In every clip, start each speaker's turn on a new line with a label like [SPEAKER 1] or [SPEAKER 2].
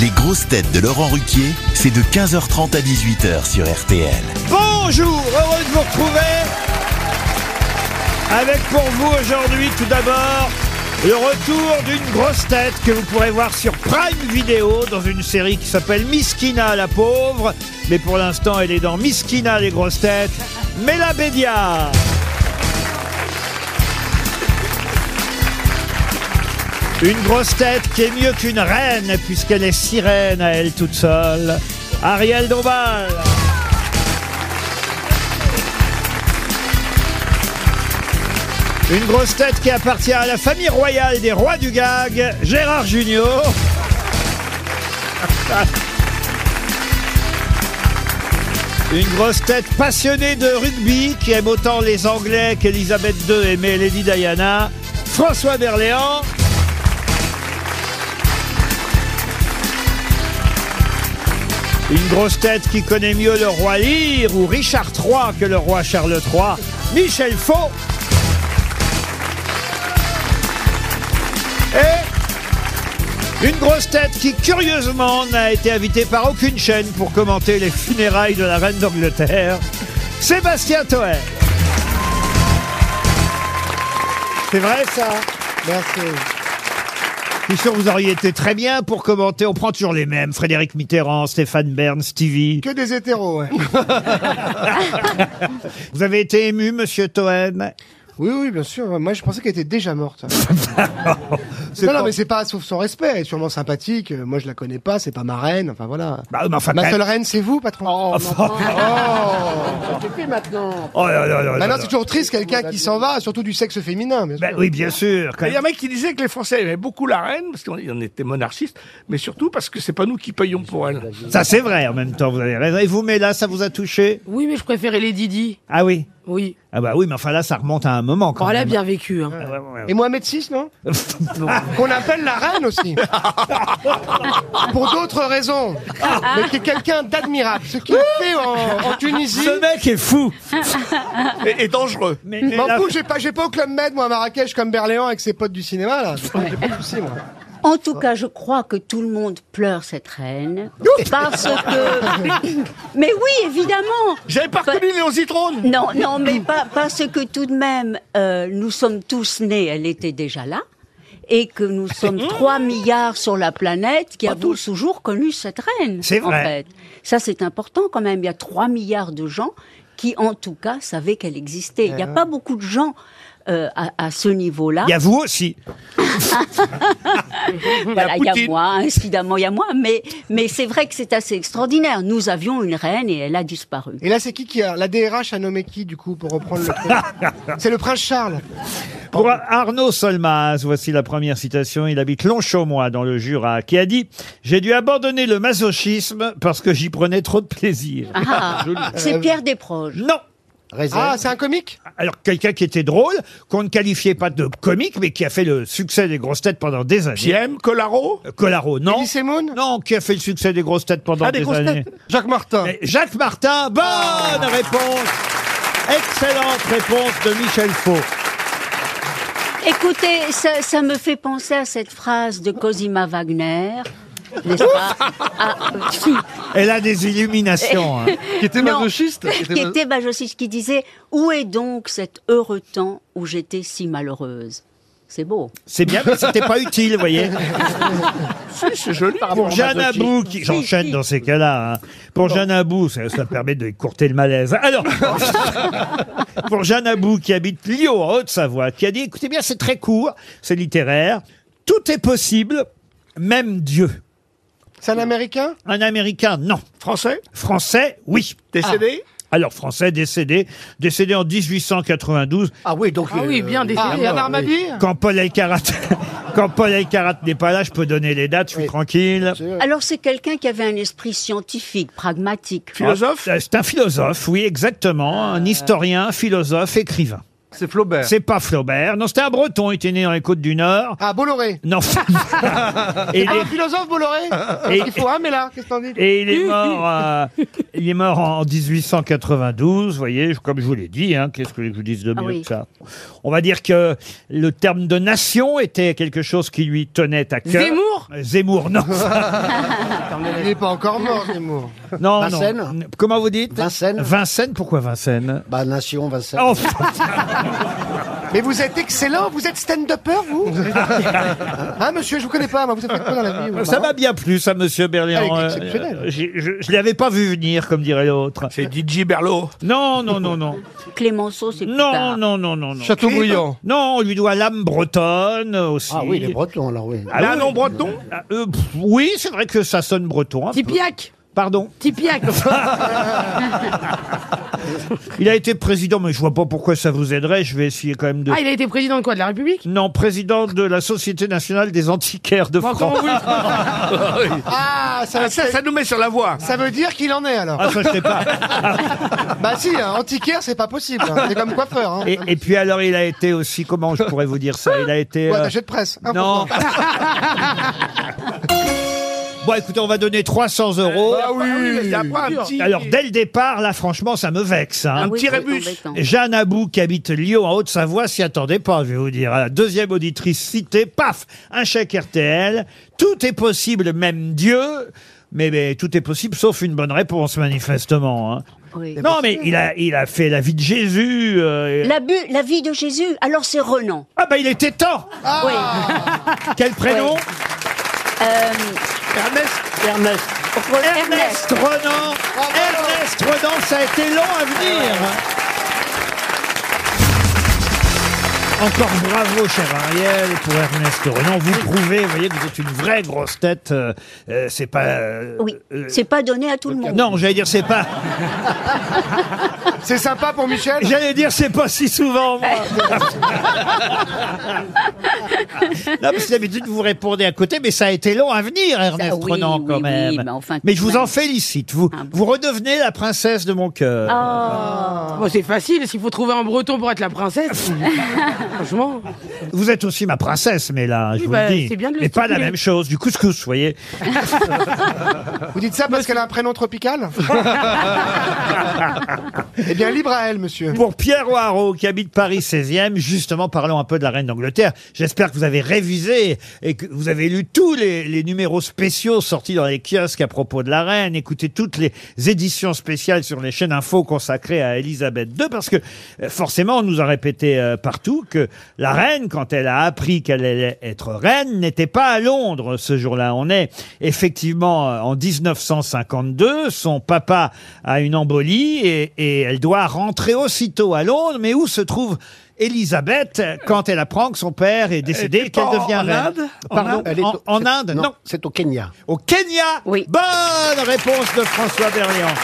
[SPEAKER 1] Les grosses têtes de Laurent Ruquier, c'est de 15h30 à 18h sur RTL.
[SPEAKER 2] Bonjour, heureux de vous retrouver avec pour vous aujourd'hui tout d'abord le retour d'une grosse tête que vous pourrez voir sur Prime Video dans une série qui s'appelle Miskina la pauvre. Mais pour l'instant, elle est dans Miskina les grosses têtes. Mela Bédia Une grosse tête qui est mieux qu'une reine puisqu'elle est sirène à elle toute seule. Ariel Dombal Une grosse tête qui appartient à la famille royale des rois du gag, Gérard Junior. Une grosse tête passionnée de rugby qui aime autant les Anglais qu'Elisabeth II aimait Lady Diana, François Berléand. Une grosse tête qui connaît mieux le roi Lear ou Richard III que le roi Charles III, Michel Faux. Et une grosse tête qui, curieusement, n'a été invitée par aucune chaîne pour commenter les funérailles de la reine d'Angleterre, Sébastien Toer. C'est vrai ça Merci. Je suis sûr que vous auriez été très bien pour commenter. On prend toujours les mêmes. Frédéric Mitterrand, Stéphane Bern, Stevie.
[SPEAKER 3] Que des hétéros, ouais.
[SPEAKER 2] Vous avez été ému, monsieur Toen
[SPEAKER 3] Oui, oui, bien sûr. Moi, je pensais qu'elle était déjà morte. non, non, mais c'est pas, sauf son respect, elle est sûrement sympathique. Euh, Moi, je la connais pas, c'est pas ma reine, enfin voilà.
[SPEAKER 2] Bah, mais enfin,
[SPEAKER 3] Ma
[SPEAKER 2] quand-
[SPEAKER 3] seule reine, c'est vous, patron. Oh,
[SPEAKER 2] Oh là là là là
[SPEAKER 3] Maintenant,
[SPEAKER 2] là.
[SPEAKER 3] c'est toujours triste, quelqu'un qui s'en va, surtout du sexe féminin, bien
[SPEAKER 2] Bah
[SPEAKER 3] sûr.
[SPEAKER 2] oui, bien sûr. quand-
[SPEAKER 4] Il y a un mec qui disait que les Français aimaient beaucoup la reine, parce qu'on on était monarchistes, mais surtout parce que c'est pas nous qui payons pour elle.
[SPEAKER 2] Ça, c'est vrai en même temps, vous avez raison. Et vous, mais là, ça vous a touché
[SPEAKER 5] Oui, mais je préférais les Didi.
[SPEAKER 2] Ah oui
[SPEAKER 5] Oui.
[SPEAKER 2] Ah bah oui, mais enfin là, ça remonte à un moment quand
[SPEAKER 5] Bon, elle a
[SPEAKER 2] même.
[SPEAKER 5] bien vécu. hein.
[SPEAKER 2] Ah, Ouais, ouais, ouais.
[SPEAKER 3] Et Mohamed VI, non Qu'on appelle la reine aussi. Pour d'autres raisons. Mais qui est quelqu'un d'admirable. Ce qu'il fait en, en Tunisie.
[SPEAKER 2] Ah, Ce mec est fou
[SPEAKER 4] Et, et dangereux.
[SPEAKER 2] mais, mais
[SPEAKER 3] M'en
[SPEAKER 2] là-
[SPEAKER 3] fous, j'ai pas, j'ai pas au Club Med, moi, à Marrakech, comme Berléand, avec ses potes du cinéma, là. J'ai pas de soucis, moi.
[SPEAKER 6] En tout cas, je crois que tout le monde pleure cette reine. Parce que. Mais oui, évidemment
[SPEAKER 4] J'avais pas reconnu Léon Zitrone
[SPEAKER 6] Non, non, mais pas, parce que tout de même, euh, nous sommes tous nés, elle était déjà là, et que nous sommes 3 milliards sur la planète qui avons toujours connu cette reine.
[SPEAKER 2] C'est
[SPEAKER 6] en
[SPEAKER 2] vrai.
[SPEAKER 6] fait. Ça, c'est important quand même. Il y a 3 milliards de gens qui, en tout cas, savaient qu'elle existait. Il n'y a pas beaucoup de gens euh, à, à ce niveau-là.
[SPEAKER 2] Il y a vous aussi.
[SPEAKER 6] Voilà, il y
[SPEAKER 4] Poutine.
[SPEAKER 6] a moi, évidemment, il y a moi, mais, mais c'est vrai que c'est assez extraordinaire. Nous avions une reine et elle a disparu.
[SPEAKER 3] Et là, c'est qui qui a La DRH a nommé qui, du coup, pour reprendre le truc C'est le prince Charles.
[SPEAKER 2] Pour Arnaud Solmaz, voici la première citation. Il habite Longchaumois, dans le Jura, qui a dit « J'ai dû abandonner le masochisme parce que j'y prenais trop de plaisir. Euh,
[SPEAKER 6] Ah, c'est Pierre Desproges.
[SPEAKER 2] Non
[SPEAKER 3] Ah, c'est un comique
[SPEAKER 2] Alors, quelqu'un qui était drôle, qu'on ne qualifiait pas de comique, mais qui a fait le succès des grosses têtes pendant des années.
[SPEAKER 4] Piem, Colaro
[SPEAKER 2] Colaro, non
[SPEAKER 3] Elie Semoun
[SPEAKER 2] Non, qui a fait le succès des grosses têtes pendant
[SPEAKER 4] Ah, des
[SPEAKER 2] des,
[SPEAKER 4] grosses
[SPEAKER 2] années.
[SPEAKER 4] têtes.
[SPEAKER 3] Jacques Martin.
[SPEAKER 2] Mais Jacques Martin, bonne réponse Excellente réponse de Michel Faux.
[SPEAKER 6] Écoutez, ça, ça me fait penser à cette phrase de Cosima Wagner. N'est-ce pas Ah, euh, si.
[SPEAKER 2] Elle a des illuminations. hein.
[SPEAKER 3] Qui était
[SPEAKER 6] Non.
[SPEAKER 3] masochiste
[SPEAKER 6] qui était Bajociste, qui disait Où est donc cet heureux temps où j'étais si malheureuse C'est beau.
[SPEAKER 2] C'est bien, mais c'était pas utile, vous voyez.
[SPEAKER 4] Si, c'est joli.
[SPEAKER 2] Pour Jeanne Abou, qui j'enchaîne dans ces cas-là. hein. Pour Jeanne Abou, ça, ça permet de courter le malaise. Alors, pour Jeanne Abou, qui habite Lyon, en Haute-Savoie, qui a dit, écoutez bien, c'est très court, c'est littéraire. Tout est possible, même Dieu.
[SPEAKER 3] C'est un américain
[SPEAKER 2] Un Américain, non.
[SPEAKER 4] Français
[SPEAKER 2] Français, oui. Ah.
[SPEAKER 4] Décédé
[SPEAKER 2] Alors, français décédé, décédé en 1892,
[SPEAKER 3] Ah oui, donc.
[SPEAKER 5] Ah oui, bien
[SPEAKER 3] Ah,
[SPEAKER 5] décédé.
[SPEAKER 3] Bernard Mabille
[SPEAKER 2] quand Paul Elkarat, quand Paul Elkarat n'est pas là, je peux donner les dates, je suis
[SPEAKER 3] Oui.
[SPEAKER 2] tranquille.
[SPEAKER 6] Alors, c'est quelqu'un qui avait un esprit scientifique, pragmatique.
[SPEAKER 4] Philosophe
[SPEAKER 2] Ah, C'est un philosophe, oui, exactement. Un historien, philosophe, écrivain.
[SPEAKER 3] C'est Flaubert.
[SPEAKER 2] C'est pas Flaubert. Non, c'était un breton. Il était né dans les côtes du Nord.
[SPEAKER 3] Ah, Bolloré.
[SPEAKER 2] Non. et, il
[SPEAKER 3] Ah,
[SPEAKER 2] est,
[SPEAKER 3] philosophe Bolloré
[SPEAKER 2] Et-
[SPEAKER 3] Il faut un, mais là, qu'est-ce que t'en dis Hum,
[SPEAKER 2] et il est mort. euh, Il est mort en 1892, vous voyez, je- comme je vous l'ai dit, hein, qu'est-ce que je vous dise de mieux
[SPEAKER 6] Ah oui.
[SPEAKER 2] que ça On va dire que le terme de nation était quelque chose qui lui tenait à cœur.
[SPEAKER 5] Zemmour
[SPEAKER 2] Zemmour, non.
[SPEAKER 3] Il n'est pas encore mort, Zemmour.
[SPEAKER 2] non, non.
[SPEAKER 7] Vincennes
[SPEAKER 2] Comment vous dites
[SPEAKER 7] Vincennes
[SPEAKER 2] Vincennes, pourquoi Vincennes
[SPEAKER 7] Bah, Nation, Vincent.
[SPEAKER 2] Oh,
[SPEAKER 3] Mais vous êtes excellent, vous êtes stand-upper, vous Hein, monsieur, je vous connais pas, moi, vous êtes fait quoi dans la vie vous
[SPEAKER 2] Ah, Ça m'a bien plu, ça, monsieur Berléand.
[SPEAKER 3] Elle est
[SPEAKER 2] Euh,
[SPEAKER 3] exceptionnelle.
[SPEAKER 2] euh, j'ai- Je ne l'avais pas vu venir, comme dirait l'autre.
[SPEAKER 4] C'est DJ Berlo.
[SPEAKER 2] Non, non, non, non.
[SPEAKER 6] Clémenceau, c'est plus
[SPEAKER 2] Non,
[SPEAKER 6] tard.
[SPEAKER 2] non, non, non, non.
[SPEAKER 3] Chateaubriand.
[SPEAKER 2] Non, on lui doit l'âme bretonne euh, aussi.
[SPEAKER 7] Ah oui, les Bretons, alors oui.
[SPEAKER 2] Ah
[SPEAKER 4] Là,
[SPEAKER 2] oui.
[SPEAKER 4] non, breton
[SPEAKER 2] Ah, euh, pff, oui, c'est vrai que ça sonne breton. hein.
[SPEAKER 5] Tipiac
[SPEAKER 2] Pardon.
[SPEAKER 5] Tipiac
[SPEAKER 2] Il a été président, mais je vois pas pourquoi ça vous aiderait. Je vais essayer quand même de.
[SPEAKER 5] Ah, il a été président de quoi De la République
[SPEAKER 2] Non, président de la Société nationale des antiquaires de France.
[SPEAKER 3] Ah, ça,
[SPEAKER 4] Ah, ça, ça nous met sur la voie.
[SPEAKER 3] ça veut dire qu'il en est, alors.
[SPEAKER 2] Ah, ça, je sais pas.
[SPEAKER 3] Bah si, hein, antiquaire, c'est pas possible. hein. C'est comme coiffeur. Hein.
[SPEAKER 2] Ah. Et, et puis alors, il a été aussi, comment je pourrais vous dire ça Il a été.
[SPEAKER 3] Ou
[SPEAKER 2] euh,
[SPEAKER 3] attaché de presse. hein,
[SPEAKER 2] Non.
[SPEAKER 3] pourquoi
[SPEAKER 2] Bon, écoutez, on va donner 300 euros.
[SPEAKER 4] Ah oui, mais après, un petit,
[SPEAKER 2] Alors, dès le départ, là, franchement, ça me vexe. hein.
[SPEAKER 4] un
[SPEAKER 6] Ah oui,
[SPEAKER 4] petit
[SPEAKER 6] c'est
[SPEAKER 4] rébus.
[SPEAKER 6] embêtant.
[SPEAKER 2] Jeanne Abou, qui habite Lyon, en Haute-Savoie, s'y attendait pas, je vais vous dire. La Deuxième auditrice citée, paf, un chèque RTL. Tout est possible, même Dieu. Mais, mais tout est possible, sauf une bonne réponse, manifestement. hein.
[SPEAKER 6] Oui.
[SPEAKER 2] Non, mais il a, il a fait la vie de Jésus. euh, et-
[SPEAKER 6] La, bu- la vie de Jésus, alors c'est Renan. Ah.
[SPEAKER 2] Ah bah, il était temps
[SPEAKER 6] Oui.
[SPEAKER 2] Quel prénom
[SPEAKER 6] Euh,
[SPEAKER 2] Ernest,
[SPEAKER 6] Ernest.
[SPEAKER 2] Ernest Renan Ernest Renan, ça a été long à venir Encore bravo, cher Ariel, pour Ernest Renan. Vous prouvez, vous voyez, que vous êtes une vraie grosse tête. euh, euh, c'est pas... euh,
[SPEAKER 6] Oui,
[SPEAKER 2] euh,
[SPEAKER 6] c'est pas donné à tout le monde.
[SPEAKER 2] non, j'allais dire c'est pas.
[SPEAKER 3] C'est sympa pour Michel.
[SPEAKER 2] J'allais dire c'est pas si souvent. Moi. non, parce que d'habitude vous répondez à côté, mais ça a été long à venir, Ernest
[SPEAKER 6] oui,
[SPEAKER 2] Renan,
[SPEAKER 6] oui,
[SPEAKER 2] quand
[SPEAKER 6] oui,
[SPEAKER 2] même.
[SPEAKER 6] mais enfin,
[SPEAKER 2] je vous en félicite. Vous,
[SPEAKER 6] Ah bon.
[SPEAKER 2] vous redevenez la princesse de mon cœur.
[SPEAKER 8] Euh,
[SPEAKER 6] Oh.
[SPEAKER 5] Bon, C'est facile, s'il faut trouver un breton pour être la princesse. Franchement.
[SPEAKER 2] Vous êtes aussi ma princesse, mais là, je
[SPEAKER 5] Oui,
[SPEAKER 2] vous
[SPEAKER 5] bah,
[SPEAKER 2] le dis.
[SPEAKER 5] c'est bien de le
[SPEAKER 2] mais pas la
[SPEAKER 5] stipuler.
[SPEAKER 2] même chose, du couscous, vous voyez.
[SPEAKER 3] Vous dites ça parce qu'elle a un prénom tropical
[SPEAKER 2] Ah,
[SPEAKER 3] Eh bien, libre à elle, monsieur.
[SPEAKER 2] Pour Pierre Oireau, qui habite Paris 16e, justement, parlons un peu de la reine d'Angleterre. J'espère que vous avez révisé et que vous avez lu tous les, les numéros spéciaux sortis dans les kiosques à propos de la reine. Écoutez toutes les éditions spéciales sur les chaînes info consacrées à Elisabeth II, parce que euh, forcément, on nous a répété euh, partout que la reine, quand elle a appris qu'elle allait être reine, n'était pas à Londres ce jour-là. On est effectivement euh, en 1952. Son papa a une embolie et, et elle doit rentrer aussitôt à Londres. Mais où se trouve Elisabeth quand elle apprend que son père est décédé et
[SPEAKER 4] était pas
[SPEAKER 2] qu'elle devient
[SPEAKER 4] en
[SPEAKER 2] reine
[SPEAKER 4] Inde En
[SPEAKER 2] Pardon,
[SPEAKER 7] Elle est
[SPEAKER 2] en,
[SPEAKER 7] au-
[SPEAKER 2] en
[SPEAKER 7] c'est-
[SPEAKER 2] Inde Non,
[SPEAKER 7] C'est au Kenya.
[SPEAKER 2] au Kenya.
[SPEAKER 6] Oui.
[SPEAKER 2] Bonne réponse de François Berléand.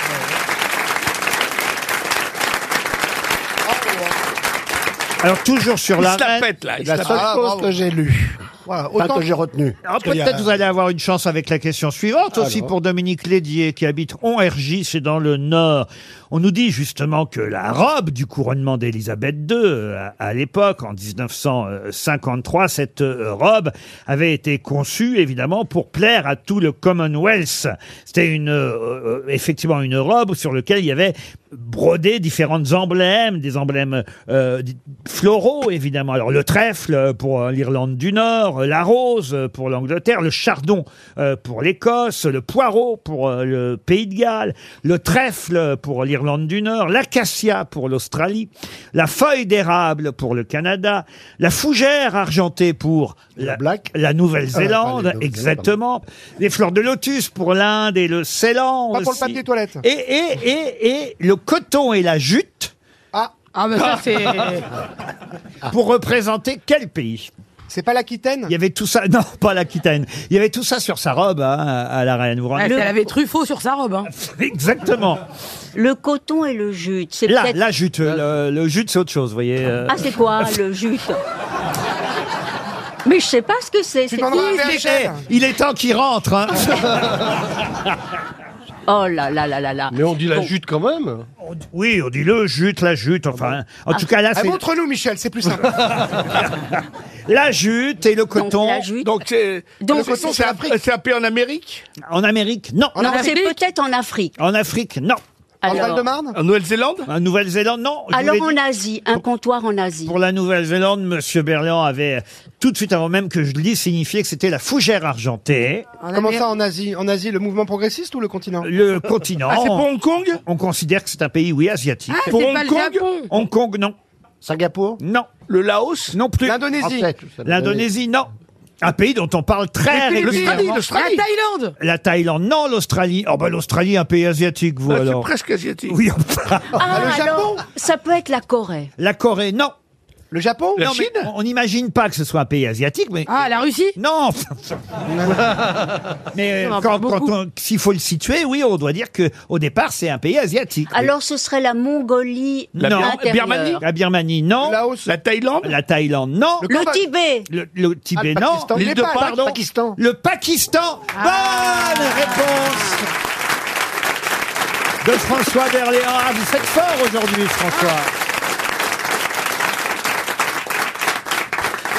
[SPEAKER 2] Alors toujours sur
[SPEAKER 4] Il
[SPEAKER 2] la
[SPEAKER 4] se la
[SPEAKER 2] reine.
[SPEAKER 4] pète, là. Il
[SPEAKER 7] La
[SPEAKER 4] se la
[SPEAKER 7] seule
[SPEAKER 4] pète. Ah,
[SPEAKER 7] chose que
[SPEAKER 3] j'ai lue.
[SPEAKER 7] Pas
[SPEAKER 3] autant
[SPEAKER 7] que j'ai retenu.
[SPEAKER 2] Alors peut-être vous allez avoir une chance avec la question suivante aussi pour Dominique Lédier qui habite Onhergy, c'est dans le Nord. On nous dit justement que la robe du couronnement d'Élisabeth II à, à l'époque, en 1953, cette euh, robe avait été conçue évidemment pour plaire à tout le Commonwealth. C'était une euh, euh, effectivement une robe sur laquelle il y avait brodé différents emblèmes, des emblèmes euh, d- floraux évidemment. Alors le trèfle pour euh, l'Irlande du Nord, euh, la rose euh, pour l'Angleterre, le chardon euh, pour l'Écosse, le poireau pour euh, le Pays de Galles, le trèfle pour l'Irlande du Nord, l'acacia pour l'Australie, la feuille d'érable pour le Canada, la fougère argentée pour la,
[SPEAKER 7] Black.
[SPEAKER 2] la
[SPEAKER 7] Ah,
[SPEAKER 2] Nouvelle-Zélande,
[SPEAKER 7] pardon,
[SPEAKER 2] exactement, les fleurs de lotus pour l'Inde et le Ceylan
[SPEAKER 3] Pas pour le
[SPEAKER 2] aussi.
[SPEAKER 3] papier toilette.
[SPEAKER 2] Et, et, et, et le coton et la jute
[SPEAKER 5] Ah, mais ça, c'est.
[SPEAKER 2] pour représenter quel pays
[SPEAKER 3] Ah. C'est pas l'Aquitaine
[SPEAKER 2] Il y avait tout ça, non, pas l'Aquitaine, il y avait tout ça sur sa robe hein, à à la reine. Vous vous rendez
[SPEAKER 5] Elle avait Truffaut sur sa robe. Hein.
[SPEAKER 2] compte Exactement.
[SPEAKER 6] Le coton et le jute, c'est
[SPEAKER 2] Là,
[SPEAKER 6] peut-être.
[SPEAKER 2] la jute, euh, le, le jute c'est autre chose, vous voyez. euh.
[SPEAKER 6] Ah, c'est quoi le jute Mais je sais pas ce que c'est.
[SPEAKER 3] Tu
[SPEAKER 6] c'est-
[SPEAKER 3] demanderas à
[SPEAKER 2] Eh,
[SPEAKER 3] VHL.
[SPEAKER 2] il est temps qu'il rentre. hein.
[SPEAKER 6] Oh là là là là là. Oh.
[SPEAKER 9] Mais on dit la jute quand même.
[SPEAKER 2] On dit- oui, on dit le jute, la jute, enfin. En tout cas, là,
[SPEAKER 3] Ah,
[SPEAKER 2] c'est.
[SPEAKER 3] Montre-nous, Michel, c'est plus simple.
[SPEAKER 2] la jute et le coton.
[SPEAKER 6] la jute.
[SPEAKER 4] Ah Donc, c'est.
[SPEAKER 6] Donc,
[SPEAKER 4] le coton,
[SPEAKER 6] c'est-
[SPEAKER 4] c'est app- c'est appelé en Amérique
[SPEAKER 2] En Amérique, non.
[SPEAKER 6] Non, c'est peut-être en Afrique.
[SPEAKER 2] En Afrique, non.
[SPEAKER 3] En
[SPEAKER 6] Alors,
[SPEAKER 3] Val-de-Marne
[SPEAKER 4] En Nouvelle-Zélande
[SPEAKER 2] En Nouvelle-Zélande, non. Je
[SPEAKER 6] alors
[SPEAKER 2] vous l'ai
[SPEAKER 6] en
[SPEAKER 2] dit,
[SPEAKER 6] Asie, un comptoir en Asie.
[SPEAKER 2] Pour la Nouvelle-Zélande, Monsieur Berland avait tout de suite avant même que je lis signifié que c'était la fougère argentée,
[SPEAKER 3] Comment ça en Asie En Asie, le mouvement progressiste ou le continent
[SPEAKER 2] le continent.
[SPEAKER 4] Ah, c'est pour Hong Kong
[SPEAKER 2] On considère que c'est un pays, oui,
[SPEAKER 6] Ah,
[SPEAKER 2] asiatique.
[SPEAKER 5] c'est
[SPEAKER 4] Pour Hong
[SPEAKER 5] pas le
[SPEAKER 4] Kong
[SPEAKER 5] Japon.
[SPEAKER 2] Hong Kong, non.
[SPEAKER 7] Singapour
[SPEAKER 2] Non.
[SPEAKER 4] Le Laos
[SPEAKER 2] Non plus.
[SPEAKER 3] L'Indonésie.
[SPEAKER 7] Français, tout ça.
[SPEAKER 2] L'Indonésie, non. Un pays dont on parle très
[SPEAKER 4] L'Australie,
[SPEAKER 2] régulièrement.
[SPEAKER 5] La
[SPEAKER 4] l'Australie
[SPEAKER 5] Thaïlande.
[SPEAKER 2] La Thaïlande, non. L'Australie. Oh, bah, l'Australie, un pays asiatique, vous,
[SPEAKER 4] Ah, C'est
[SPEAKER 2] alors.
[SPEAKER 4] presque asiatique.
[SPEAKER 2] Oui,
[SPEAKER 6] Ah,
[SPEAKER 3] le
[SPEAKER 6] alors,
[SPEAKER 3] Japon
[SPEAKER 6] ça peut être la Corée.
[SPEAKER 2] la Corée, non.
[SPEAKER 3] Le Japon
[SPEAKER 4] La
[SPEAKER 2] Non, mais
[SPEAKER 4] Chine
[SPEAKER 2] on- On n'imagine pas que ce soit un pays asiatique, mais.
[SPEAKER 5] Ah, la Russie
[SPEAKER 2] Non Mais euh,
[SPEAKER 5] On en
[SPEAKER 2] quand,
[SPEAKER 5] parle beaucoup.
[SPEAKER 2] quand on- s'il faut le situer, oui, on doit dire que au départ, c'est un pays asiatique.
[SPEAKER 6] Alors ce serait la Mongolie
[SPEAKER 2] La
[SPEAKER 4] La
[SPEAKER 2] Non.
[SPEAKER 4] Bir-
[SPEAKER 6] intérieure.
[SPEAKER 4] Birmanie
[SPEAKER 2] La Birmanie, non.
[SPEAKER 3] Laos
[SPEAKER 4] La Thaïlande
[SPEAKER 2] La Thaïlande, non.
[SPEAKER 3] Le-
[SPEAKER 6] Le Tibet.
[SPEAKER 2] Le, le Tibet,
[SPEAKER 3] Ah, le
[SPEAKER 2] non.
[SPEAKER 3] Pakistan.
[SPEAKER 2] L'île de
[SPEAKER 3] Népal,
[SPEAKER 2] pardon.
[SPEAKER 7] Pakistan.
[SPEAKER 2] Le Pakistan. Bonne réponse de François Berléand. Ah, vous faites fort aujourd'hui, François.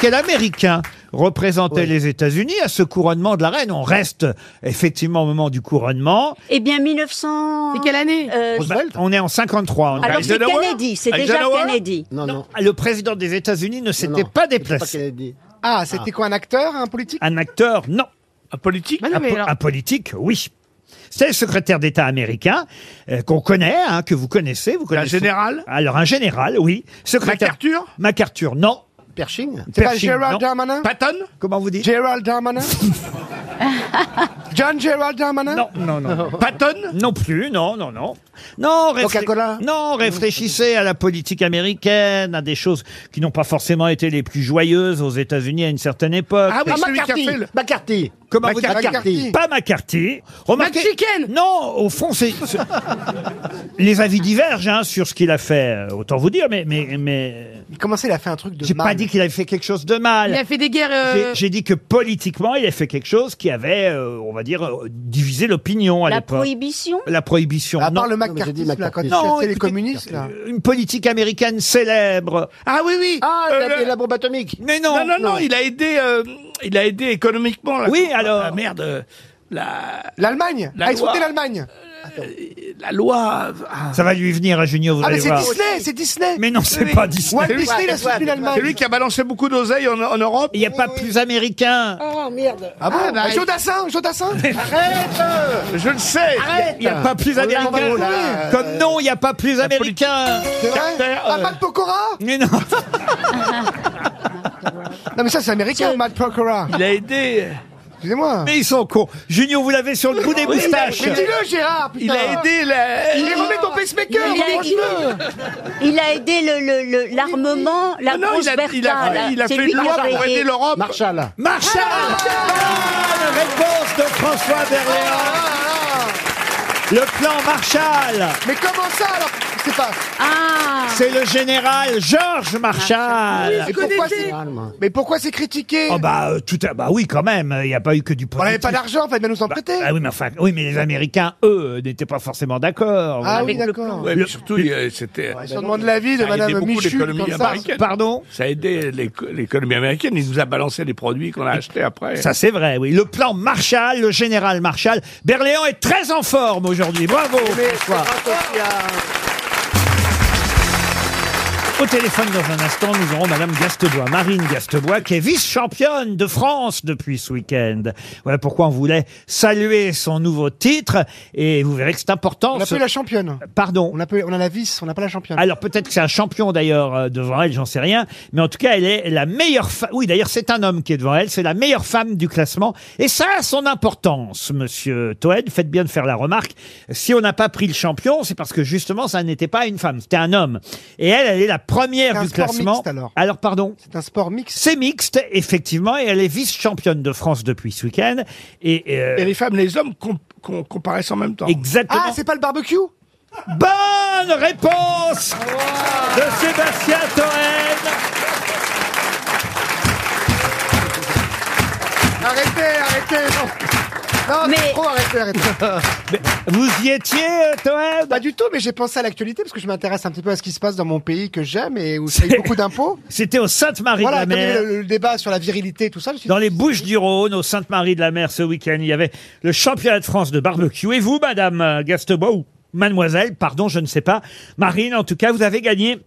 [SPEAKER 2] Quel Américain représentait les États-Unis à ce couronnement de la reine On reste effectivement au moment du couronnement.
[SPEAKER 6] Eh bien 1900.
[SPEAKER 5] C'est quelle année
[SPEAKER 6] euh,
[SPEAKER 2] Bah, on est en 53. on est-
[SPEAKER 6] Alors c'est
[SPEAKER 4] Eisenhower
[SPEAKER 6] Kennedy, c'est déjà
[SPEAKER 4] Eisenhower
[SPEAKER 6] Kennedy.
[SPEAKER 7] Non, non.
[SPEAKER 2] le président des États-Unis ne s'était pas
[SPEAKER 7] non. Je sais pas
[SPEAKER 2] déplacé.
[SPEAKER 7] qu'elle a dit.
[SPEAKER 3] Ah, c'était quoi, un acteur, un politique
[SPEAKER 2] Un acteur, non.
[SPEAKER 4] Un politique
[SPEAKER 5] Mais non,
[SPEAKER 2] un,
[SPEAKER 5] mais
[SPEAKER 2] po-
[SPEAKER 5] alors-
[SPEAKER 2] un politique, oui. C'est le secrétaire d'État américain euh, qu'on connaît, hein, que vous connaissez. Vous
[SPEAKER 4] Un
[SPEAKER 2] connaissez.
[SPEAKER 4] général
[SPEAKER 2] Alors un général, oui. Secrétaire.
[SPEAKER 4] MacArthur
[SPEAKER 2] MacArthur, non.
[SPEAKER 7] Pershing
[SPEAKER 3] C'est pas
[SPEAKER 2] Pershing, non.
[SPEAKER 3] Gérald Darmanin
[SPEAKER 4] Patton
[SPEAKER 2] Comment vous dites
[SPEAKER 3] Gérald Darmanin John Gérald Darmanin
[SPEAKER 2] Non, non, non.
[SPEAKER 4] Patton
[SPEAKER 2] Non plus, non, non, non. Non, réflé-
[SPEAKER 7] Coca-Cola
[SPEAKER 2] non, réfléchissez à la politique américaine, à des choses qui n'ont pas forcément été les plus joyeuses aux États-Unis à une certaine époque.
[SPEAKER 4] Ah oui, celui qui a
[SPEAKER 7] McCarthy
[SPEAKER 4] fait le...
[SPEAKER 7] McCarthy
[SPEAKER 2] Comment vous dites
[SPEAKER 7] McCarthy.
[SPEAKER 2] Pas McCarthy. Remarquez,
[SPEAKER 5] Mexicaine
[SPEAKER 2] Non, au fond, c'est. c'est- les avis divergent hein, sur ce qu'il a fait, euh, autant vous dire, mais. mais, mais
[SPEAKER 3] Mais Comment ça, il a fait un truc de
[SPEAKER 2] J'ai
[SPEAKER 3] mal
[SPEAKER 2] pas dit qu'il avait fait quelque chose de
[SPEAKER 5] Il
[SPEAKER 2] mal.
[SPEAKER 5] a fait des guerres. euh,
[SPEAKER 2] J'ai- J'ai dit que politiquement, il a fait quelque chose qui avait, euh, on va dire, euh, divisé l'opinion à
[SPEAKER 6] La
[SPEAKER 2] l'époque.
[SPEAKER 6] prohibition.
[SPEAKER 2] La prohibition.
[SPEAKER 3] À
[SPEAKER 2] non.
[SPEAKER 3] part le
[SPEAKER 7] mais j'ai
[SPEAKER 3] McCarthy,
[SPEAKER 7] dit
[SPEAKER 3] là, quand
[SPEAKER 7] McCarthy.
[SPEAKER 3] il
[SPEAKER 2] Non,
[SPEAKER 3] chassait les
[SPEAKER 2] écoutez, euh,
[SPEAKER 3] communistes, là.
[SPEAKER 2] Une politique américaine célèbre.
[SPEAKER 4] Ah oui, oui
[SPEAKER 7] Ah,
[SPEAKER 4] euh,
[SPEAKER 7] la,
[SPEAKER 4] le-
[SPEAKER 7] la bombe atomique
[SPEAKER 2] Mais non.
[SPEAKER 4] Non, non, non, il a aidé, euh, il a aidé économiquement. la-
[SPEAKER 2] Oui, alors.
[SPEAKER 4] Ah, merde, euh, la,
[SPEAKER 3] L'Allemagne
[SPEAKER 4] La
[SPEAKER 3] Ah, ils
[SPEAKER 4] loi.
[SPEAKER 3] sautaient l'Allemagne
[SPEAKER 4] la loi. ah.
[SPEAKER 2] Ça va lui venir, à Junio, vous
[SPEAKER 3] Ah, mais
[SPEAKER 2] allez
[SPEAKER 3] c'est
[SPEAKER 2] voir.
[SPEAKER 3] Disney, c'est Disney
[SPEAKER 2] Mais non, c'est
[SPEAKER 4] Oui.
[SPEAKER 2] pas Disney.
[SPEAKER 3] Walt Disney, il a soutenu
[SPEAKER 4] C'est
[SPEAKER 3] l'Allemagne
[SPEAKER 4] lui qui a balancé beaucoup d'oseilles en, en Europe.
[SPEAKER 2] Il n'y a pas plus américain.
[SPEAKER 3] Ah bon bah, Joe Dassin, Joe Dassin
[SPEAKER 4] Je le sais.
[SPEAKER 2] Il n'y a pas plus
[SPEAKER 7] oh
[SPEAKER 2] américain.
[SPEAKER 7] là.
[SPEAKER 2] Comme non, il n'y a pas plus américain.
[SPEAKER 3] C'est vrai
[SPEAKER 4] Carter,
[SPEAKER 3] Ah,
[SPEAKER 4] euh.
[SPEAKER 3] Matt Pokora
[SPEAKER 2] Mais non.
[SPEAKER 3] Non mais ça, c'est américain, Matt Pokora
[SPEAKER 4] Il a aidé.
[SPEAKER 3] Excusez-moi
[SPEAKER 2] Mais ils sont cons. Junior, vous l'avez sur le bout des moustaches.
[SPEAKER 3] Mais dis-le,
[SPEAKER 4] Oh,
[SPEAKER 3] Gérard,
[SPEAKER 4] Il
[SPEAKER 3] putain
[SPEAKER 4] a aidé la.
[SPEAKER 3] Il est remis ton pacemaker,
[SPEAKER 6] Il a-
[SPEAKER 3] reprends-le
[SPEAKER 6] Il a aidé le- le- le- l'armement, la
[SPEAKER 4] Non,
[SPEAKER 6] grosse
[SPEAKER 4] il a,
[SPEAKER 6] Bertha.
[SPEAKER 4] il a-
[SPEAKER 6] là.
[SPEAKER 4] il a
[SPEAKER 6] C'est
[SPEAKER 4] fait
[SPEAKER 6] lui
[SPEAKER 4] une
[SPEAKER 6] qui
[SPEAKER 4] loi
[SPEAKER 6] avait
[SPEAKER 4] pour
[SPEAKER 6] aidé.
[SPEAKER 4] aider l'europe.
[SPEAKER 7] Marshall
[SPEAKER 2] Marshall Bonne réponse de François Berléand. Le plan Marshall,
[SPEAKER 3] Mais comment ça, alors C'est pas...
[SPEAKER 5] Ah
[SPEAKER 2] c'est le général Georges Marshall.
[SPEAKER 3] Et pourquoi c'est...
[SPEAKER 7] Calme.
[SPEAKER 3] Mais pourquoi c'est critiqué
[SPEAKER 2] Ah, Oh bah, euh, tout, a- bah oui, quand même, il n'y a pas eu que du
[SPEAKER 3] On n'avait
[SPEAKER 2] politique.
[SPEAKER 3] pas d'argent, fallait bien nous en prêter
[SPEAKER 2] Ah oui, mais enfin, oui, mais les Américains, eux, n'étaient pas forcément d'accord.
[SPEAKER 3] Ah
[SPEAKER 2] Vous
[SPEAKER 3] oui,
[SPEAKER 2] voyez.
[SPEAKER 3] d'accord
[SPEAKER 4] Ouais, mais surtout, il, euh, c'était.
[SPEAKER 3] Si on demande l'avis de
[SPEAKER 4] Ça a aidé
[SPEAKER 3] Madame
[SPEAKER 4] beaucoup
[SPEAKER 3] Michu,
[SPEAKER 4] l'économie
[SPEAKER 3] comme ça.
[SPEAKER 4] américaine.
[SPEAKER 2] Pardon
[SPEAKER 4] Ça a aidé l'éco- l'économie américaine. Il nous a balancé les produits qu'on a achetés après.
[SPEAKER 2] Ça c'est vrai, oui. Le plan Marshall, le général Marshall. Berléand est très en forme aujourd'hui. Bravo François. Au téléphone dans un instant, nous aurons Madame Gastebois, Marine Gastebois, qui est vice-championne de France depuis ce week-end. Voilà pourquoi on voulait saluer son nouveau titre. Et vous verrez que c'est important.
[SPEAKER 3] On n'a
[SPEAKER 2] ce-
[SPEAKER 3] pas eu la championne.
[SPEAKER 2] Pardon.
[SPEAKER 3] On a, pas eu- on a la vis, on n'a pas la
[SPEAKER 10] Ah.
[SPEAKER 3] championne.
[SPEAKER 2] Alors peut-être que c'est un champion d'ailleurs euh, devant elle, j'en sais rien. Mais en tout cas, elle est la meilleure femme. Oui, d'ailleurs, c'est un homme qui est devant elle. C'est la meilleure femme du classement. Et ça a son importance, monsieur Toed. Faites bien de faire la remarque. Si on n'a pas pris le champion, c'est parce que justement, ça n'était pas une femme. C'était un homme. Et elle, elle est la
[SPEAKER 3] C'est
[SPEAKER 2] première
[SPEAKER 3] un
[SPEAKER 2] du
[SPEAKER 3] sport
[SPEAKER 2] classement.
[SPEAKER 3] mixte, alors.
[SPEAKER 2] alors pardon.
[SPEAKER 3] C'est un sport mixte.
[SPEAKER 2] C'est mixte, effectivement, et elle est vice-championne de France depuis ce week-end. Et, euh,
[SPEAKER 4] Et les femmes, les hommes com- com- comparaissent en même temps.
[SPEAKER 2] exactement.
[SPEAKER 3] Ah, c'est pas le barbecue
[SPEAKER 2] Bonne réponse
[SPEAKER 3] Ah,
[SPEAKER 2] de Sébastien Toen.
[SPEAKER 3] Arrêtez, arrêtez non. Non,
[SPEAKER 6] Mais-
[SPEAKER 3] c'est trop, arrêtez, arrêtez.
[SPEAKER 2] Vous y étiez, euh, Toeb
[SPEAKER 3] Pas du tout, mais j'ai pensé à l'actualité parce que je m'intéresse un petit peu à ce qui se passe dans mon pays que j'aime et où je paye beaucoup d'impôts.
[SPEAKER 2] C'était au Sainte-Marie
[SPEAKER 3] Voilà,
[SPEAKER 2] de
[SPEAKER 3] comme
[SPEAKER 2] la
[SPEAKER 3] il y a
[SPEAKER 2] Mer.
[SPEAKER 3] eu le, le débat sur la virilité et tout ça, je suis
[SPEAKER 2] Dans les Bouches du Rhône, au Sainte-Marie de la Mer, ce week-end, il y avait le championnat de France de barbecue. Et vous, Madame euh, Gastebois, ou Mademoiselle, pardon, je ne sais pas, Marine, en tout cas, vous avez gagné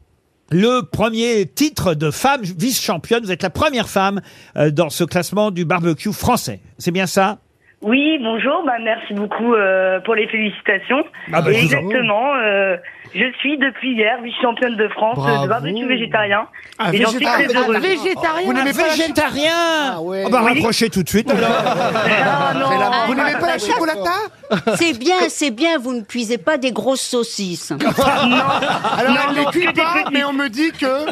[SPEAKER 2] le premier titre de femme vice-championne. Vous êtes la première femme euh, dans ce classement du barbecue français. C'est bien ça
[SPEAKER 9] Oui, bonjour, bah, merci beaucoup euh, pour les félicitations.
[SPEAKER 2] Ah bah,
[SPEAKER 9] Et
[SPEAKER 2] je vous en-
[SPEAKER 9] exactement, euh, je suis depuis hier vice-championne de France euh,
[SPEAKER 3] Bravo.
[SPEAKER 9] de barbecue végétarien.
[SPEAKER 3] Ah,
[SPEAKER 9] et j'en suis
[SPEAKER 3] végétarien.
[SPEAKER 9] très
[SPEAKER 3] Ah,
[SPEAKER 9] heureuse.
[SPEAKER 5] Végétarien.
[SPEAKER 3] Vous n'aimez pas la chi-
[SPEAKER 2] Végétarien
[SPEAKER 7] Ah ouais.
[SPEAKER 2] Ah bah,
[SPEAKER 7] Oui.
[SPEAKER 2] raccrochez tout de suite. alors.
[SPEAKER 9] Ah, non.
[SPEAKER 3] Vous n'aimez pas la chipolata
[SPEAKER 6] C'est bien, c'est bien, vous ne cuisez pas des grosses saucisses.
[SPEAKER 3] Alors, elle
[SPEAKER 9] non,
[SPEAKER 3] ne cuit
[SPEAKER 9] que des
[SPEAKER 3] pas,
[SPEAKER 9] petits.
[SPEAKER 3] mais on me dit que.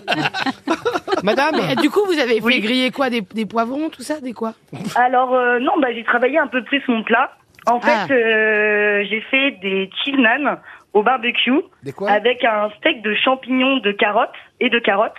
[SPEAKER 3] Madame
[SPEAKER 5] Et Du coup, vous avez fait
[SPEAKER 9] Oui.
[SPEAKER 5] griller quoi des, des poivrons, tout ça Des quoi
[SPEAKER 9] Alors, euh, non, bah, j'ai travaillé un peu plus mon plat. En
[SPEAKER 5] Ah.
[SPEAKER 9] fait, euh, j'ai fait des chill nan au barbecue
[SPEAKER 7] Des quoi
[SPEAKER 9] avec un steak de champignons, de carottes et de carottes,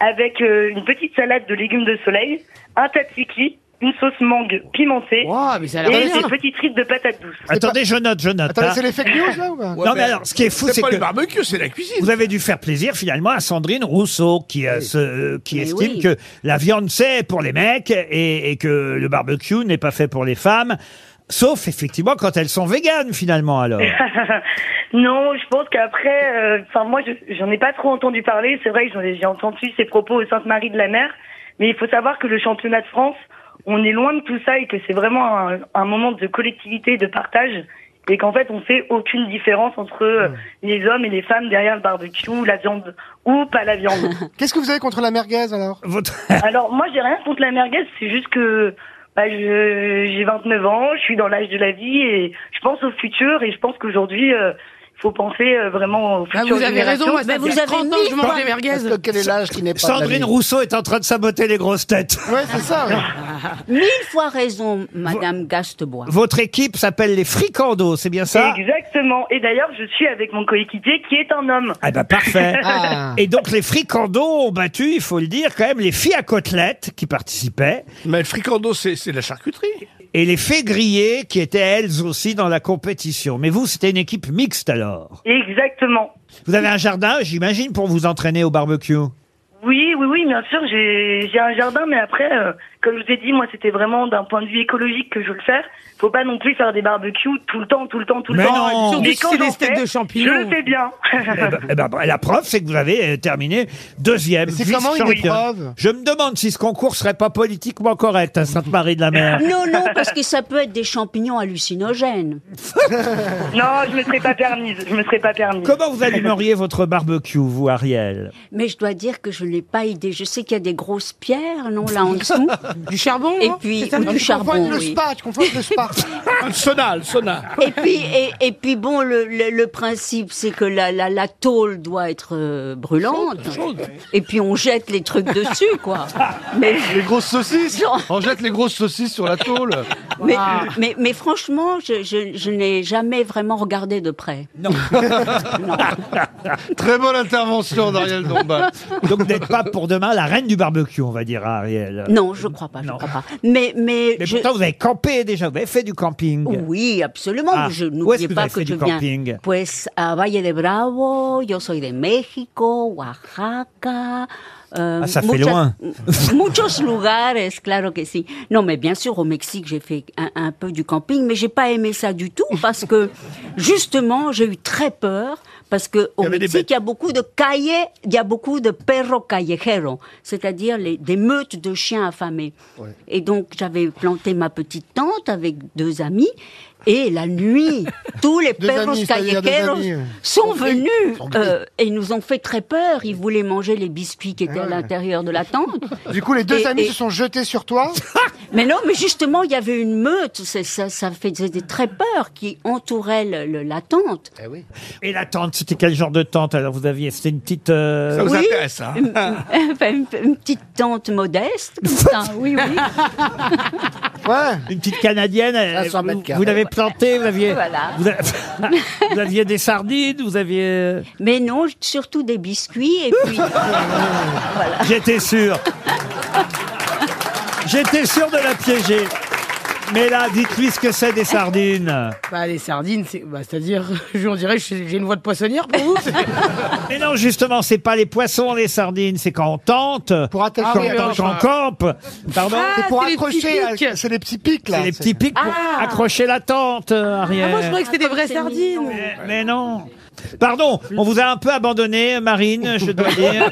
[SPEAKER 9] avec euh, une petite salade de légumes de soleil, un tzatziki, une sauce mangue pimentée.
[SPEAKER 5] Waouh, mais ça a l'air
[SPEAKER 9] Et
[SPEAKER 5] bien.
[SPEAKER 9] des petites frites de patates douces.
[SPEAKER 2] Attendez, je note, je note.
[SPEAKER 3] Attendez,
[SPEAKER 2] hein.
[SPEAKER 3] c'est les fake news là ou pas
[SPEAKER 2] Non, mais alors, ce qui est fou, c'est
[SPEAKER 4] pas
[SPEAKER 2] que-
[SPEAKER 4] le barbecue, c'est la cuisine.
[SPEAKER 2] Vous avez dû faire plaisir finalement à Sandrine Rousseau qui, euh, se- euh, qui
[SPEAKER 6] Mais
[SPEAKER 2] estime
[SPEAKER 6] oui.
[SPEAKER 2] que la viande c'est pour les mecs et, et que le barbecue n'est pas fait pour les femmes. Sauf effectivement quand elles sont véganes finalement alors.
[SPEAKER 9] Ah, Non, je pense qu'après, euh, enfin moi, je- j'en ai pas trop entendu parler. C'est vrai que j'en ai- j'ai entendu ces propos au Sainte-Marie de la Mer, mais il faut savoir que le championnat de France, on est loin de tout ça et que c'est vraiment un, un moment de collectivité, de partage, et qu'en fait, on fait aucune différence entre euh, les hommes et les femmes derrière le barbecue, la viande ou pas la viande.
[SPEAKER 3] Qu'est-ce que vous avez contre la merguez alors
[SPEAKER 2] Votre-
[SPEAKER 9] Alors moi j'ai rien contre la merguez, c'est juste que bah, je- j'ai 29 ans, je suis dans l'âge de la vie et je pense au futur et je pense qu'aujourd'hui euh, il faut penser euh, vraiment au
[SPEAKER 5] Ah,
[SPEAKER 9] futur.
[SPEAKER 5] vous avez raison, moi, ça
[SPEAKER 6] Mais vous
[SPEAKER 5] fait
[SPEAKER 6] avez
[SPEAKER 5] 30 ans que je
[SPEAKER 6] mille
[SPEAKER 5] mange
[SPEAKER 6] fois-
[SPEAKER 5] des merguez.
[SPEAKER 7] Parce que quel est l'âge qui n'est pas. de la vie
[SPEAKER 2] Sandrine Rousseau est en train de saboter les grosses têtes.
[SPEAKER 3] Ouais, c'est ça. ouais.
[SPEAKER 6] Mille fois raison, Madame Gastebois.
[SPEAKER 2] Votre équipe s'appelle les fricandos, c'est bien ça
[SPEAKER 9] Exactement. Et d'ailleurs je suis avec mon coéquipier qui est un homme.
[SPEAKER 2] Ah bah parfait.
[SPEAKER 3] Ah.
[SPEAKER 2] Et donc les fricandos ont battu, il faut le dire quand même, les filles à côtelettes qui participaient
[SPEAKER 4] Mais le fricando, c'est c'est de la charcuterie.
[SPEAKER 2] et les fées grillées qui étaient elles aussi dans la compétition. Mais vous, c'était une équipe mixte alors.
[SPEAKER 9] Exactement.
[SPEAKER 2] Vous avez un jardin, j'imagine, pour vous entraîner au barbecue.
[SPEAKER 9] Oui, oui, oui, bien sûr, j'ai j'ai un jardin, mais après, euh, comme je vous ai dit, moi, c'était vraiment d'un point de vue écologique que je veux le faire. Faut pas non plus faire des barbecues tout le temps, tout le temps, tout le
[SPEAKER 2] Mais
[SPEAKER 9] temps.
[SPEAKER 2] non.
[SPEAKER 5] Surtout si
[SPEAKER 9] quand
[SPEAKER 5] c'est des
[SPEAKER 9] j'en
[SPEAKER 5] steaks
[SPEAKER 9] fais,
[SPEAKER 5] de champignons.
[SPEAKER 9] Je le fais bien.
[SPEAKER 2] Eh ben- eh ben, la preuve, c'est que vous avez euh, terminé deuxième.
[SPEAKER 3] Mais c'est comment une
[SPEAKER 2] vice-championne.
[SPEAKER 3] épreuve
[SPEAKER 2] Je me demande si ce concours serait pas politiquement correct hein, à Sainte-Marie-de-la-Mer.
[SPEAKER 6] Non, non, parce que ça peut être des champignons hallucinogènes.
[SPEAKER 9] Non, je me serais pas permise. Je me serais pas permise.
[SPEAKER 2] Comment vous allumeriez votre barbecue, vous, Ariel
[SPEAKER 6] Mais je dois dire que je n'ai pas idée. Je sais qu'il y a des grosses pierres, non, là en dessous.
[SPEAKER 5] Du charbon
[SPEAKER 6] Et
[SPEAKER 3] hein
[SPEAKER 5] non
[SPEAKER 6] puis,
[SPEAKER 5] C'est ça
[SPEAKER 6] ou du
[SPEAKER 3] Tu confonds avec
[SPEAKER 6] charbon,
[SPEAKER 3] le
[SPEAKER 6] oui.
[SPEAKER 3] spa, tu confonds avec le spa. Ah,
[SPEAKER 4] Le sauna, le sauna.
[SPEAKER 6] Et puis, et, et puis bon, le, le- le principe, c'est que la, la, la tôle doit être euh, brûlante. Et puis, on jette les trucs dessus, quoi. Mais,
[SPEAKER 10] Les grosses saucisses
[SPEAKER 6] Genre.
[SPEAKER 10] On jette les grosses saucisses sur la tôle.
[SPEAKER 6] mais, mais, mais franchement, je, je, je n'ai jamais vraiment regardé de près.
[SPEAKER 10] Très bonne intervention d'Ariel Dombal.
[SPEAKER 2] Donc, vous n'êtes pas pour demain la reine du barbecue, on va dire à Ariel.
[SPEAKER 6] Non, je crois pas, je
[SPEAKER 2] Non.
[SPEAKER 6] crois pas. Mais, mais,
[SPEAKER 2] Mais
[SPEAKER 6] je-
[SPEAKER 2] pourtant, vous avez campé déjà, vous avez fait du camping.
[SPEAKER 6] Oui, absolument.
[SPEAKER 2] Ah,
[SPEAKER 6] je
[SPEAKER 2] où est-ce
[SPEAKER 6] n'oubliez
[SPEAKER 2] que vous
[SPEAKER 6] pas
[SPEAKER 2] avez
[SPEAKER 6] que
[SPEAKER 2] fait
[SPEAKER 6] je
[SPEAKER 2] du
[SPEAKER 6] viens.
[SPEAKER 2] camping
[SPEAKER 6] Pues à Valle de Bravo, yo soy de México, Oaxaca. euh,
[SPEAKER 2] Ah, ça fait loin.
[SPEAKER 6] muchos lugares, claro que sí. Non, mais bien sûr, au Mexique, j'ai fait un, un peu du camping, mais j'ai pas aimé ça du tout parce que justement, j'ai eu très peur parce que au
[SPEAKER 4] y avait des
[SPEAKER 6] Mexique,
[SPEAKER 4] bêtes.
[SPEAKER 6] il y a beaucoup de cahiers, il y a beaucoup de perros callejeros, c'est-à-dire les- des meutes de chiens affamés. Et donc, j'avais planté ma petite tente avec deux amis. Et la nuit, tous les
[SPEAKER 3] Deux
[SPEAKER 6] perros
[SPEAKER 3] amis, c'est-à-dire deux
[SPEAKER 6] callejeros
[SPEAKER 3] amis, euh,
[SPEAKER 6] sont venus
[SPEAKER 7] sont pris.
[SPEAKER 6] euh, et ils nous ont fait très peur. Ils voulaient manger les biscuits qui étaient à l'intérieur de la tente.
[SPEAKER 3] Ah Du coup, les deux
[SPEAKER 6] Et-
[SPEAKER 3] amis
[SPEAKER 6] et-
[SPEAKER 3] se sont jetés sur toi.
[SPEAKER 6] Mais non, mais justement, il y avait une meute, c'est- ça, ça faisait des très peur qui entourait le- le- la tente.
[SPEAKER 7] Eh oui.
[SPEAKER 2] Et la tente, c'était quel genre de tente Alors, vous aviez, c'était une petite. euh,
[SPEAKER 4] Ça vous
[SPEAKER 6] Oui.
[SPEAKER 4] intéresse, hein
[SPEAKER 6] Une, une- enfin, une- une petite tente modeste, comme ça, oui, oui.
[SPEAKER 3] Ouais.
[SPEAKER 2] Une petite canadienne. euh,
[SPEAKER 7] 500 mètres
[SPEAKER 2] vous-
[SPEAKER 7] carrés.
[SPEAKER 2] Vous l'avez plantée, vous aviez.
[SPEAKER 6] Voilà.
[SPEAKER 2] Vous, a- vous aviez des sardines, vous aviez. euh,
[SPEAKER 6] Mais non, surtout des biscuits et puis... euh,
[SPEAKER 2] J'étais sûr. J'étais sûr de la piéger. Mais là, dites-lui ce que c'est des sardines.
[SPEAKER 5] Bah, les sardines, c'est, bah, c'est-à-dire, je- on dirait, que j'ai j'ai une voix de poissonnière pour vous.
[SPEAKER 2] Mais non, justement, c'est pas les poissons, les sardines, c'est quand on tente,
[SPEAKER 3] Pour attacher,
[SPEAKER 2] quand,
[SPEAKER 3] oui,
[SPEAKER 2] quand-
[SPEAKER 3] oui,
[SPEAKER 2] quand on
[SPEAKER 3] enfin.
[SPEAKER 2] campe, pardon,
[SPEAKER 5] Ah,
[SPEAKER 3] C'est pour
[SPEAKER 5] c'est les
[SPEAKER 3] accrocher.
[SPEAKER 5] petits
[SPEAKER 3] à-
[SPEAKER 5] pics.
[SPEAKER 3] C'est les petits pics là.
[SPEAKER 2] c'est les
[SPEAKER 3] C'est-
[SPEAKER 2] petits pics pour
[SPEAKER 5] Ah.
[SPEAKER 2] accrocher la tente, euh,
[SPEAKER 5] Ah,
[SPEAKER 2] arrière.
[SPEAKER 5] moi, je croyais que c'était des vraies sardines.
[SPEAKER 2] mais, mais non. Pardon, on vous a un peu abandonné, Marine, je dois dire.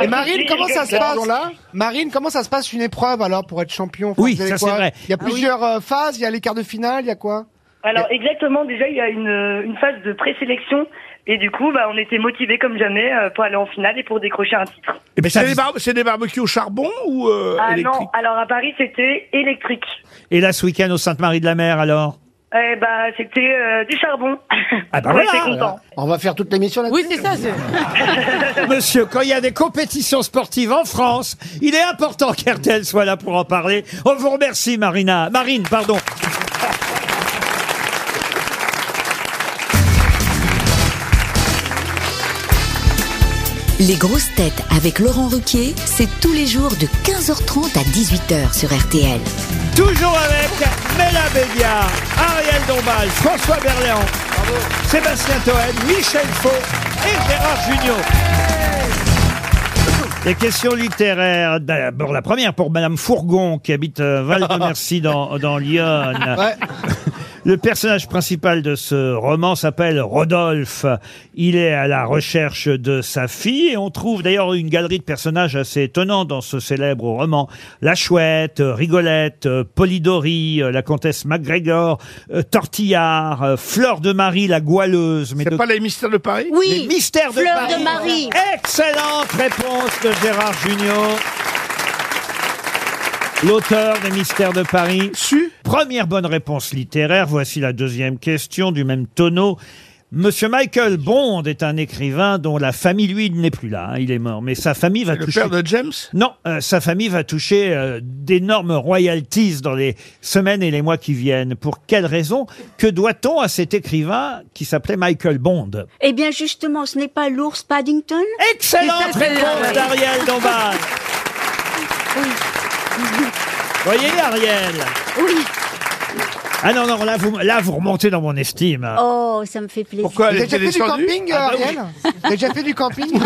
[SPEAKER 3] Et Marine, comment ça se passe
[SPEAKER 7] là
[SPEAKER 3] Marine, comment ça se passe une épreuve alors pour être champion Enfin,
[SPEAKER 2] Oui,
[SPEAKER 3] vous avez
[SPEAKER 2] ça,
[SPEAKER 3] quoi
[SPEAKER 2] c'est vrai.
[SPEAKER 3] Il y a plusieurs euh, phases, il y a les quarts de finale, il y a quoi
[SPEAKER 9] Alors exactement, déjà il y a une, euh, une phase de présélection et du coup bah, on était motivés comme jamais euh, pour aller en finale et pour décrocher un titre.
[SPEAKER 2] Mais ça-
[SPEAKER 4] C'est des, bar- c'est des barbecues au charbon ou euh,
[SPEAKER 9] Ah
[SPEAKER 4] électriques
[SPEAKER 9] non, alors à Paris c'était électrique.
[SPEAKER 2] Et là, ce week-end, au Sainte-Marie-de-la-Mer, alors
[SPEAKER 9] Eh bah c'était euh, du charbon.
[SPEAKER 2] Ah bah
[SPEAKER 9] On
[SPEAKER 2] voilà.
[SPEAKER 9] était contents.
[SPEAKER 7] On va faire toute l'émission là-dessus.
[SPEAKER 5] Oui, c'est ça, c'est.
[SPEAKER 2] Monsieur, quand il y a des compétitions sportives en France, il est important qu'RTL soit là pour en parler. On vous remercie, Marina. Marine, pardon.
[SPEAKER 11] Les grosses têtes avec Laurent Ruquier, c'est tous les jours de 15h30 à 18h sur RTL.
[SPEAKER 2] Toujours avec Mela Bédia, Ariel Dombal, François Berléand, Sébastien Toen, Michel Faux et Gérard Junior. Des questions littéraires. D'abord, la première pour Madame Fourgon, qui habite euh, Val de Mercy dans, dans Lyon. Le personnage principal de ce roman s'appelle Rodolphe. Il est à la recherche de sa fille et on trouve d'ailleurs une galerie de personnages assez étonnants dans ce célèbre roman. La Chouette, euh, Rigolette, euh, Polidori, euh, la comtesse MacGregor, euh, Tortillard, euh, Fleur de Marie, la goualeuse. Mais
[SPEAKER 4] C'est
[SPEAKER 2] de-
[SPEAKER 4] pas les mystères de Paris
[SPEAKER 2] les mystères de
[SPEAKER 6] Fleur
[SPEAKER 2] Paris.
[SPEAKER 6] de Marie.
[SPEAKER 2] Excellente réponse de Gérard Junior. L'auteur des Mystères de Paris.
[SPEAKER 4] Su
[SPEAKER 2] Première bonne réponse littéraire. Voici la deuxième question du même tonneau. Monsieur Michael Bond est un écrivain dont la famille, lui, il n'est plus là. hein, il est mort. Mais sa famille va
[SPEAKER 4] Le
[SPEAKER 2] toucher.
[SPEAKER 4] père de James
[SPEAKER 2] Non, euh, sa famille va toucher euh, d'énormes royalties dans les semaines et les mois qui viennent. Pour quelle raison Que doit-on à cet écrivain qui s'appelait Michael Bond
[SPEAKER 6] Eh bien, justement, ce n'est pas l'ours Paddington
[SPEAKER 2] Excellente
[SPEAKER 5] Et ça, c'est
[SPEAKER 2] réponse
[SPEAKER 5] la- ouais.
[SPEAKER 2] d'Ariel Dombal. Voyez Ariel.
[SPEAKER 6] Oui.
[SPEAKER 2] Ah non non là vous là vous remontez dans mon estime. hein.
[SPEAKER 6] Oh, ça me fait plaisir.
[SPEAKER 4] Pourquoi
[SPEAKER 3] T'as
[SPEAKER 4] elle
[SPEAKER 3] déjà
[SPEAKER 4] était
[SPEAKER 3] fait du
[SPEAKER 4] descendue Ah, bah
[SPEAKER 3] camping, euh, Ariel T'as déjà fait du camping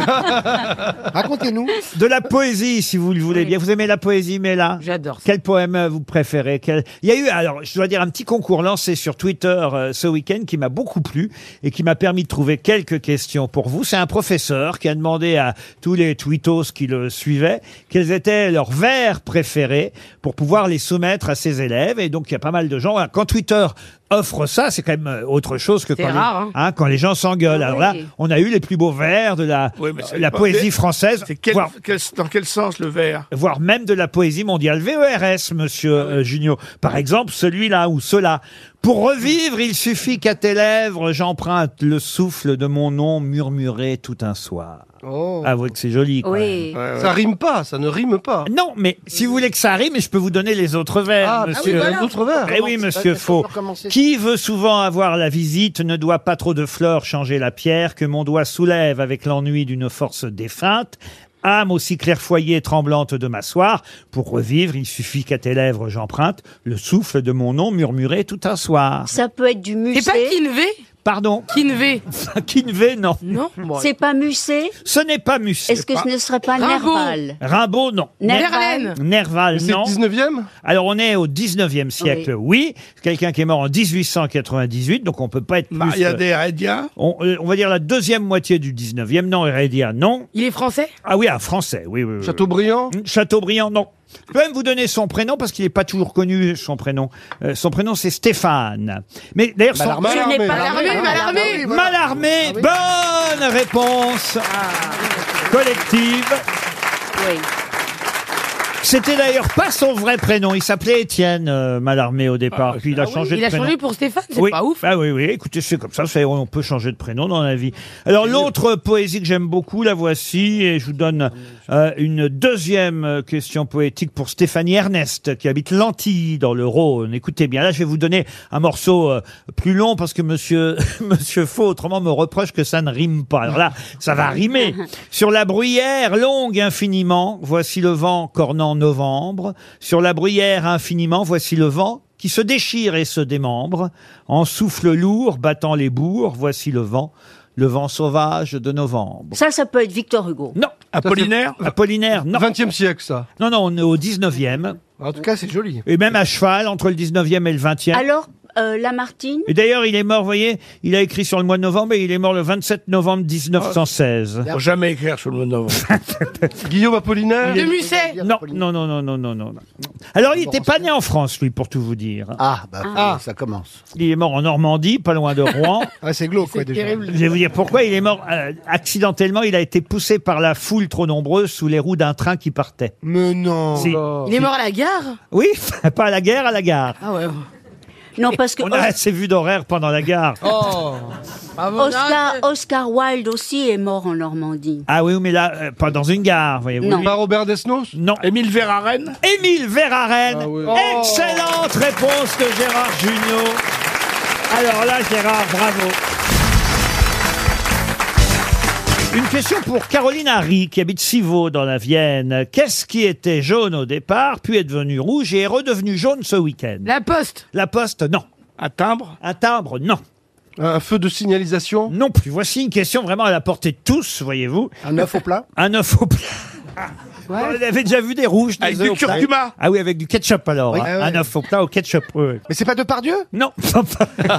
[SPEAKER 3] Racontez-nous.
[SPEAKER 2] De la poésie si vous le voulez bien. Vous aimez la poésie mais là.
[SPEAKER 5] J'adore ça.
[SPEAKER 2] Quel poème euh, vous préférez Quel- Il y a eu, alors, je dois dire, un petit concours lancé sur Twitter euh, ce week-end qui m'a beaucoup plu et qui m'a permis de trouver quelques questions pour vous. C'est un professeur qui a demandé à tous les twittos qui le suivaient quels étaient leurs vers préférés pour pouvoir les soumettre à ses élèves. Et donc, il y a pas mal de gens. Alors, Quand Twitter offre ça, c'est quand même euh, autre chose que
[SPEAKER 5] C'est
[SPEAKER 2] quand,
[SPEAKER 5] rare,
[SPEAKER 2] les,
[SPEAKER 5] hein.
[SPEAKER 2] quand les gens s'engueulent.
[SPEAKER 5] Ah
[SPEAKER 2] alors là,
[SPEAKER 5] oui.
[SPEAKER 2] on a eu les plus beaux vers de la,
[SPEAKER 4] Oui, mais c'est
[SPEAKER 2] la
[SPEAKER 4] pas-
[SPEAKER 2] poésie
[SPEAKER 4] mais-
[SPEAKER 2] française.
[SPEAKER 4] C'est quel-
[SPEAKER 2] voire-
[SPEAKER 4] quel- dans quel sens le verre
[SPEAKER 2] voire même de la poésie mondiale. VERS, monsieur euh, Junio. Par exemple, celui-là ou cela. Pour revivre, il suffit qu'à tes lèvres, j'emprunte le souffle de mon nom murmuré tout un soir.
[SPEAKER 4] Oh.
[SPEAKER 2] Avouez que c'est joli. quand même.
[SPEAKER 6] Oui.
[SPEAKER 10] Oh. Ça rime pas, ça ne rime pas.
[SPEAKER 2] Non, mais si vous voulez que ça rime, je peux vous donner les autres vers,
[SPEAKER 10] Ah,
[SPEAKER 2] monsieur.
[SPEAKER 10] monsieur, d'autres vers.
[SPEAKER 2] Eh oui, monsieur Faux. Qui veut souvent avoir la visite ne doit pas trop de fleurs changer la pierre que mon doigt soulève avec l'ennui d'une force défunte. Âme aussi clairfoyée et tremblante de m'asseoir. Pour revivre, il suffit qu'à tes lèvres j'emprunte le souffle de mon nom murmuré tout un soir.
[SPEAKER 6] Ça peut être du
[SPEAKER 5] Et
[SPEAKER 6] musée.
[SPEAKER 5] pas Kinvé
[SPEAKER 2] Pardon,
[SPEAKER 5] Kinvé.
[SPEAKER 2] Kinvé, non.
[SPEAKER 5] Non.
[SPEAKER 6] C'est pas musée.
[SPEAKER 2] Ce n'est pas Musset.
[SPEAKER 6] Est-ce que ce ne serait pas
[SPEAKER 5] Rimbaud.
[SPEAKER 6] Nerval
[SPEAKER 2] Rimbaud, non.
[SPEAKER 5] Verlaine.
[SPEAKER 2] Nerval,
[SPEAKER 10] C'est le
[SPEAKER 2] non.
[SPEAKER 10] 19ème
[SPEAKER 2] Alors on est au 19e siècle, oui. Quelqu'un qui est mort en 1898, donc on peut pas être plus...
[SPEAKER 4] Maria
[SPEAKER 2] euh,
[SPEAKER 4] de Heredia
[SPEAKER 2] on, euh, on va dire la deuxième moitié du 19e. Non, Heredia, non.
[SPEAKER 5] Il est français
[SPEAKER 2] Ah oui, un français, oui, oui. oui.
[SPEAKER 10] Chateaubriand
[SPEAKER 2] Chateaubriand, non. Je peux même vous donner son prénom parce qu'il n'est pas toujours connu, son prénom. Euh, son prénom, c'est Stéphane. Mais d'ailleurs, son...
[SPEAKER 10] Mallarmé.
[SPEAKER 6] Je n'ai pas
[SPEAKER 5] Malarmé,
[SPEAKER 6] l'armée.
[SPEAKER 5] Malarmé.
[SPEAKER 2] Mallarmé, bonne réponse collective.
[SPEAKER 6] Oui.
[SPEAKER 2] C'était d'ailleurs pas son vrai prénom. Il s'appelait Étienne euh, Mallarmé au départ. puis il a changé
[SPEAKER 5] Il
[SPEAKER 2] de
[SPEAKER 5] a
[SPEAKER 2] prénom.
[SPEAKER 5] changé pour Stéphane, c'est
[SPEAKER 2] oui.
[SPEAKER 5] pas ouf.
[SPEAKER 2] Ah oui, oui, écoutez, c'est comme ça, c'est- on peut changer de prénom dans la vie. Alors l'autre poésie que j'aime beaucoup, la voici, et je vous donne euh, une deuxième euh, question poétique pour Stéphanie Ernest, qui habite Lentille, dans le Rhône. Écoutez bien, là je vais vous donner un morceau euh, plus long, parce que monsieur, monsieur Faux, autrement, me reproche que ça ne rime pas. Alors là, ça va rimer. Sur la bruyère longue infiniment, voici le vent cornant novembre. Sur la bruyère infiniment, voici le vent qui se déchire et se démembre. En souffle lourd, battant les bourgs, voici le vent, le vent sauvage de novembre.
[SPEAKER 6] Ça, ça peut être Victor Hugo.
[SPEAKER 2] Non. Apollinaire Apollinaire, non. 20e siècle, ça. Non, non, on est au 19e.
[SPEAKER 10] En tout cas, c'est joli.
[SPEAKER 2] Et même à cheval entre le 19e et le 20e.
[SPEAKER 6] Alors, euh, Lamartine
[SPEAKER 2] Et d'ailleurs, il est mort, vous voyez, il a écrit sur le mois de novembre et il est mort le 27 novembre 1916.
[SPEAKER 4] Faut Ah, jamais écrire sur le mois de novembre.
[SPEAKER 2] Guillaume Apollinaire
[SPEAKER 5] De Musset
[SPEAKER 2] Non, non, non, non, non, non, non. non. Alors, il n'était pas né en France, lui, pour tout vous dire.
[SPEAKER 7] Ah, bah,
[SPEAKER 2] Ah.
[SPEAKER 7] ça commence.
[SPEAKER 2] Il est mort en Normandie, pas loin de Rouen.
[SPEAKER 10] c'est glauque, quoi, déjà.
[SPEAKER 2] Je vais vous dire pourquoi il est mort euh, accidentellement. Il a été poussé par la foule trop nombreuse sous les roues d'un train qui partait.
[SPEAKER 10] Mais non.
[SPEAKER 2] Si.
[SPEAKER 3] Oh.
[SPEAKER 5] Il est mort à la gare
[SPEAKER 2] Oui, pas à la guerre, à la gare.
[SPEAKER 5] Ah ouais.
[SPEAKER 6] Non, parce que.
[SPEAKER 2] On a assez vu d'horaire pendant la gare.
[SPEAKER 5] Oh
[SPEAKER 6] Oscar, Oscar Wilde aussi est mort en Normandie.
[SPEAKER 2] Ah oui, mais là, euh, pas dans une gare, voyez-vous.
[SPEAKER 6] Non. Pas
[SPEAKER 2] Robert Desnos Non. Émile Verhaeren Ah Émile Verhaeren Excellente réponse de Gérard Junior. Alors là, Gérard, bravo. Une question pour Caroline Harry, qui habite Civaux dans la Vienne. Qu'est-ce qui était jaune au départ, puis est devenu rouge et est redevenu jaune ce week-end La poste. La poste, non. Un timbre Un timbre, non. Un feu de signalisation Non plus. Voici une question vraiment à la portée de tous, voyez-vous. Un œuf au plat Un œuf au plat. Vous avez déjà vu des rouges des
[SPEAKER 4] Avec
[SPEAKER 2] œufs
[SPEAKER 4] du
[SPEAKER 2] au plat
[SPEAKER 4] curcuma.
[SPEAKER 2] Ah oui, avec du ketchup alors.
[SPEAKER 4] Oui.
[SPEAKER 2] hein.
[SPEAKER 4] Ah ouais.
[SPEAKER 2] Un œuf au plat au ketchup. Mais c'est pas de Pardieu Non.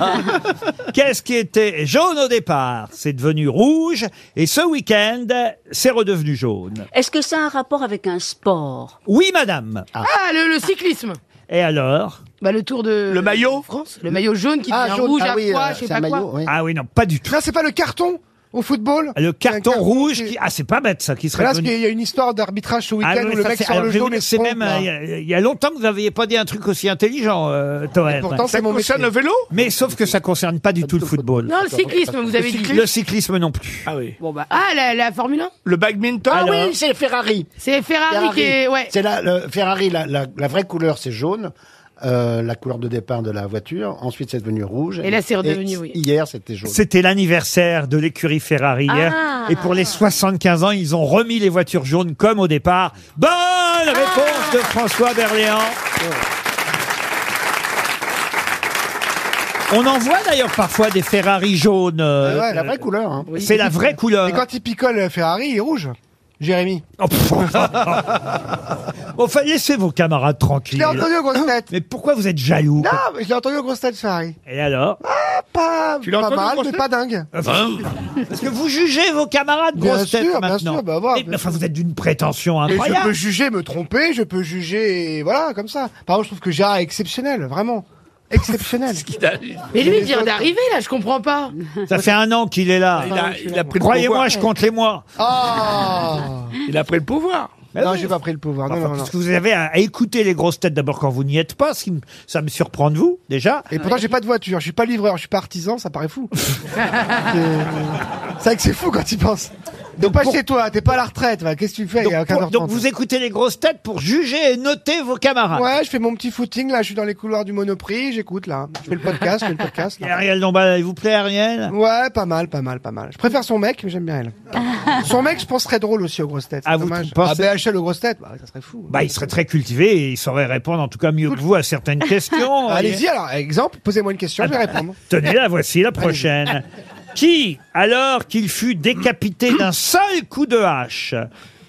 [SPEAKER 2] Qu'est-ce qui était jaune au départ C'est devenu rouge et ce week-end, c'est redevenu jaune.
[SPEAKER 6] Est-ce que ça a un rapport avec un sport
[SPEAKER 2] Oui, madame.
[SPEAKER 5] Ah, le, le cyclisme
[SPEAKER 2] Et alors
[SPEAKER 5] Bah, le tour de. Le maillot France Le maillot jaune qui devient rouge à quoi, je sais pas quoi.
[SPEAKER 2] Ah oui, non, pas du tout.
[SPEAKER 3] Là, c'est pas le carton au football
[SPEAKER 2] Le carton rouge qui... Ah, c'est pas bête ça qui serait
[SPEAKER 3] Là, parce
[SPEAKER 2] devenu-
[SPEAKER 3] qu'il y a une histoire d'arbitrage ce week-end
[SPEAKER 2] Ah, non,
[SPEAKER 3] où le
[SPEAKER 2] ça,
[SPEAKER 3] mec
[SPEAKER 2] c'est-
[SPEAKER 3] sort
[SPEAKER 2] alors,
[SPEAKER 3] le
[SPEAKER 2] je vais vous
[SPEAKER 3] jaune
[SPEAKER 2] dire,
[SPEAKER 3] et
[SPEAKER 2] c'est
[SPEAKER 3] se trompe,
[SPEAKER 2] même
[SPEAKER 3] là.
[SPEAKER 2] euh, il y a- il y, a longtemps que vous n'aviez pas dit un truc aussi intelligent, euh, Toen.
[SPEAKER 3] Et pourtant, c'est mon métier.
[SPEAKER 2] concerne le vélo Mais sauf que ça concerne pas du tout le football.
[SPEAKER 5] Non, le cyclisme, vous avez
[SPEAKER 2] Le
[SPEAKER 5] dit.
[SPEAKER 2] cyclisme- Le cyclisme non plus. Ah oui.
[SPEAKER 5] Bon, bah, ah, la, la Formule 1
[SPEAKER 2] Le badminton
[SPEAKER 7] Ah oui, c'est Ferrari.
[SPEAKER 5] C'est Ferrari, qui est. Ouais.
[SPEAKER 7] C'est la, le- Ferrari, la, la- la vraie couleur, c'est jaune. euh, la couleur de départ de la voiture. Ensuite, c'est devenu rouge.
[SPEAKER 5] Et là, c'est redevenu, oui.
[SPEAKER 7] Hier, c'était jaune.
[SPEAKER 2] C'était l'anniversaire de l'écurie Ferrari hier.
[SPEAKER 5] Ah.
[SPEAKER 2] Et pour les 75 ans, ils ont remis les voitures jaunes comme au départ. Bonne
[SPEAKER 5] Ah.
[SPEAKER 2] réponse de François Berléand.
[SPEAKER 5] Oh.
[SPEAKER 2] On en voit d'ailleurs parfois des Ferrari jaunes.
[SPEAKER 3] Ah
[SPEAKER 2] euh,
[SPEAKER 3] ouais, la vraie couleur. hein.
[SPEAKER 2] C'est la vraie couleur. Oh,
[SPEAKER 3] Et quand il picole euh, Ferrari, il est rouge. Jérémy.
[SPEAKER 2] Enfin, laissez vos camarades
[SPEAKER 3] Je
[SPEAKER 2] tranquilles.
[SPEAKER 3] l'ai entendu aux grosses têtes.
[SPEAKER 2] Mais pourquoi vous êtes jaloux
[SPEAKER 3] Non, mais je l'ai entendu aux grosses têtes, Ferrari.
[SPEAKER 2] Et alors
[SPEAKER 3] Ah, Pas,
[SPEAKER 2] Tu l'as
[SPEAKER 3] pas
[SPEAKER 2] entendu aux
[SPEAKER 3] mal,
[SPEAKER 2] grosses
[SPEAKER 3] mais
[SPEAKER 2] têtes
[SPEAKER 3] pas dingue.
[SPEAKER 2] Euh,
[SPEAKER 5] Hein
[SPEAKER 2] Hein Parce que vous jugez vos camarades
[SPEAKER 3] Bien
[SPEAKER 2] grosses
[SPEAKER 3] sûr,
[SPEAKER 2] têtes
[SPEAKER 3] bien
[SPEAKER 2] maintenant.
[SPEAKER 3] sûr, bah, voilà.
[SPEAKER 2] Mais- mais enfin, vous êtes d'une prétention
[SPEAKER 3] Et je
[SPEAKER 2] incroyable.
[SPEAKER 3] peux juger, me tromper, je peux juger, et voilà, comme ça. Par contre, je trouve que Gérard est exceptionnel, vraiment. Exceptionnel.
[SPEAKER 5] Mais lui, il vient d'arriver, là, je comprends pas.
[SPEAKER 2] Ça fait un an qu'il est là.
[SPEAKER 5] Il a- il a pris le
[SPEAKER 2] Croyez-moi,
[SPEAKER 5] pouvoir.
[SPEAKER 2] je compte les mois.
[SPEAKER 3] Ah
[SPEAKER 4] Il a pris le pouvoir.
[SPEAKER 3] Non, j'ai pas pris le pouvoir. Non,
[SPEAKER 2] Enfin,
[SPEAKER 3] non, non.
[SPEAKER 2] parce que vous avez à, à écouter les grosses têtes d'abord quand vous n'y êtes pas, ce qui me- ça me surprend de vous déjà.
[SPEAKER 3] Et pourtant, j'ai pas de voiture, je suis pas livreur, je suis pas artisan, ça paraît fou. Euh, c'est vrai que c'est fou quand tu penses. Donc, pas chez toi, t'es pas à la retraite, va, qu'est-ce que tu fais
[SPEAKER 2] Donc,
[SPEAKER 3] il y a
[SPEAKER 2] pour-
[SPEAKER 3] 15h30.
[SPEAKER 2] donc vous écoutez les grosses têtes pour juger et noter vos camarades.
[SPEAKER 3] Ouais, je fais mon petit footing, là, je suis dans les couloirs du Monoprix, j'écoute, là. Je fais le podcast, je fais le podcast. là.
[SPEAKER 2] Et Ariel Dombal, il vous plaît Ariel
[SPEAKER 3] Ouais, pas mal, pas mal, pas mal. Je préfère son mec, mais j'aime bien elle. son mec, je pense, serait drôle aussi aux grosses têtes.
[SPEAKER 2] Ah,
[SPEAKER 3] Ah,
[SPEAKER 2] vous
[SPEAKER 3] dommage.
[SPEAKER 2] pensez-
[SPEAKER 3] Ah, BHL aux grosses têtes, bah, ça serait fou.
[SPEAKER 2] Bah, il serait très cultivé et il saurait répondre en tout cas mieux que vous à certaines questions.
[SPEAKER 3] Ah, Allez-y, alors, exemple, posez-moi une question, je vais répondre.
[SPEAKER 2] Ah, Tenez, la voici, la prochaine. Qui, alors qu'il fut décapité d'un seul coup de hache,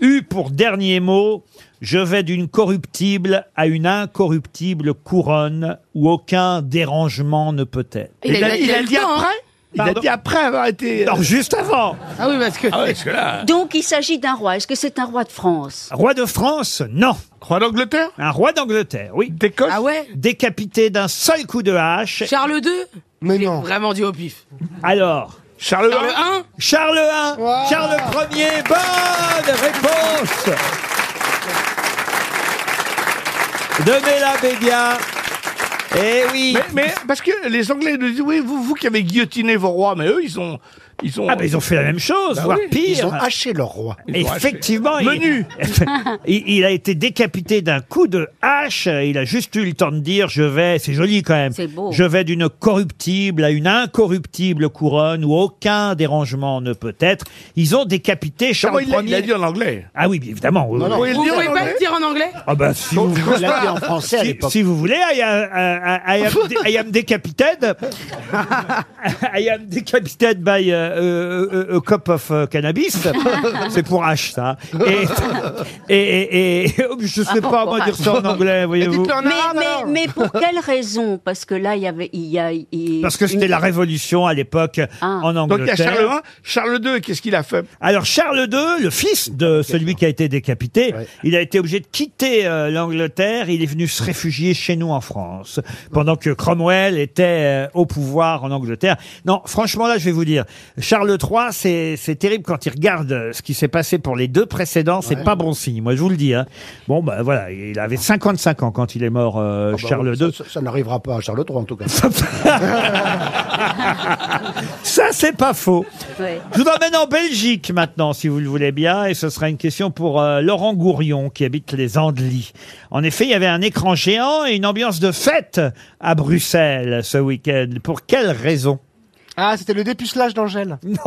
[SPEAKER 2] eut pour dernier mot Je vais d'une corruptible à une incorruptible couronne où aucun dérangement ne peut être. Eh ben,
[SPEAKER 4] Il a- il a dit après Il a
[SPEAKER 2] Pardon
[SPEAKER 4] dit après avoir
[SPEAKER 3] euh,
[SPEAKER 4] été.
[SPEAKER 2] Non, juste avant
[SPEAKER 5] hein. Ah oui, parce que.
[SPEAKER 4] Ah ouais, parce que là.
[SPEAKER 6] Donc il s'agit d'un roi. Est-ce que c'est un roi de France
[SPEAKER 2] Roi de France, non.
[SPEAKER 4] Roi d'Angleterre
[SPEAKER 2] Un roi d'Angleterre, oui.
[SPEAKER 4] D'Écosse
[SPEAKER 5] Ah ouais
[SPEAKER 2] Décapité d'un seul coup de hache.
[SPEAKER 5] Charles II
[SPEAKER 3] Mais non.
[SPEAKER 5] Vraiment dit au pif.
[SPEAKER 2] Alors
[SPEAKER 4] Charles
[SPEAKER 2] Euh,
[SPEAKER 5] Charles
[SPEAKER 4] I
[SPEAKER 5] I
[SPEAKER 2] Charles I, Charles Ier, bonne réponse de Mella Bédia. Eh oui
[SPEAKER 4] mais, mais parce que les Anglais nous disent oui, vous, vous qui avez guillotiné vos rois, mais eux, ils ont. Ils ont, Bah
[SPEAKER 2] Ah, mais ils ont fait la même chose, voire pire.
[SPEAKER 7] Bah Ils ont haché leur roi.
[SPEAKER 2] Effectivement, il-
[SPEAKER 7] Menu.
[SPEAKER 2] il, il a été décapité d'un coup de hache. Il a juste eu le temps de dire je vais, c'est joli quand même.
[SPEAKER 6] C'est beau.
[SPEAKER 2] Je vais d'une corruptible à une incorruptible couronne où aucun dérangement ne peut être. Ils ont décapité
[SPEAKER 4] Comment
[SPEAKER 2] Charles
[SPEAKER 4] il l'a- il l'a
[SPEAKER 2] Ier.
[SPEAKER 4] dit en anglais
[SPEAKER 2] Ah oui, évidemment. oui, oui.
[SPEAKER 5] Vous pouvez pas le dire en anglais
[SPEAKER 2] Ah bah si vous
[SPEAKER 7] on l'a dit en français à
[SPEAKER 2] Si-
[SPEAKER 7] l'époque.
[SPEAKER 2] si vous voulez, I am, euh, I am, I am decapitated. I am decapitated by euh, a, a- a cup of euh, cannabis. C'est pour H, ça. Et, et, et, et- je
[SPEAKER 4] Ah,
[SPEAKER 2] sais pas moi dire ça en anglais, voyez-vous.
[SPEAKER 6] Ah, Mais, mais, mais pour quelle raison Parce que là, il y avait. Il y a, il-
[SPEAKER 2] Parce que c'était
[SPEAKER 6] une-
[SPEAKER 2] la Révolution à l'époque en
[SPEAKER 4] Donc il y a
[SPEAKER 2] Angleterre.
[SPEAKER 4] Charles I, Charles II, qu'est-ce qu'il a fait
[SPEAKER 2] Alors Charles II, le fils de celui qui a été décapité, il a été obligé de quitter euh, l'Angleterre. Il est venu se réfugier chez nous en France pendant que Cromwell était euh, au pouvoir en Angleterre. Non, franchement là, je vais vous dire, Charles III, c'est c'est terrible quand il regarde euh, ce qui s'est passé pour les deux précédents. C'est pas bon signe, moi je vous le dis. hein. Bon ben voilà, il avait 55 ans quand il est mort, euh,
[SPEAKER 7] Bah,
[SPEAKER 2] Charles
[SPEAKER 7] ça-
[SPEAKER 2] II.
[SPEAKER 7] Ça, ça n'arrivera pas à Charles III en tout cas.
[SPEAKER 2] Ça, c'est pas faux.
[SPEAKER 6] Ouais.
[SPEAKER 2] Je vous emmène en Belgique maintenant, si vous le voulez bien, et ce sera une question pour euh, Laurent Gourion, qui habite les Andelys. En effet, il y avait un écran géant et une ambiance de fête à Bruxelles ce week-end. Pour quelle raison
[SPEAKER 10] Ah, c'était le dépucelage d'Angèle.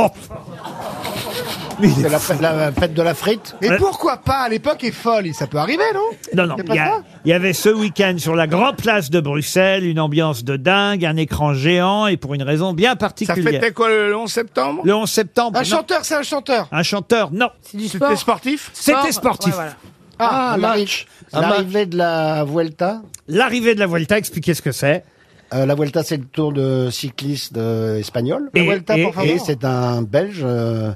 [SPEAKER 2] Non,
[SPEAKER 7] C'est la, fête- la fête de la frite.
[SPEAKER 10] Mais
[SPEAKER 2] Ouais.
[SPEAKER 10] pourquoi pas À l'époque est folle, et ça peut arriver, non
[SPEAKER 2] non, non.
[SPEAKER 10] Y a pas
[SPEAKER 2] Il y, a-
[SPEAKER 10] ça
[SPEAKER 2] il y avait ce week-end sur la grande place de Bruxelles une ambiance de dingue, un écran géant, et pour une raison bien
[SPEAKER 4] Ça
[SPEAKER 2] particulière.
[SPEAKER 4] fêtait quoi le 11 septembre
[SPEAKER 2] Le 11 septembre.
[SPEAKER 10] Un
[SPEAKER 2] non.
[SPEAKER 10] chanteur, c'est un chanteur.
[SPEAKER 2] Un chanteur, non.
[SPEAKER 5] C'est du
[SPEAKER 4] C'était
[SPEAKER 5] sport.
[SPEAKER 4] sportif
[SPEAKER 2] C'était sportif.
[SPEAKER 5] Ouais, voilà.
[SPEAKER 7] Ah, l'arri-
[SPEAKER 2] Un
[SPEAKER 7] l'arrivée de la Vuelta.
[SPEAKER 2] L'arrivée de la Vuelta, expliquez ce que c'est.
[SPEAKER 7] Euh, la Vuelta, c'est le tour de cycliste euh, espagnol.
[SPEAKER 2] Et- Vuelta, et-
[SPEAKER 7] et,
[SPEAKER 2] por favor.
[SPEAKER 7] c'est un Belge, euh,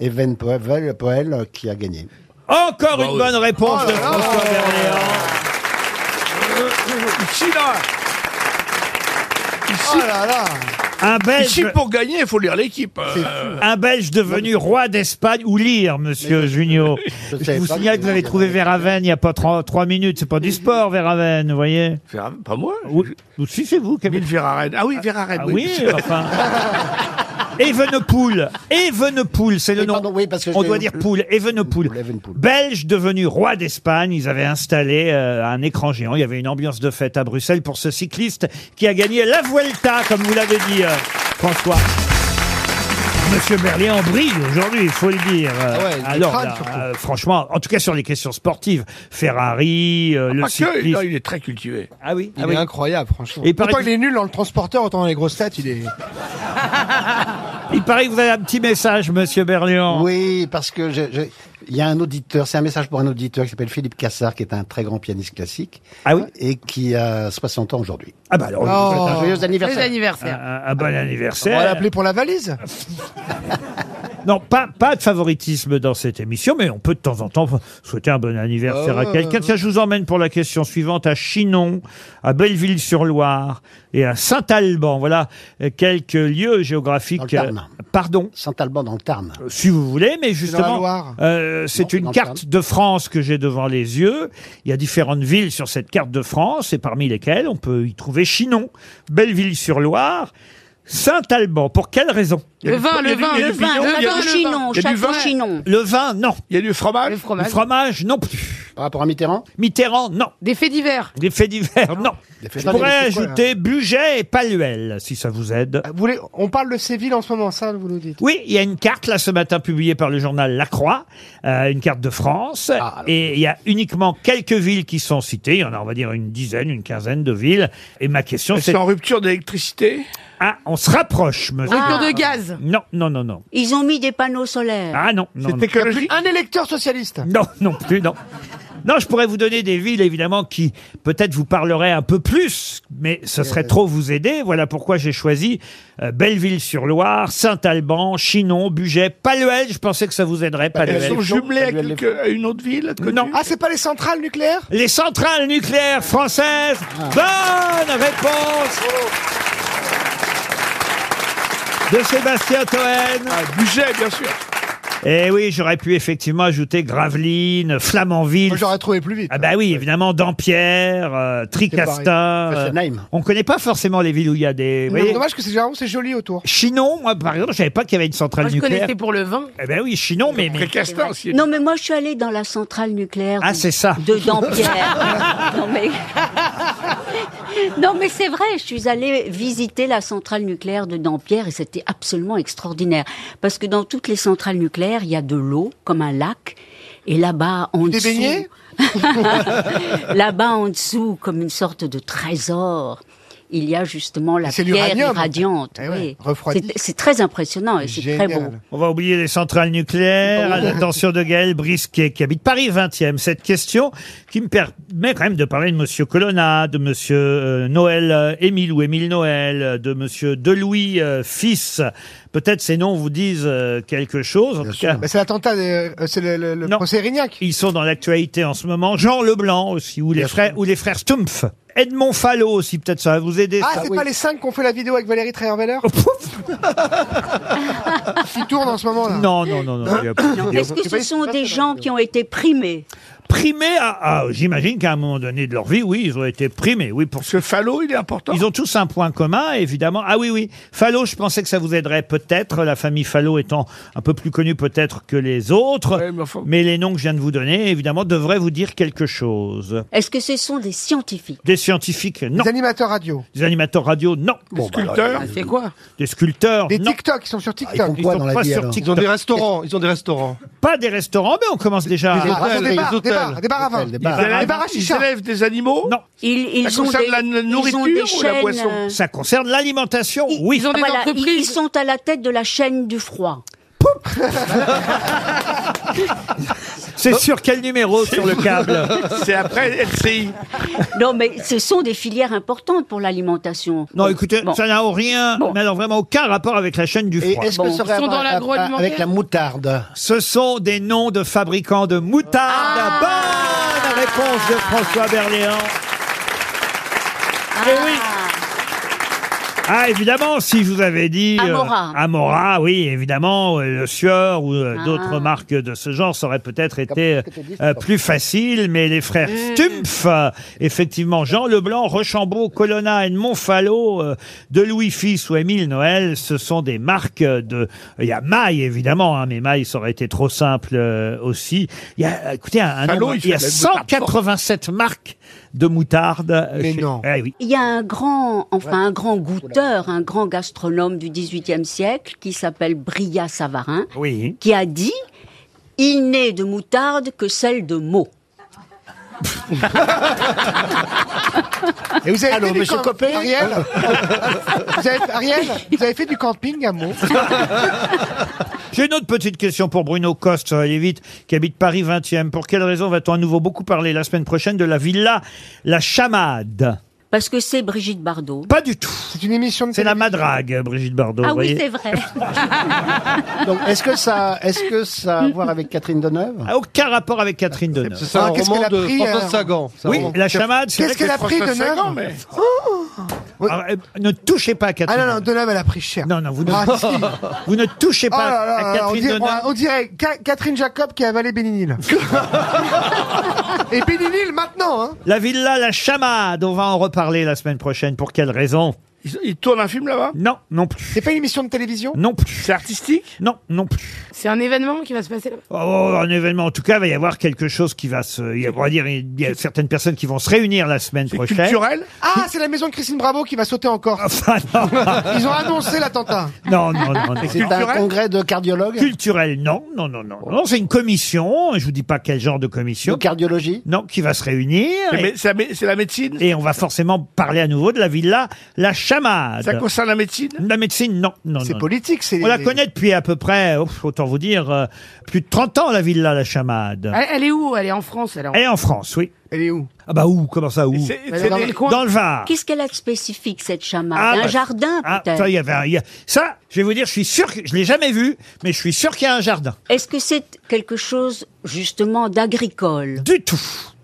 [SPEAKER 7] Even Poel, Poel, euh, qui a gagné.
[SPEAKER 2] Encore
[SPEAKER 4] Bah
[SPEAKER 2] une bonne réponse
[SPEAKER 4] Oh
[SPEAKER 2] de François Berléand.
[SPEAKER 4] Il chie là Il chie-
[SPEAKER 10] Oh là
[SPEAKER 2] Ah.
[SPEAKER 10] là
[SPEAKER 4] Ah,
[SPEAKER 2] Un
[SPEAKER 4] il
[SPEAKER 2] Belge,
[SPEAKER 4] chie pour gagner, il faut lire l'équipe. euh,
[SPEAKER 2] un Belge devenu roi d'Espagne ou lire, monsieur Junio.
[SPEAKER 7] Je
[SPEAKER 2] Je
[SPEAKER 7] savais
[SPEAKER 2] vous
[SPEAKER 7] pas
[SPEAKER 2] signale
[SPEAKER 7] que-
[SPEAKER 2] que vous avez trouvé Verhaven il n'y a pas trois, trois minutes. C'est pas du sport, Verhaven, vous voyez.
[SPEAKER 4] Vera- Pas moi
[SPEAKER 2] Ou, ou si c'est vous, Camille.
[SPEAKER 4] Mille Verhaeren. Ah oui, Verhaeren.
[SPEAKER 2] Ah oui, enfin. Evenepoel. Evenepoel, c'est le
[SPEAKER 7] Oui,
[SPEAKER 2] nom.
[SPEAKER 7] pardon, oui, parce que
[SPEAKER 2] On
[SPEAKER 7] j'ai-
[SPEAKER 2] doit dire poule. Evenepoel.
[SPEAKER 7] Poel, Evenepoel.
[SPEAKER 2] Belge devenu roi d'Espagne. Ils avaient installé euh, un écran géant. Il y avait une ambiance de fête à Bruxelles pour ce cycliste qui a gagné la Vuelta, comme vous l'avez dit, euh, François. Monsieur Berlier en brille aujourd'hui, il faut le dire. Euh,
[SPEAKER 10] Ah ouais, il
[SPEAKER 2] Alors,
[SPEAKER 10] crâne,
[SPEAKER 2] là,
[SPEAKER 10] surtout.
[SPEAKER 2] euh, franchement, en tout cas sur les questions sportives, Ferrari,
[SPEAKER 10] Ah,
[SPEAKER 2] euh, le
[SPEAKER 4] Parce que,
[SPEAKER 2] cyclisme.
[SPEAKER 4] non, il est très cultivé.
[SPEAKER 2] Ah oui,
[SPEAKER 10] Il
[SPEAKER 2] ah
[SPEAKER 10] est
[SPEAKER 2] oui.
[SPEAKER 10] incroyable, franchement.
[SPEAKER 2] Et
[SPEAKER 10] Et
[SPEAKER 2] paraît-
[SPEAKER 10] Autant il est nul dans le transporteur, autant dans les grosses têtes, il est...
[SPEAKER 2] Il paraît que vous avez un petit message, Monsieur Berlian.
[SPEAKER 7] Oui, parce que je- je- il y a un auditeur, c'est un message pour un auditeur qui s'appelle Philippe Cassard, qui est un très grand pianiste classique
[SPEAKER 2] Ah oui
[SPEAKER 7] et qui a 60 ans aujourd'hui.
[SPEAKER 2] Ah bah alors, on lui
[SPEAKER 10] Oh. Ah,
[SPEAKER 2] souhaite un
[SPEAKER 7] Un joyeux
[SPEAKER 5] Les
[SPEAKER 7] anniversaire.
[SPEAKER 5] anniversaires.
[SPEAKER 2] un, un bon
[SPEAKER 10] On
[SPEAKER 2] anniversaire.
[SPEAKER 10] va l'appeler pour la valise
[SPEAKER 2] Non, pas, pas de favoritisme dans cette émission, mais on peut de temps en temps souhaiter un bon anniversaire à
[SPEAKER 7] Ah.
[SPEAKER 10] Oh.
[SPEAKER 2] quelqu'un. Tiens, je vous emmène pour la question suivante à Chinon, à Belleville-sur-Loire et à Saint-Alban. Voilà euh, quelques lieux
[SPEAKER 7] Dans le
[SPEAKER 2] géographiques.
[SPEAKER 7] Tarn.
[SPEAKER 2] euh, Pardon,
[SPEAKER 7] Saint-Alban dans le Tarn.
[SPEAKER 2] euh, si vous voulez, mais
[SPEAKER 10] C'est dans la
[SPEAKER 2] justement,
[SPEAKER 10] Loire.
[SPEAKER 2] euh,
[SPEAKER 7] Non,
[SPEAKER 2] c'est
[SPEAKER 7] c'est
[SPEAKER 2] une
[SPEAKER 7] dans le
[SPEAKER 2] carte de France que j'ai devant les yeux. Il y a différentes villes sur cette carte de France, et parmi lesquelles on peut y trouver Chinon, Belleville-sur-Loire, Saint-Alban. Pour quelle raison
[SPEAKER 5] Le vin, le vin,
[SPEAKER 6] Le
[SPEAKER 5] le
[SPEAKER 6] vin,
[SPEAKER 5] vin,
[SPEAKER 6] j'adore
[SPEAKER 5] le vin.
[SPEAKER 6] Chinon,
[SPEAKER 4] Il y a du
[SPEAKER 6] château
[SPEAKER 4] vin.
[SPEAKER 6] Chinon.
[SPEAKER 2] Le vin, non.
[SPEAKER 4] Il y a du fromage
[SPEAKER 5] Le
[SPEAKER 2] Le
[SPEAKER 5] fromage.
[SPEAKER 2] fromage, non plus.
[SPEAKER 7] Par rapport à Mitterrand
[SPEAKER 2] Mitterrand, non.
[SPEAKER 5] Des faits divers.
[SPEAKER 2] Les faits divers, non. Je
[SPEAKER 7] divers,
[SPEAKER 2] pourrais
[SPEAKER 10] c'est quoi, là
[SPEAKER 2] ajouter Buget et Paluel, si ça vous aide.
[SPEAKER 10] Vous voulez- On parle de Séville en ce moment, ça, vous nous dites
[SPEAKER 2] Oui, il y a une carte là ce matin publiée par le journal La Croix, euh, une carte de France,
[SPEAKER 7] Ah, alors.
[SPEAKER 2] et il y a uniquement quelques villes qui sont citées. Il y en a, on va dire, une dizaine, une quinzaine de villes. Et ma question, c'est
[SPEAKER 4] C'est en rupture d'électricité
[SPEAKER 2] ah, on se rapproche, monsieur. Ah.
[SPEAKER 5] Rupture de gaz.
[SPEAKER 2] Non, non, non, non.
[SPEAKER 6] Ils ont mis des panneaux solaires.
[SPEAKER 2] Ah non, non,
[SPEAKER 4] C'est
[SPEAKER 2] non.
[SPEAKER 4] écologique
[SPEAKER 10] Un électeur socialiste
[SPEAKER 2] Non, non plus, non. Non, je pourrais vous donner des villes, évidemment, qui peut-être vous parleraient un peu plus, mais ce
[SPEAKER 4] Euh.
[SPEAKER 2] serait trop vous aider. Voilà pourquoi j'ai choisi euh, Belleville-sur-Loire, Saint-Alban, Chinon, Bugey, Paluel. Je pensais que ça vous aiderait,
[SPEAKER 4] Elles
[SPEAKER 2] Paluel.
[SPEAKER 4] sont jumelées à,
[SPEAKER 7] Salut, elle
[SPEAKER 4] quelque- à une autre ville connue
[SPEAKER 2] Non.
[SPEAKER 10] Ah, c'est pas les centrales nucléaires
[SPEAKER 2] Les centrales nucléaires françaises. Bonne réponse de Sébastien Toen.
[SPEAKER 4] Ah, Bugey, bien sûr.
[SPEAKER 2] Et oui, j'aurais pu effectivement ajouter Gravelines, Flamanville. J'aurais trouvé plus vite. Ah bah oui, évidemment, Dampierre, euh,
[SPEAKER 10] C'est
[SPEAKER 2] Tricastin.
[SPEAKER 10] pareil.
[SPEAKER 2] euh,
[SPEAKER 10] Fessenheim.
[SPEAKER 2] on connaît pas forcément les villes où il y a des... vous
[SPEAKER 10] Non,
[SPEAKER 2] voyez.
[SPEAKER 10] Dommage que c'est généralement, c'est joli autour.
[SPEAKER 2] Chinon, moi, par exemple, je savais pas qu'il y avait une centrale
[SPEAKER 10] Moi, je
[SPEAKER 2] nucléaire.
[SPEAKER 10] connaissais
[SPEAKER 6] pour le vin.
[SPEAKER 2] Eh ben oui, Chinon, mais... mais...
[SPEAKER 6] Non, mais moi, je suis allée dans la centrale nucléaire.
[SPEAKER 2] Ah, c'est ça.
[SPEAKER 6] De Dampierre. non, mais. non, mais c'est vrai, je suis allée visiter la centrale nucléaire de Dampierre et c'était absolument extraordinaire. Parce que dans toutes les centrales nucléaires, il y a de l'eau, comme un lac. Et là-bas, en
[SPEAKER 10] Des
[SPEAKER 6] dessous.
[SPEAKER 10] beignets
[SPEAKER 6] là-bas, en dessous, comme une sorte de trésor. Il y a justement la
[SPEAKER 2] C'est
[SPEAKER 6] pierre
[SPEAKER 2] l'uranium.
[SPEAKER 6] irradiante.
[SPEAKER 2] Eh
[SPEAKER 6] oui.
[SPEAKER 2] ouais, refroidi.
[SPEAKER 6] C'est- C'est très impressionnant et c'est très beau.
[SPEAKER 2] On va oublier les centrales nucléaires.
[SPEAKER 10] Oh.
[SPEAKER 6] Bon.
[SPEAKER 2] à L'attention de Gaël Brisquet, qui habite Paris 20e. Cette question qui me permet quand même de parler de Monsieur Colonna, de Monsieur euh, Noël euh, Émile ou Émile Noël, euh, de Monsieur Delouis euh, fils. Peut-être ces noms vous disent euh, quelque chose. En tout cas,
[SPEAKER 10] Bah, c'est l'attentat, des- euh, c'est le, le- le procès Erignac.
[SPEAKER 2] ils sont dans l'actualité en ce moment. Jean Leblanc aussi, ou les frères, ou les frères Stumpf. Edmond Fallot aussi, peut-être ça va vous aider.
[SPEAKER 10] Ah,
[SPEAKER 2] ça. Oh,
[SPEAKER 10] c'est pas les cinq qu'on fait la vidéo avec Valérie Trierweiler Qui tourne en ce moment là
[SPEAKER 2] Non, non, non, non.
[SPEAKER 10] Hein
[SPEAKER 2] il y a pas de
[SPEAKER 6] Non,
[SPEAKER 2] vidéo.
[SPEAKER 6] Est-ce que ce sont des gens qui ont été primés
[SPEAKER 2] Primés, à- à- j'imagine qu'à un moment donné de leur vie, oui, ils ont été primés. Oui, pour
[SPEAKER 4] ce Fallot, il est important.
[SPEAKER 2] Ils ont tous un point commun, évidemment. Ah oui, oui. Fallot, je pensais que ça vous aiderait peut-être, la famille Fallot étant un peu plus connue peut-être que les autres. mais, les noms que je viens de vous donner, évidemment, devraient vous dire quelque chose.
[SPEAKER 6] Est-ce que ce sont des scientifiques
[SPEAKER 2] Des scientifiques, non. Des
[SPEAKER 10] animateurs radio.
[SPEAKER 2] Des animateurs radio, non. Des
[SPEAKER 10] sculpteurs Ah, c'est quoi
[SPEAKER 2] Des sculpteurs,
[SPEAKER 10] Des
[SPEAKER 2] non.
[SPEAKER 10] TikTok, ils sont sur TikTok.
[SPEAKER 2] Ah, ils font quoi Ils sont dans la pas vie, sur alors TikTok.
[SPEAKER 12] Ils ont des restaurants. Ils ont des restaurants.
[SPEAKER 2] Pas des restaurants, mais on commence déjà
[SPEAKER 12] Des
[SPEAKER 2] à...
[SPEAKER 12] hôtels, des bars, des bars, des bars à vin. Des bars.
[SPEAKER 2] Ils élèvent-
[SPEAKER 12] Des bars à chicha.
[SPEAKER 4] Ils élèvent des animaux
[SPEAKER 2] Non.
[SPEAKER 6] Ils- ils ont des- ils ont des chaînes, euh,
[SPEAKER 2] Ça concerne l'alimentation, oui.
[SPEAKER 6] Voilà, ils, ils sont à la tête de la chaîne du froid.
[SPEAKER 2] C'est sur quel numéro sur le câble
[SPEAKER 4] C'est après LCI.
[SPEAKER 6] Non, mais ce sont des filières importantes pour l'alimentation.
[SPEAKER 2] Non, écoutez, ça n'a rien, mais alors vraiment aucun rapport avec la chaîne du
[SPEAKER 7] Et
[SPEAKER 2] froid.
[SPEAKER 7] est-ce que ça aurait à voir à- à- avec la moutarde
[SPEAKER 2] Ce sont des noms de fabricants de moutarde. Bonne réponse de François Berléand. Eh oui. Ah, évidemment, si je vous avais dit... euh,
[SPEAKER 6] Amora.
[SPEAKER 2] Amora, oui, évidemment, euh, le Sieur ou euh,
[SPEAKER 6] Ah.
[SPEAKER 2] d'autres marques de ce genre, ça aurait peut-être été euh, plus facile, mais les frères
[SPEAKER 6] Mm.
[SPEAKER 2] Stumpf, euh, effectivement, Jean Leblanc, Rochambeau, Colonna, Edmond Fallot, euh, de Louis Fils ou Émile Noël, ce sont des marques euh, de... Il y a Maille, évidemment, hein, mais Maille, ça aurait été trop simple euh, aussi. Il y a, écoutez, un, un
[SPEAKER 4] Fallot,
[SPEAKER 2] nombre-
[SPEAKER 4] il
[SPEAKER 2] il y a
[SPEAKER 4] fait de la moutarde
[SPEAKER 2] 187 marques de moutarde. Mais non. oui.
[SPEAKER 6] Il y a un grand, enfin un grand goûteur, un grand gastronome du XVIIIe siècle qui s'appelle Brillat Savarin,
[SPEAKER 2] Oui.
[SPEAKER 6] qui a dit il n'est de moutarde que celle de mots.
[SPEAKER 10] Et vous avez
[SPEAKER 7] Allô,
[SPEAKER 10] fait du
[SPEAKER 7] monsieur
[SPEAKER 10] camp-
[SPEAKER 7] Copé
[SPEAKER 10] Ariel vous avez, Ariel, vous avez fait du camping à Meaux
[SPEAKER 2] J'ai une autre petite question pour Bruno Coste, ça va aller vite, qui habite Paris 20e. Pour quelle raison va-t-on à nouveau beaucoup parler la semaine prochaine de la villa La Chamade
[SPEAKER 6] Parce que c'est Brigitte Bardot.
[SPEAKER 2] Pas du tout.
[SPEAKER 10] C'est une émission de
[SPEAKER 2] C'est la madrague, Brigitte Bardot.
[SPEAKER 6] ah
[SPEAKER 2] vous
[SPEAKER 6] oui,
[SPEAKER 2] voyez.
[SPEAKER 6] c'est vrai.
[SPEAKER 2] bah.
[SPEAKER 7] Donc, est-ce que ça, est-ce que ça a à voir avec Catherine Deneuve
[SPEAKER 2] Ah, Aucun rapport avec Catherine Deneuve.
[SPEAKER 7] C'est un Ah, qu'est-ce roman qu'elle a de pris, Françoise euh, Sagan. C'est un
[SPEAKER 2] Oui,
[SPEAKER 7] roman.
[SPEAKER 2] La Chamade. c'est
[SPEAKER 10] Qu'est-ce
[SPEAKER 2] vrai
[SPEAKER 10] qu'elle a
[SPEAKER 2] que
[SPEAKER 10] pris de
[SPEAKER 2] Françoise Sagan,
[SPEAKER 10] neuf
[SPEAKER 2] mais-
[SPEAKER 10] Oh
[SPEAKER 2] Alors, euh, Ne touchez pas à
[SPEAKER 10] Ah
[SPEAKER 2] Catherine
[SPEAKER 10] non, non, Deneuve, elle a pris cher.
[SPEAKER 2] Non, non, vous ne,
[SPEAKER 10] Ah, si.
[SPEAKER 2] vous ne touchez
[SPEAKER 10] Oh
[SPEAKER 2] pas
[SPEAKER 10] là là
[SPEAKER 2] à
[SPEAKER 10] là là, on
[SPEAKER 2] Catherine
[SPEAKER 10] dirait,
[SPEAKER 2] Deneuve.
[SPEAKER 10] on dirait Ca- Catherine Jacob qui a avalé Béninil. Et Béninil maintenant, hein
[SPEAKER 2] La villa La Chamade, on va en reparler la semaine prochaine. Pour quelle raison
[SPEAKER 4] Ils, ils tournent un film là-bas
[SPEAKER 2] Non, non plus.
[SPEAKER 10] C'est pas une émission de télévision
[SPEAKER 2] Non plus.
[SPEAKER 4] C'est artistique
[SPEAKER 2] Non, non plus.
[SPEAKER 5] C'est un événement qui va se passer là
[SPEAKER 2] Oh, un événement. En tout cas, il va y avoir quelque chose qui va se. Il y a, on va dire, il y a certaines personnes qui vont se réunir la semaine prochaine.
[SPEAKER 10] Ah, c'est la maison de Christine Bravo qui va sauter en Corse. Ils ont annoncé l'attentat.
[SPEAKER 2] Non, non, non. non.
[SPEAKER 7] C'est un congrès de cardiologues
[SPEAKER 2] Culturel, non, non, non, non, non. C'est une commission. Je vous dis pas quel genre de commission.
[SPEAKER 7] De cardiologie
[SPEAKER 2] Non, qui va se réunir.
[SPEAKER 4] C'est la mé-
[SPEAKER 2] Et-
[SPEAKER 4] c'est la mé- c'est la médecine
[SPEAKER 2] Et on va forcément parler à nouveau de la villa La Chamade.
[SPEAKER 4] Ça concerne la médecine
[SPEAKER 2] La médecine, non. non
[SPEAKER 4] C'est
[SPEAKER 10] politique, c'est.
[SPEAKER 2] On la connaît depuis à peu près, ouf, autant vous dire, euh, plus de 30 ans, la villa La Chamade.
[SPEAKER 5] Elle, elle est où Elle est en France. Elle est en...
[SPEAKER 2] Elle est en France, oui.
[SPEAKER 10] Elle est où
[SPEAKER 2] Ah bah où Comment ça où
[SPEAKER 5] c'est dans des- le coin.
[SPEAKER 2] Dans le Var.
[SPEAKER 6] Qu'est-ce qu'elle a de spécifique cette chamade
[SPEAKER 2] Ah,
[SPEAKER 6] Un
[SPEAKER 2] bah,
[SPEAKER 6] jardin
[SPEAKER 2] Ah,
[SPEAKER 6] peut-être.
[SPEAKER 2] ça, il y avait un- il y a- ça, je vais vous dire, je suis sûr que je l'ai jamais vu, mais je suis sûr qu'il y a un jardin.
[SPEAKER 6] Est-ce que c'est quelque chose justement d'agricole
[SPEAKER 2] Du tout.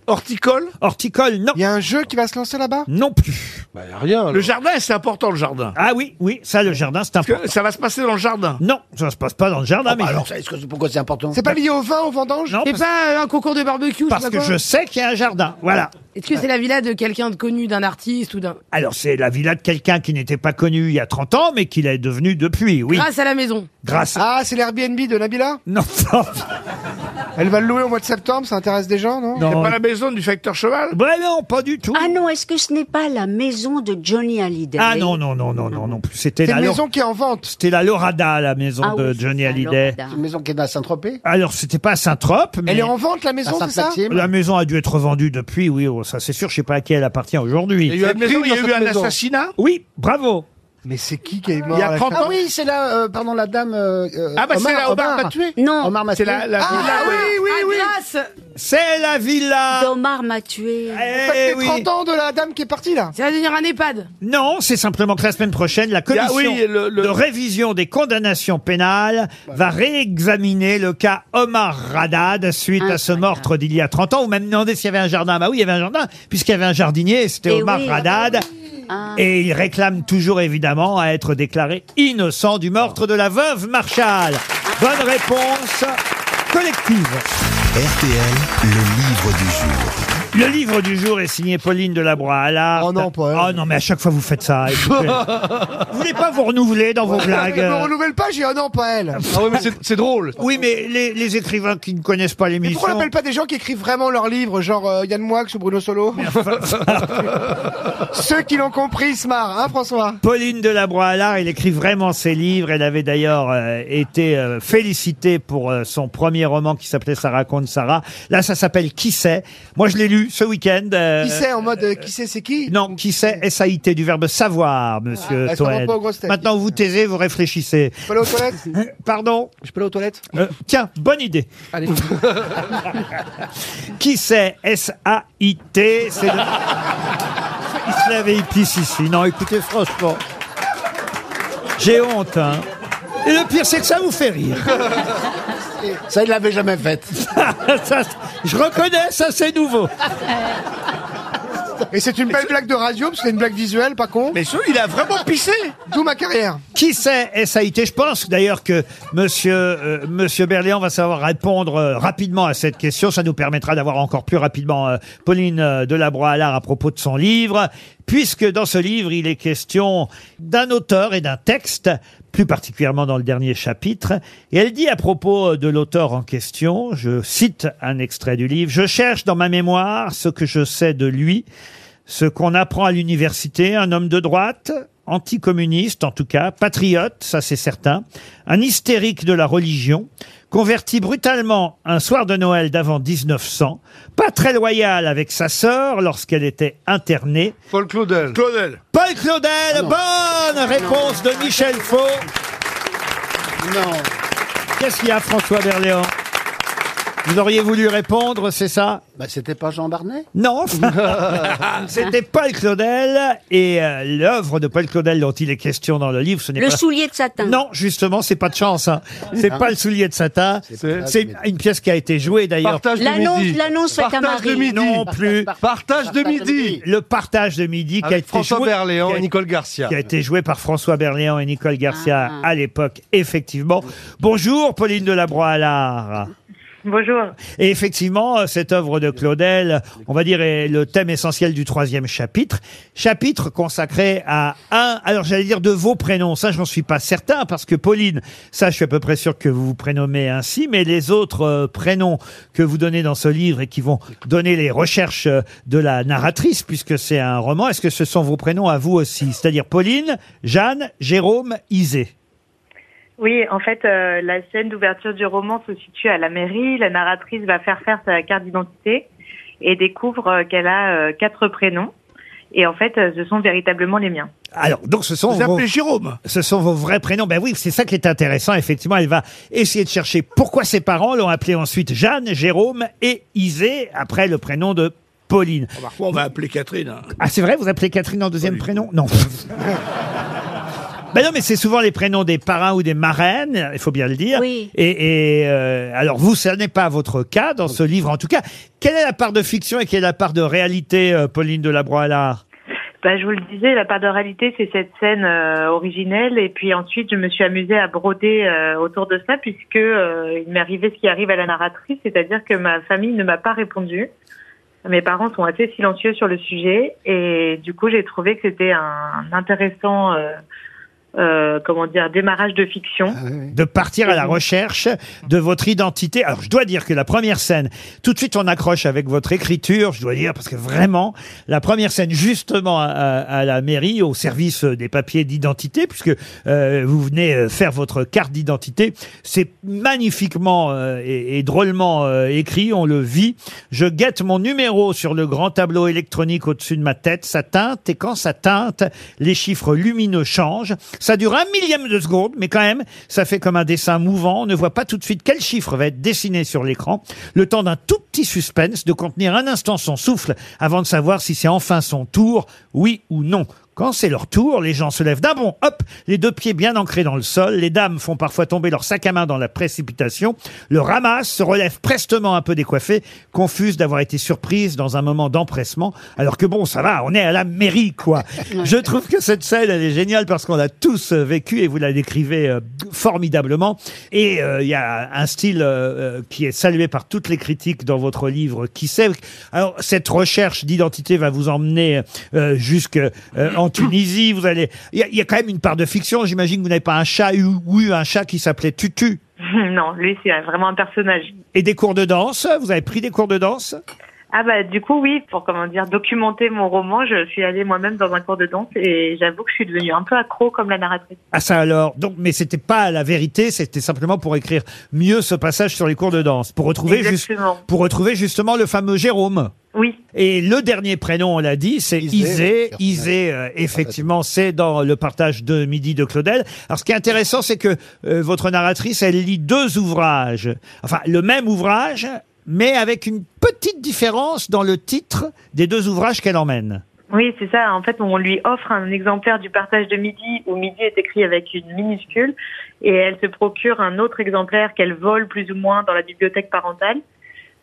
[SPEAKER 4] Horticole
[SPEAKER 2] Horticole, non.
[SPEAKER 10] Il y a un jeu qui va se lancer là-bas
[SPEAKER 2] Non plus.
[SPEAKER 12] Bah,
[SPEAKER 4] rien. Le jardin, c'est important, le jardin.
[SPEAKER 2] Ah oui, oui, ça, le jardin, c'est important.
[SPEAKER 4] ça va se passer dans le jardin
[SPEAKER 2] Non, ça se passe pas dans le jardin.
[SPEAKER 4] Ah bah
[SPEAKER 2] mais
[SPEAKER 4] alors,
[SPEAKER 7] pourquoi c'est important
[SPEAKER 10] C'est pas lié au vin, au vendange
[SPEAKER 2] Non,
[SPEAKER 5] C'est
[SPEAKER 2] parce-
[SPEAKER 5] pas euh, un concours de barbecue
[SPEAKER 2] Parce que je sais qu'il y a un jardin. Voilà.
[SPEAKER 5] Est-ce que c'est la villa de quelqu'un de connu, d'un artiste ou d'un.
[SPEAKER 2] Alors, c'est la villa de quelqu'un qui n'était pas connu il y a 30 ans, mais qu'il est devenu depuis, oui.
[SPEAKER 5] Grâce à la maison.
[SPEAKER 2] Grâce à...
[SPEAKER 10] Ah, c'est l'Airbnb de Nabila
[SPEAKER 2] Non.
[SPEAKER 10] Elle va le louer au mois de septembre, ça intéresse des gens, non
[SPEAKER 4] C'est pas la maison du facteur cheval
[SPEAKER 2] Bah non, pas du tout.
[SPEAKER 6] Ah non, est-ce que ce n'est pas la maison de Johnny Hallyday
[SPEAKER 2] Ah non, non, non, non, non, non plus. C'était
[SPEAKER 6] C'est
[SPEAKER 2] la
[SPEAKER 6] une
[SPEAKER 2] Lor-
[SPEAKER 6] maison
[SPEAKER 10] qui est en vente.
[SPEAKER 2] C'était la Lorada, la maison
[SPEAKER 6] Ah
[SPEAKER 2] de
[SPEAKER 6] oui, c'est
[SPEAKER 2] Johnny
[SPEAKER 6] ça,
[SPEAKER 2] Hallyday.
[SPEAKER 6] Lorada.
[SPEAKER 7] Une maison qui est dans Saint-Tropez
[SPEAKER 2] Alors, c'était pas à Saint-Trope, mais...
[SPEAKER 10] Elle est en vente, la maison,
[SPEAKER 7] À
[SPEAKER 10] c'est ça
[SPEAKER 7] Sainte-Maxime
[SPEAKER 2] La maison a dû être vendue depuis, oui, oh, ça c'est sûr, je sais pas à qui elle appartient aujourd'hui.
[SPEAKER 4] Il y a eu un, maison, il y a eu un assassinat
[SPEAKER 2] Oui, bravo.
[SPEAKER 10] Mais c'est qui qui est
[SPEAKER 4] Il y a 30
[SPEAKER 7] Ah
[SPEAKER 4] ans
[SPEAKER 7] oui, c'est là, euh, pardon, la dame. euh, euh,
[SPEAKER 4] Ah bah, c'est
[SPEAKER 7] Omar-
[SPEAKER 4] là, Omar m'a tué.
[SPEAKER 6] Non.
[SPEAKER 7] Omar m'a
[SPEAKER 4] C'est
[SPEAKER 7] tué.
[SPEAKER 4] la, la
[SPEAKER 7] Ah,
[SPEAKER 4] villa.
[SPEAKER 10] oui, oui.
[SPEAKER 2] C'est la villa
[SPEAKER 6] D'Omar m'a tué.
[SPEAKER 10] Ça fait
[SPEAKER 2] Eh oui.
[SPEAKER 10] 30 ans de la dame qui est partie, là
[SPEAKER 5] Ça va devenir un EHPAD.
[SPEAKER 2] Non, c'est simplement que la semaine prochaine, la
[SPEAKER 4] Il y a-
[SPEAKER 2] commission
[SPEAKER 4] Ah oui, le- le-
[SPEAKER 2] de révision des condamnations pénales va réexaminer le cas Omar Radad suite à ce meurtre d'il y a 30 ans. Ou même demander s'il y avait un jardin. Bah oui, il y avait un jardin, puisqu'il y avait un jardinier, c'était
[SPEAKER 6] Eh
[SPEAKER 2] Omar
[SPEAKER 6] oui, Ah.
[SPEAKER 2] Radad. Et il réclame toujours évidemment à être déclaré innocent du meurtre de la veuve Marshall. Bonne réponse collective.
[SPEAKER 1] RTL, le livre du jour.
[SPEAKER 2] Le livre du jour est signé Pauline Delabroix Allard. Oh non, pas Oh non, mais à chaque fois vous faites ça. écoutez. vous voulez pas vous renouveler dans vos
[SPEAKER 10] Ah,
[SPEAKER 2] blagues
[SPEAKER 10] Elle me
[SPEAKER 2] euh
[SPEAKER 10] renouvelle pas, j'ai un an, pas elle.
[SPEAKER 12] Ah ouais, mais c'est- c'est drôle.
[SPEAKER 2] Oui, mais les, les écrivains qui ne connaissent pas
[SPEAKER 10] Mais
[SPEAKER 2] l'émission.
[SPEAKER 10] pourquoi on n'appelle pas des gens qui écrivent vraiment leurs livres, genre euh, Yann Moix ou Bruno Solo Ceux qui l'ont compris se marrent, hein François
[SPEAKER 2] Pauline Delabroix Allard, elle écrit vraiment ses livres. Elle avait d'ailleurs euh, été euh, félicitée pour euh, son premier roman qui s'appelait Ça raconte Sarah. Là, ça s'appelle Qui sait Moi, je l'ai lu ce week-end. euh,
[SPEAKER 10] Qui sait en mode euh, qui sait c'est qui
[SPEAKER 2] Non, qui sait S-A-I-T, du verbe savoir, monsieur
[SPEAKER 10] Ah, est-ce qu'on va
[SPEAKER 2] Toen.
[SPEAKER 10] pas aux grosses têtes
[SPEAKER 2] Maintenant, vous taisez, vous réfléchissez. Euh,
[SPEAKER 10] Je peux aller aux toilettes
[SPEAKER 2] Pardon
[SPEAKER 10] Je peux aller aux toilettes
[SPEAKER 2] Euh, tiens, bonne idée.
[SPEAKER 10] Allez.
[SPEAKER 2] Qui c'est S-A-I-T C'est le... Il se l'avait ici, si, si. Non, écoutez, franchement, j'ai honte. hein. Et le pire, c'est que ça vous fait rire.
[SPEAKER 7] Ça, il l'avait jamais faite.
[SPEAKER 2] Ça, je reconnais, ça, c'est nouveau.
[SPEAKER 10] Et c'est une belle blague de radio, parce que c'est une blague visuelle, pas con.
[SPEAKER 4] Mais celui, il a vraiment pissé
[SPEAKER 10] D'où ma carrière.
[SPEAKER 2] Qui c'est SAIT Je pense d'ailleurs que Monsieur euh, Monsieur Berléand va savoir répondre euh, rapidement à cette question. Ça nous permettra d'avoir encore plus rapidement euh, Pauline euh, Delabroix-Allard à propos de son livre, puisque dans ce livre il est question d'un auteur et d'un texte, plus particulièrement dans le dernier chapitre. Et elle dit à propos euh, de l'auteur en question, je cite un extrait du livre Je cherche dans ma mémoire ce que je sais de lui ce qu'on apprend à l'université, un homme de droite, anticommuniste en tout cas, patriote, ça c'est certain, un hystérique de la religion, converti brutalement un soir de Noël d'avant 1900, pas très loyal avec sa sœur lorsqu'elle était internée.
[SPEAKER 12] Paul Claudel.
[SPEAKER 4] Claudel.
[SPEAKER 2] Paul Claudel, bonne réponse de Michel Faux.
[SPEAKER 7] Non.
[SPEAKER 2] Qu'est-ce qu'il y a François Berléand Vous auriez voulu répondre, c'est ça
[SPEAKER 7] Bah, c'était pas Jean Barnet
[SPEAKER 2] Non, c'était Paul Claudel et euh, l'œuvre de Paul Claudel dont il est question dans le livre, ce n'est
[SPEAKER 6] Le
[SPEAKER 2] pas.
[SPEAKER 6] soulier de satin. Ah.
[SPEAKER 2] Non, justement, c'est pas de chance. Hein. C'est
[SPEAKER 7] Hein
[SPEAKER 2] pas le soulier de satin.
[SPEAKER 7] C'est-
[SPEAKER 2] C'est une pièce qui a été jouée d'ailleurs.
[SPEAKER 12] Partage de
[SPEAKER 6] L'annonce,
[SPEAKER 12] midi.
[SPEAKER 6] l'annonce faite à
[SPEAKER 12] Partage de
[SPEAKER 6] Marie.
[SPEAKER 12] midi.
[SPEAKER 2] Non plus.
[SPEAKER 12] Partage
[SPEAKER 7] Partage
[SPEAKER 12] de
[SPEAKER 7] de
[SPEAKER 12] midi.
[SPEAKER 7] midi.
[SPEAKER 2] Le partage de midi qui a
[SPEAKER 12] Avec
[SPEAKER 2] été
[SPEAKER 12] François
[SPEAKER 2] joué.
[SPEAKER 12] Berléand
[SPEAKER 2] qui a-
[SPEAKER 12] et Nicole Garcia.
[SPEAKER 2] qui a été joué par François Berléand et Nicole Garcia
[SPEAKER 6] Ah.
[SPEAKER 2] à l'époque, effectivement. Bonjour, Pauline Delabroix-Allard.
[SPEAKER 9] Bonjour.
[SPEAKER 2] Et effectivement, euh, cette œuvre de Claudel, on va dire, est le thème essentiel du troisième chapitre. Chapitre consacré à un, alors j'allais dire de vos prénoms. Eh Ça, j'en suis pas certain parce que Pauline, ça, je suis à peu près sûr que vous vous prénommez ainsi, mais les autres euh, prénoms que vous donnez dans ce livre et qui vont donner les recherches euh, de la narratrice, puisque c'est un roman, est-ce que ce sont vos prénoms à vous aussi? C'est-à-dire Pauline, Jeanne, Jérôme, Isée.
[SPEAKER 9] Oui, en fait, euh, la scène d'ouverture du roman se situe à la mairie. La narratrice va faire faire sa carte d'identité et découvre euh, qu'elle a euh, quatre prénoms. Et en fait, euh, ce sont véritablement les miens.
[SPEAKER 2] Alors, donc ce sont
[SPEAKER 4] Vous
[SPEAKER 2] vos...
[SPEAKER 4] appelez Jérôme
[SPEAKER 2] Ce sont vos vrais prénoms. Ben oui, c'est ça qui est intéressant. Effectivement, elle va essayer de chercher pourquoi ses parents l'ont appelé ensuite Jeanne, Jérôme et Isée après le prénom de Pauline.
[SPEAKER 4] Parfois, on va appeler Catherine. hein.
[SPEAKER 2] Ah, c'est vrai, vous appelez Catherine en deuxième prénom Non. Ben non, mais c'est souvent les prénoms des parrains ou des marraines, il faut bien le dire.
[SPEAKER 6] Oui.
[SPEAKER 2] Et, et, euh, alors vous, ce n'est pas votre cas dans ce livre, en tout cas. Quelle est la part de fiction et quelle est la part de réalité, euh, Pauline de Labroix-Allard
[SPEAKER 13] Bah, je vous le disais, la part de réalité, c'est cette scène euh, originelle. Et puis ensuite, je me suis amusée à broder euh, autour de ça, puisque euh, il m'est arrivé ce qui arrive à la narratrice, c'est-à-dire que ma famille ne m'a pas répondu. Mes parents sont assez silencieux sur le sujet. Et du coup, j'ai trouvé que c'était un intéressant, euh, euh, comment dire, démarrage de fiction.
[SPEAKER 2] de partir à la recherche de votre identité. Alors, je dois dire que la première scène, tout de suite, on accroche avec votre écriture, je dois dire, parce que vraiment, la première scène, justement, à, à la mairie, au service des papiers d'identité, puisque euh, vous venez euh, faire votre carte d'identité, c'est magnifiquement euh, et, et drôlement euh, écrit, on le vit. Je guette mon numéro sur le grand tableau électronique au-dessus de ma tête, ça teinte, et quand ça teinte, les chiffres lumineux changent. Ça dure un millième de seconde, mais quand même, ça fait comme un dessin mouvant. On ne voit pas tout de suite quel chiffre va être dessiné sur l'écran. Le temps d'un tout petit suspense, de contenir un instant son souffle avant de savoir si c'est enfin son tour, oui ou non. Quand c'est leur tour, les gens se lèvent d'un bond, hop, les deux pieds bien ancrés dans le sol, les dames font parfois tomber leur sac à main dans la précipitation, le ramassent, se relèvent prestement un peu décoiffées, confuses d'avoir été surprises dans un moment d'empressement, alors que bon, ça va, on est à la mairie, quoi. Je trouve que cette scène, elle est géniale parce qu'on l'a tous euh, vécu et vous la décrivez euh, formidablement. Et euh, il y a un style euh, euh, qui est salué par toutes les critiques dans votre livre, qui sait. Alors, cette recherche d'identité va vous emmener euh, jusque euh, en Tunisie. Vous allez. Il y, a- il y a quand même une part de fiction. J'imagine que vous n'avez pas un chat eu, ou eu un chat qui s'appelait Tutu.
[SPEAKER 13] non, lui, c'est vraiment un personnage.
[SPEAKER 2] Et des cours de danse. Vous avez pris des cours de danse.
[SPEAKER 13] Ah bah du coup oui, pour comment dire documenter mon roman, je suis allée moi-même dans un cours de danse et j'avoue que je suis devenue un peu accro comme la narratrice.
[SPEAKER 2] Ah ça alors. Donc, mais c'était pas la vérité. C'était simplement pour écrire mieux ce passage sur les cours de danse, pour retrouver juste-
[SPEAKER 13] Exactement.
[SPEAKER 2] pour retrouver justement le fameux Jérôme.
[SPEAKER 13] Oui.
[SPEAKER 2] Et le dernier prénom, on l'a dit, c'est Isée.
[SPEAKER 14] oui.
[SPEAKER 2] Isée, euh, effectivement, c'est dans le partage de Midi de Claudel. Alors, ce qui est intéressant, c'est que euh, votre narratrice, elle lit deux ouvrages. Enfin, le même ouvrage, mais avec une petite différence dans le titre des deux ouvrages qu'elle emmène.
[SPEAKER 13] Oui, c'est ça. En fait, on lui offre un exemplaire du partage de midi où midi est écrit avec une minuscule et elle se procure un autre exemplaire qu'elle vole plus ou moins dans la bibliothèque parentale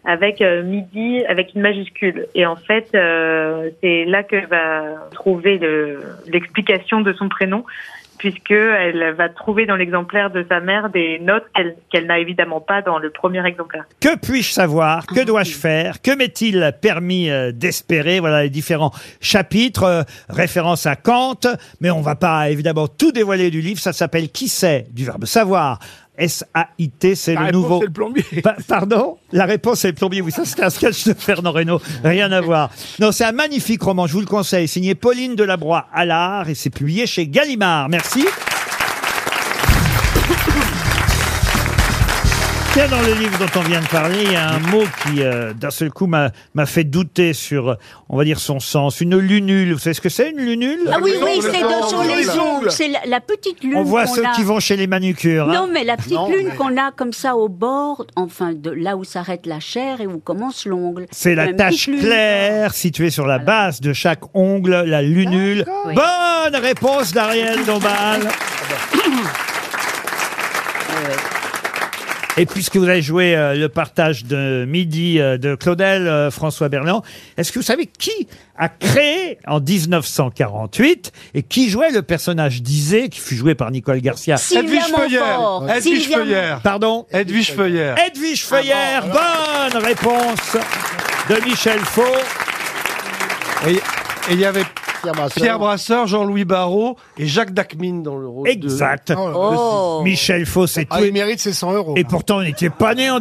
[SPEAKER 13] avec euh, midi avec une majuscule. Et en fait, euh, c'est là que va trouver le- l'explication de son prénom puisque elle va trouver dans l'exemplaire de sa mère des notes qu'elle qu'elle n'a évidemment pas dans le premier exemplaire.
[SPEAKER 2] Que puis-je savoir Que dois-je faire Que m'est-il permis euh, d'espérer Voilà les différents chapitres, euh, référence à Kant, mais on va pas évidemment tout dévoiler du livre. Ça s'appelle Qui sait du verbe savoir. S-A-I-T, c'est
[SPEAKER 4] La
[SPEAKER 2] le
[SPEAKER 4] réponse
[SPEAKER 2] nouveau.
[SPEAKER 4] est le plombier.
[SPEAKER 2] Pa- pardon La réponse est le plombier. Oui, ça c'était un sketch de Fernand Reynaud. Rien à voir. Non, c'est un magnifique roman, je vous le conseille. Signé Pauline Delabroix à l'art et c'est publié chez Gallimard. Merci. Tiens, dans le livre dont on vient de parler, il y a un mot qui, euh, d'un seul coup, m'a m'a fait douter sur, euh, on va dire, son sens. Une lunule. Vous savez ce que c'est, une lunule
[SPEAKER 6] Ah oui, oui, c'est dans sur les ongles. C'est la, la petite lune.
[SPEAKER 2] On voit
[SPEAKER 6] qu'on
[SPEAKER 2] ceux
[SPEAKER 6] a.
[SPEAKER 2] qui vont chez les manucures. hein.
[SPEAKER 6] Non, mais la petite lune qu'on a comme ça au bord, enfin, de là où s'arrête la chair et où commence l'ongle.
[SPEAKER 2] C'est la
[SPEAKER 6] Une
[SPEAKER 2] tache
[SPEAKER 6] petite lune.
[SPEAKER 2] claire située sur la base de chaque ongle, la lunule.
[SPEAKER 6] Oui.
[SPEAKER 2] Bonne réponse d'Ariel Dombal. Et puisque vous avez joué euh, le partage de midi euh, de Claudel euh, François Berland, est-ce que vous savez qui a créé en 1948 et qui jouait le personnage d'Isée qui fut joué par Nicole Garcia
[SPEAKER 12] Sylvia Edwige Feuillère. Montfort. Edwige Sylvia Feuillère. Montfort.
[SPEAKER 2] Pardon
[SPEAKER 12] Edwige Feuillère.
[SPEAKER 2] Edwige Feuillère.
[SPEAKER 4] Ah
[SPEAKER 2] Bonne réponse de Michel Faux.
[SPEAKER 12] Et et il y avait Pierre Brasseur, Jean-Louis Barrault et Jacques Dacmine dans le rôle de-
[SPEAKER 2] Exact.
[SPEAKER 12] Oh.
[SPEAKER 2] Michel Faux, c'est
[SPEAKER 10] Ah,
[SPEAKER 2] tout.
[SPEAKER 10] il mérite ses 100 euros.
[SPEAKER 2] Et pourtant, on n'était pas né en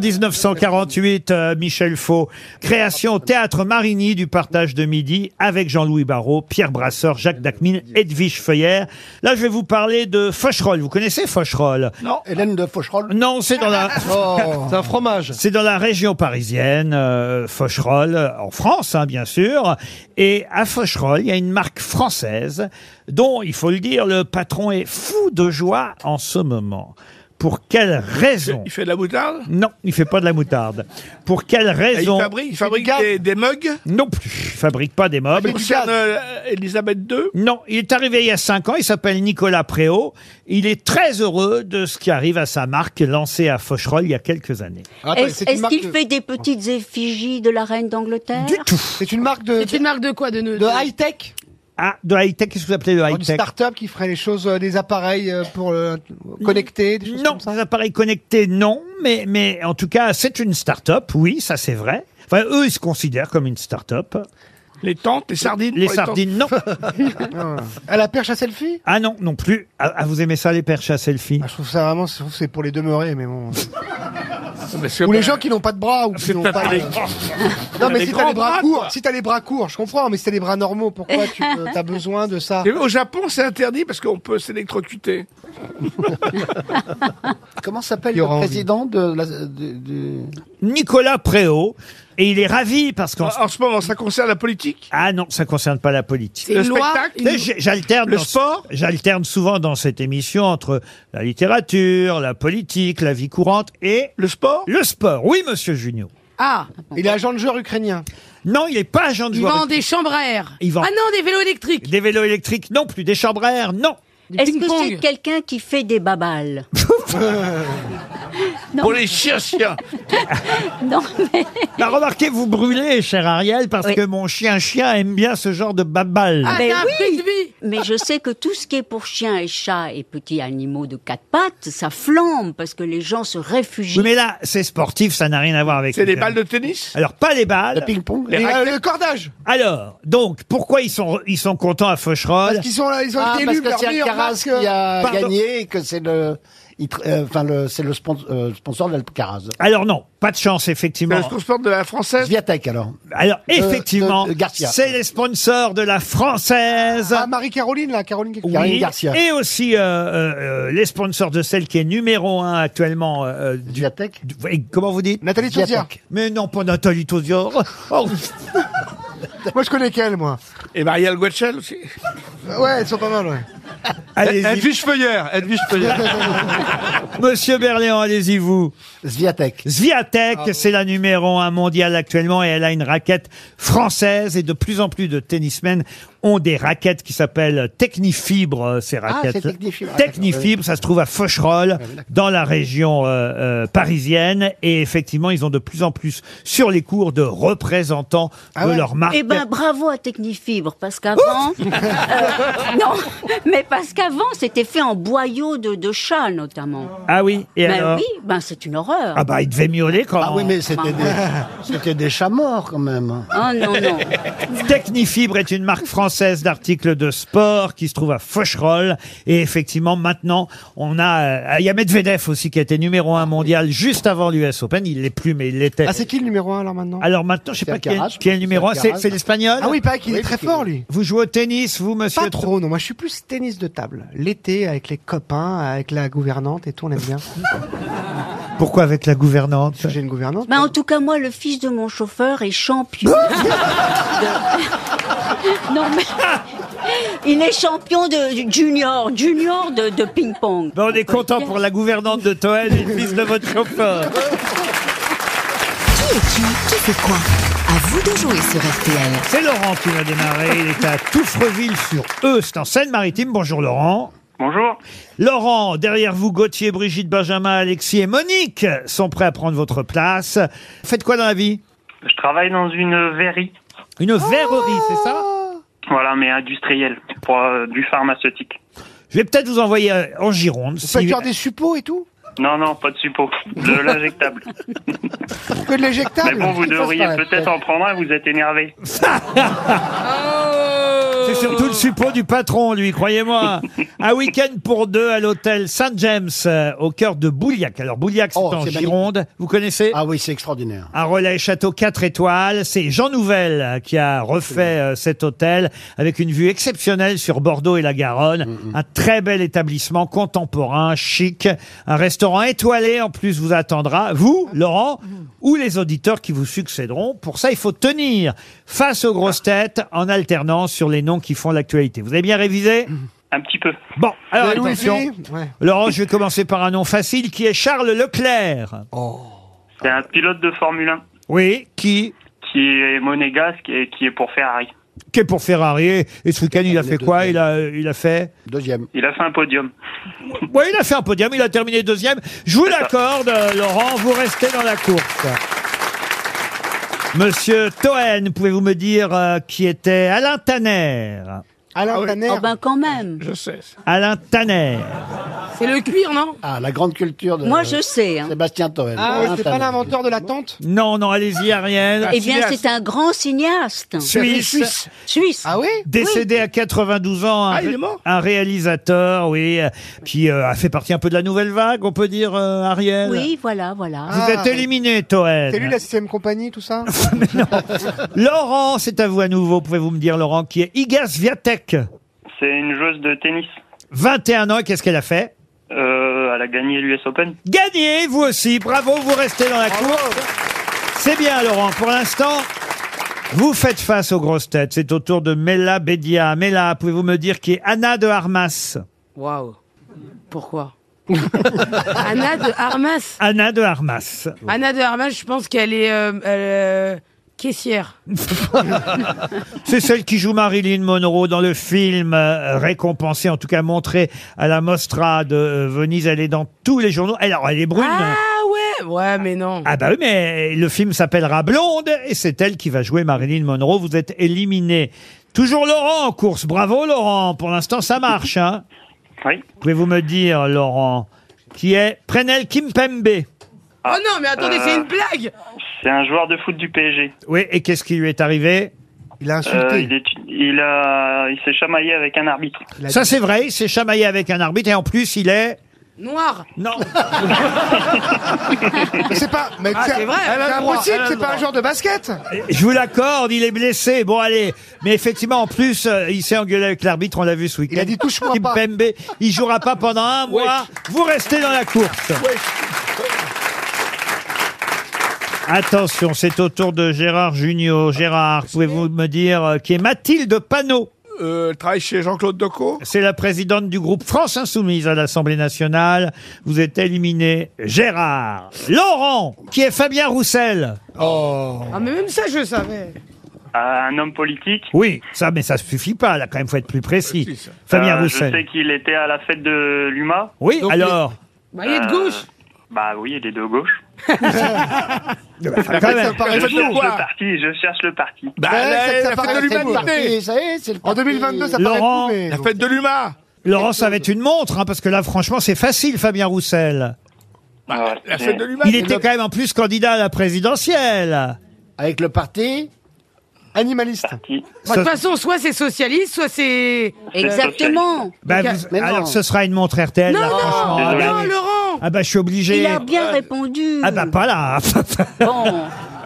[SPEAKER 2] 1948, euh, Michel Faux. Création au Théâtre Marigny du partage de midi avec Jean-Louis Barrault, Pierre Brasseur, Jacques Dacmine, Edwige Feuillère. Là, je vais vous parler de Faucherolles. Vous connaissez Faucherolles
[SPEAKER 12] Non.
[SPEAKER 2] Hélène de Faucherolles Non, c'est dans la...
[SPEAKER 4] Oh.
[SPEAKER 12] C'est un fromage.
[SPEAKER 2] C'est dans la région parisienne, euh, Faucherolles, euh, en France, hein, bien sûr. Et à Faucherolles, il y a une marque française dont, il faut le dire, le patron est fou de joie en ce moment. Pour quelle raison
[SPEAKER 4] Il fait de la moutarde
[SPEAKER 2] Non, il fait pas de la moutarde. Pour quelle raison
[SPEAKER 4] Il fabrique, il fabrique des, des mugs
[SPEAKER 2] Non plus. Il fabrique pas des meubles.
[SPEAKER 4] Il concerne euh, Elisabeth II
[SPEAKER 2] Non, il est arrivé il y a 5 ans, il s'appelle Nicolas Préau. Il est très heureux de ce qui arrive à sa marque lancée à Faucherolles il y a quelques années.
[SPEAKER 10] Ah.
[SPEAKER 8] Ah, bah,
[SPEAKER 6] Est-ce est-ce qu'il fait des petites effigies de la reine d'Angleterre
[SPEAKER 2] Du tout.
[SPEAKER 10] C'est une marque de.
[SPEAKER 5] C'est une marque de quoi De, de-
[SPEAKER 10] high-tech
[SPEAKER 2] Ah, de high-tech, qu'est-ce que vous appelez le
[SPEAKER 10] Une
[SPEAKER 2] high-tech
[SPEAKER 10] start-up qui ferait les choses, euh, des appareils euh, pour euh, connecter, des choses
[SPEAKER 2] Non, des appareils connectés, non, mais, mais en tout cas, c'est une start-up, oui, ça c'est vrai. Enfin, eux, ils se considèrent comme une start-up.
[SPEAKER 4] Les tentes, les sardines
[SPEAKER 2] Les
[SPEAKER 4] pour les tentes.
[SPEAKER 2] sardines, non.
[SPEAKER 4] Ah.
[SPEAKER 10] À la perche à selfie Ah,
[SPEAKER 2] Ah non, non plus. Ah, ah, vous aimez ça, les perches à selfie
[SPEAKER 10] Je trouve ça vraiment, je trouve que c'est pour les demeurer, mais bon.
[SPEAKER 4] c'est
[SPEAKER 10] ou
[SPEAKER 4] pas-
[SPEAKER 10] les gens qui n'ont pas de bras, ou qui n'ont
[SPEAKER 4] pas
[SPEAKER 10] pas de...
[SPEAKER 4] des-
[SPEAKER 10] Non, mais
[SPEAKER 4] Des
[SPEAKER 10] si t'as
[SPEAKER 4] grands
[SPEAKER 10] les bras,
[SPEAKER 4] bras,
[SPEAKER 10] courts,
[SPEAKER 4] quoi.
[SPEAKER 10] si t'as les bras courts, je comprends, mais si t'as les bras normaux, pourquoi tu as besoin de ça
[SPEAKER 4] Et Au Japon, c'est interdit parce qu'on peut s'électrocuter.
[SPEAKER 7] Comment s'appelle
[SPEAKER 4] Il y
[SPEAKER 7] le
[SPEAKER 4] aura envie.
[SPEAKER 7] président de la. de- du-
[SPEAKER 2] Nicolas Préau, et il est ravi parce qu'en
[SPEAKER 4] Ah, En ce moment, ça concerne la politique
[SPEAKER 2] Ah non, ça concerne pas la politique.
[SPEAKER 4] C'est Le une loi spectacle Une-
[SPEAKER 2] Là, j'ai- J'alterne
[SPEAKER 4] Le
[SPEAKER 2] dans-
[SPEAKER 4] sport
[SPEAKER 2] J'alterne souvent dans cette émission entre la littérature, la politique, la vie courante et
[SPEAKER 4] le sport.
[SPEAKER 2] Le sport, oui, Monsieur Junio.
[SPEAKER 5] Ah,
[SPEAKER 10] Il est agent de joueur ukrainien.
[SPEAKER 2] Non, il n'est pas agent de
[SPEAKER 5] il
[SPEAKER 2] joueur.
[SPEAKER 5] vend des chambres à air.
[SPEAKER 2] Il vend-
[SPEAKER 5] Ah non, des vélos électriques.
[SPEAKER 2] Des vélos électriques, non plus. Des chambres à air, non.
[SPEAKER 6] Est-ce que c'est quelqu'un qui fait des babales
[SPEAKER 4] Pour les chiens, chiens.
[SPEAKER 6] Non, mais...
[SPEAKER 2] Bah, remarquez, vous brûlez, cher Ariel, parce que mon chien-chien aime bien ce genre de babal.
[SPEAKER 5] Ah,
[SPEAKER 6] mais Ben oui, mais je sais que tout ce qui est pour chiens et chats et petits animaux de quatre pattes, ça flambe parce que les gens se réfugient.
[SPEAKER 2] Oui, mais là, c'est sportif, ça n'a rien à voir avec...
[SPEAKER 4] C'est
[SPEAKER 2] les
[SPEAKER 4] des balles de tennis
[SPEAKER 2] Alors, pas les balles.
[SPEAKER 7] Le ping-pong
[SPEAKER 2] Les
[SPEAKER 10] Et, euh,
[SPEAKER 2] raquettes.
[SPEAKER 10] le cordage
[SPEAKER 2] Alors, donc, pourquoi ils sont, ils sont contents à Faucherolles
[SPEAKER 10] Parce qu'ils sont là, ils ont
[SPEAKER 7] Ah,
[SPEAKER 10] été
[SPEAKER 7] parce
[SPEAKER 10] élus
[SPEAKER 7] que
[SPEAKER 10] leur
[SPEAKER 7] c'est
[SPEAKER 10] meilleur
[SPEAKER 7] Alcaraz
[SPEAKER 10] masque.
[SPEAKER 7] qui a
[SPEAKER 2] Pardon.
[SPEAKER 7] gagné et que c'est le. il tr- euh, Enfin, le, c'est le spon- euh, sponsor d'Alcaraz.
[SPEAKER 2] Alors non, pas de chance,
[SPEAKER 4] C'est le
[SPEAKER 2] effectivement.
[SPEAKER 4] sponsor de la française
[SPEAKER 7] Viatech, alors.
[SPEAKER 2] Alors,
[SPEAKER 7] De-
[SPEAKER 2] effectivement,
[SPEAKER 7] de- de Garcia.
[SPEAKER 2] c'est les sponsors de la française.
[SPEAKER 10] Ah, Marie-Caroline, là, Caroline quelque
[SPEAKER 2] Oui,
[SPEAKER 10] chose.
[SPEAKER 2] Et aussi euh, euh, euh, les sponsors de celle qui est numéro un actuellement. euh, euh, du, du- et comment vous dites
[SPEAKER 10] Nathalie Tauziat. Viatech.
[SPEAKER 2] Mais non, pas Nathalie Tauziat. Oh.
[SPEAKER 10] Moi, je connais qu'elle, moi.
[SPEAKER 4] Et Marielle Guetchel aussi.
[SPEAKER 10] Ouais, elles sont pas mal, ouais.
[SPEAKER 2] Allez-y.
[SPEAKER 12] Edwige Feuillère, Edwige Feuillère.
[SPEAKER 2] Monsieur Berléand, allez-y vous.
[SPEAKER 7] Zviatek. Ah
[SPEAKER 2] Zviatek, c'est la numéro un mondiale actuellement et elle a une raquette française et de plus en plus de tennismen ont des raquettes qui s'appellent Technifibre, euh, ces
[SPEAKER 7] Ah,
[SPEAKER 2] raquettes.
[SPEAKER 7] c'est Technifibre. Ah,
[SPEAKER 2] Technifibre, ça se trouve à Faucherolles, dans la région euh, euh, parisienne. Et effectivement, ils ont de plus en plus sur les cours de représentants
[SPEAKER 7] Ah
[SPEAKER 4] Ah
[SPEAKER 2] de leur marque.
[SPEAKER 6] Eh ben, bravo à Technifibre, parce qu'avant, Euh, non, mais parce qu'avant, c'était fait en boyau de, de chat, notamment.
[SPEAKER 2] Ah oui, et
[SPEAKER 6] ben
[SPEAKER 2] alors
[SPEAKER 6] oui, ben c'est une horreur.
[SPEAKER 2] Ah bah, il devait miauler quand
[SPEAKER 7] Ah oui, mais c'était
[SPEAKER 6] Maman.
[SPEAKER 7] des, c'était des chats morts quand même.
[SPEAKER 6] Oh non, non.
[SPEAKER 2] Technifibre est une marque française d'articles de sport qui se trouve à Faucherolles. Et effectivement, maintenant, on a... euh, Il y a Medvedev aussi qui était numéro un mondial juste avant l'US Open. Il l'est plus, mais il l'était.
[SPEAKER 10] Ah, c'est qui le numéro 1 alors maintenant
[SPEAKER 2] Alors maintenant, je sais
[SPEAKER 7] C'est
[SPEAKER 2] pas qui est,
[SPEAKER 7] Alcaraz,
[SPEAKER 2] qui est le numéro un.
[SPEAKER 7] c'est Alcaraz.
[SPEAKER 2] C'est c'est l'espagnol
[SPEAKER 10] Ah oui, pas qu'il est très fort, lui.
[SPEAKER 2] Vous jouez au tennis, vous, monsieur
[SPEAKER 10] Pas trop, non. Moi, je suis plus tennis de table. L'été, avec les copains, avec la gouvernante et tout, on aime bien.
[SPEAKER 2] Pourquoi avec la gouvernante
[SPEAKER 10] J'ai une gouvernante.
[SPEAKER 6] Ben, en tout cas, moi, le fils de mon chauffeur est champion. De- non, mais... Il est champion de junior, junior de, de ping-pong.
[SPEAKER 2] Ben, on est content pour la gouvernante de Toen et le fils de votre chauffeur.
[SPEAKER 11] Qui est qui Qui fait quoi À vous de jouer sur RTL.
[SPEAKER 2] C'est Laurent qui va démarrer. Il est à Touffreville sur E. C'est en Seine-Maritime. Bonjour Laurent.
[SPEAKER 14] Bonjour.
[SPEAKER 2] Laurent, derrière vous, Gauthier, Brigitte, Benjamin, Alexis et Monique sont prêts à prendre votre place. Faites quoi dans la vie
[SPEAKER 14] Je travaille dans une verrerie,
[SPEAKER 2] Une verrerie, c'est ça
[SPEAKER 14] voilà, mais industrielle, pour euh, du pharmaceutique.
[SPEAKER 2] Je vais peut-être vous envoyer euh, en Gironde.
[SPEAKER 10] Vous faites
[SPEAKER 2] si-
[SPEAKER 10] genre des suppos et tout
[SPEAKER 14] Non, non, pas de suppôt, de l'injectable.
[SPEAKER 10] Que de
[SPEAKER 14] mais
[SPEAKER 10] l'éjectable
[SPEAKER 14] bon, vous
[SPEAKER 10] Qu'il fasse
[SPEAKER 14] devriez
[SPEAKER 10] pareil.
[SPEAKER 14] peut-être en prendre un, vous êtes énervé.
[SPEAKER 2] C'est surtout le suppôt du patron, lui, croyez-moi. Un week-end pour deux à l'hôtel Saint-James, euh, au cœur de Bouliac. Alors, Bouliac, c'est
[SPEAKER 7] Oh,
[SPEAKER 2] en
[SPEAKER 7] c'est magnifique.
[SPEAKER 2] Gironde. Vous connaissez
[SPEAKER 7] Ah oui, c'est extraordinaire.
[SPEAKER 2] Un relais château 4 étoiles. C'est Jean Nouvel euh, qui a refait euh, cet hôtel avec une vue exceptionnelle sur Bordeaux et la Garonne.
[SPEAKER 14] Mm,
[SPEAKER 2] Un très bel établissement contemporain, chic. Un restaurant étoilé en plus vous attendra, vous, Laurent, ou les auditeurs qui vous succéderont. Pour ça, il faut
[SPEAKER 14] Ah.
[SPEAKER 2] tenir face aux grosses têtes en alternance sur les noms qui font l'actualité. Vous avez bien révisé
[SPEAKER 14] Un petit peu.
[SPEAKER 2] Bon, alors
[SPEAKER 14] La Louis
[SPEAKER 2] attention.
[SPEAKER 14] Philippe Ouais.
[SPEAKER 2] Laurent, je vais commencer par un nom facile qui est Charles Leclerc.
[SPEAKER 14] Oh. C'est un pilote de Formule 1
[SPEAKER 2] Oui, qui
[SPEAKER 14] qui est monégasque et qui est pour Ferrari.
[SPEAKER 2] qui est pour Ferrari. Et et ce week-end, il a fait quoi il a, il a fait
[SPEAKER 7] Deuxième.
[SPEAKER 14] Il a fait un podium.
[SPEAKER 2] Oui, il a fait un podium, il a terminé deuxième. Je vous l'accorde, euh, Laurent, vous restez dans la course. Monsieur Toen, pouvez-vous me dire euh, qui était Alain Tanner Ah
[SPEAKER 6] Alain Tanner. Oh ben quand même. Je sais.
[SPEAKER 2] Alain Tanner.
[SPEAKER 6] C'est le cuir, non
[SPEAKER 7] Ah, la grande culture de.
[SPEAKER 6] Moi, je sais, hein.
[SPEAKER 7] Sébastien Toel.
[SPEAKER 6] Ah,
[SPEAKER 7] Alain
[SPEAKER 6] c'est pas
[SPEAKER 7] Tanner.
[SPEAKER 3] Inventeur de la tente
[SPEAKER 2] Non, non, allez-y, Ariel.
[SPEAKER 6] Eh bien, c'est un grand cinéaste.
[SPEAKER 2] Euh, Suisse. Suisse.
[SPEAKER 6] Suisse.
[SPEAKER 3] Ah oui
[SPEAKER 2] Décédé à 92 ans, un,
[SPEAKER 6] Ah, il
[SPEAKER 2] ré-
[SPEAKER 6] est mort
[SPEAKER 2] un réalisateur, oui, euh, qui euh, a fait partie un peu de la nouvelle vague, on peut dire, euh, Ariel.
[SPEAKER 6] Oui, voilà, voilà.
[SPEAKER 2] Vous êtes éliminé, Toen.
[SPEAKER 10] Ah. C'est lui la 6 compagnie, tout ça
[SPEAKER 2] Laurent, c'est à vous à nouveau. Pouvez-vous me dire, Laurent, qui est Igas Viatek
[SPEAKER 14] C'est une joueuse de tennis.
[SPEAKER 2] 21 ans, et qu'est-ce qu'elle a fait
[SPEAKER 14] Euh, elle a gagné l'US Open.
[SPEAKER 2] Gagné, vous aussi. Bravo, vous restez dans la course. C'est bien, Laurent. Pour l'instant, vous faites face aux grosses têtes. C'est au tour de Mela Bédia. Mela, pouvez-vous me dire qui est Anna de Armas
[SPEAKER 5] Waouh. Pourquoi Anna de Armas.
[SPEAKER 2] Anna de Armas.
[SPEAKER 5] Anna de Armas, je pense qu'elle est euh, elle, euh, caissière.
[SPEAKER 2] C'est celle qui joue Marilyn Monroe dans le film euh, récompensé, en tout cas montré à la Mostra de euh, Venise. Elle est dans tous les journaux. Elle- Alors, elle est brune.
[SPEAKER 5] Ah ouais, ouais, mais non.
[SPEAKER 2] Ah bah oui, mais le film s'appellera Blonde et c'est elle qui va jouer Marilyn Monroe. Vous êtes éliminé. Toujours Laurent en course. Bravo Laurent. Pour l'instant, ça marche. Hein
[SPEAKER 14] oui.
[SPEAKER 2] Pouvez-vous me dire, Laurent, qui est Prenel Kimpembe
[SPEAKER 5] Oh non, mais attendez,
[SPEAKER 14] Euh,
[SPEAKER 5] c'est une blague.
[SPEAKER 14] C'est un joueur de foot du PSG.
[SPEAKER 2] Oui, et qu'est-ce qui lui est arrivé Il a
[SPEAKER 14] Euh, il est- il a, il s'est chamaillé avec un arbitre.
[SPEAKER 2] Ça c'est vrai, il s'est chamaillé avec un arbitre et en plus il est...
[SPEAKER 5] Noir.
[SPEAKER 2] Non.
[SPEAKER 10] C'est pas. Mais
[SPEAKER 5] Ah,
[SPEAKER 10] c'est-
[SPEAKER 5] c'est vrai, elle a le
[SPEAKER 10] c'est
[SPEAKER 5] droit, elle
[SPEAKER 10] impossible,
[SPEAKER 5] a le
[SPEAKER 10] c'est pas
[SPEAKER 5] droit.
[SPEAKER 10] un joueur de basket
[SPEAKER 2] Je vous l'accorde, il est blessé. Bon, allez. Mais effectivement, en plus, euh, il s'est engueulé avec l'arbitre, on l'a vu ce week-end. Il a dit touche-moi pas. il jouera pas pendant un mois. Vous restez dans la course. Attention, c'est au tour de Gérard Junior. Gérard, pouvez-vous me dire euh, qui est Mathilde Panot
[SPEAKER 4] Euh, elle travaille chez Jean-Claude Decaux.
[SPEAKER 2] c'est la présidente du groupe France Insoumise à l'Assemblée nationale. Vous êtes éliminé, Gérard. Laurent, qui est Fabien Roussel.
[SPEAKER 4] Oh.
[SPEAKER 5] Ah mais même ça, je savais.
[SPEAKER 14] Un homme politique.
[SPEAKER 2] Oui, ça, mais ça suffit pas. Là, quand même, faut être plus précis. Fabien
[SPEAKER 4] Ah,
[SPEAKER 14] Euh,
[SPEAKER 2] Roussel.
[SPEAKER 14] Je sais qu'il était à la fête de l'UMA.
[SPEAKER 2] Oui, Donc, alors
[SPEAKER 5] il- Bah, il est de gauche.
[SPEAKER 14] Bah oui, il est de gauche.
[SPEAKER 2] quand même.
[SPEAKER 14] je,
[SPEAKER 2] paraît
[SPEAKER 14] cherche
[SPEAKER 2] fou, Bah, quoi.
[SPEAKER 14] le parti, je cherche le parti.
[SPEAKER 7] Ouais, ça- ça
[SPEAKER 4] la fête
[SPEAKER 7] paraît
[SPEAKER 4] de l'humanité.
[SPEAKER 7] parti, ça y est, c'est le
[SPEAKER 10] En
[SPEAKER 7] parti.
[SPEAKER 10] 2022, ça paraît
[SPEAKER 2] Laurent,
[SPEAKER 10] fou, mais-
[SPEAKER 4] La fête de l'humain.
[SPEAKER 2] Laurent, ça va être une montre, hein, parce que là, franchement, c'est facile, Fabien Roussel. Ah,
[SPEAKER 4] La fête de l'humain.
[SPEAKER 2] Il était quand même en plus candidat à la présidentielle.
[SPEAKER 7] Avec le parti animaliste.
[SPEAKER 5] Bah, De toute façon, soit c'est socialiste, soit c'est.
[SPEAKER 6] Exactement.
[SPEAKER 2] Bah,
[SPEAKER 5] Donc,
[SPEAKER 2] vous- alors, ce sera une montre RTL.
[SPEAKER 5] Non,
[SPEAKER 2] là,
[SPEAKER 5] non,
[SPEAKER 2] franchement. Ah,
[SPEAKER 5] non,
[SPEAKER 2] bah oui.
[SPEAKER 5] Laurent.
[SPEAKER 2] Ah bah, je suis obligé.
[SPEAKER 6] Il a bien répondu.
[SPEAKER 2] Ah bah, pas là.
[SPEAKER 6] Bon.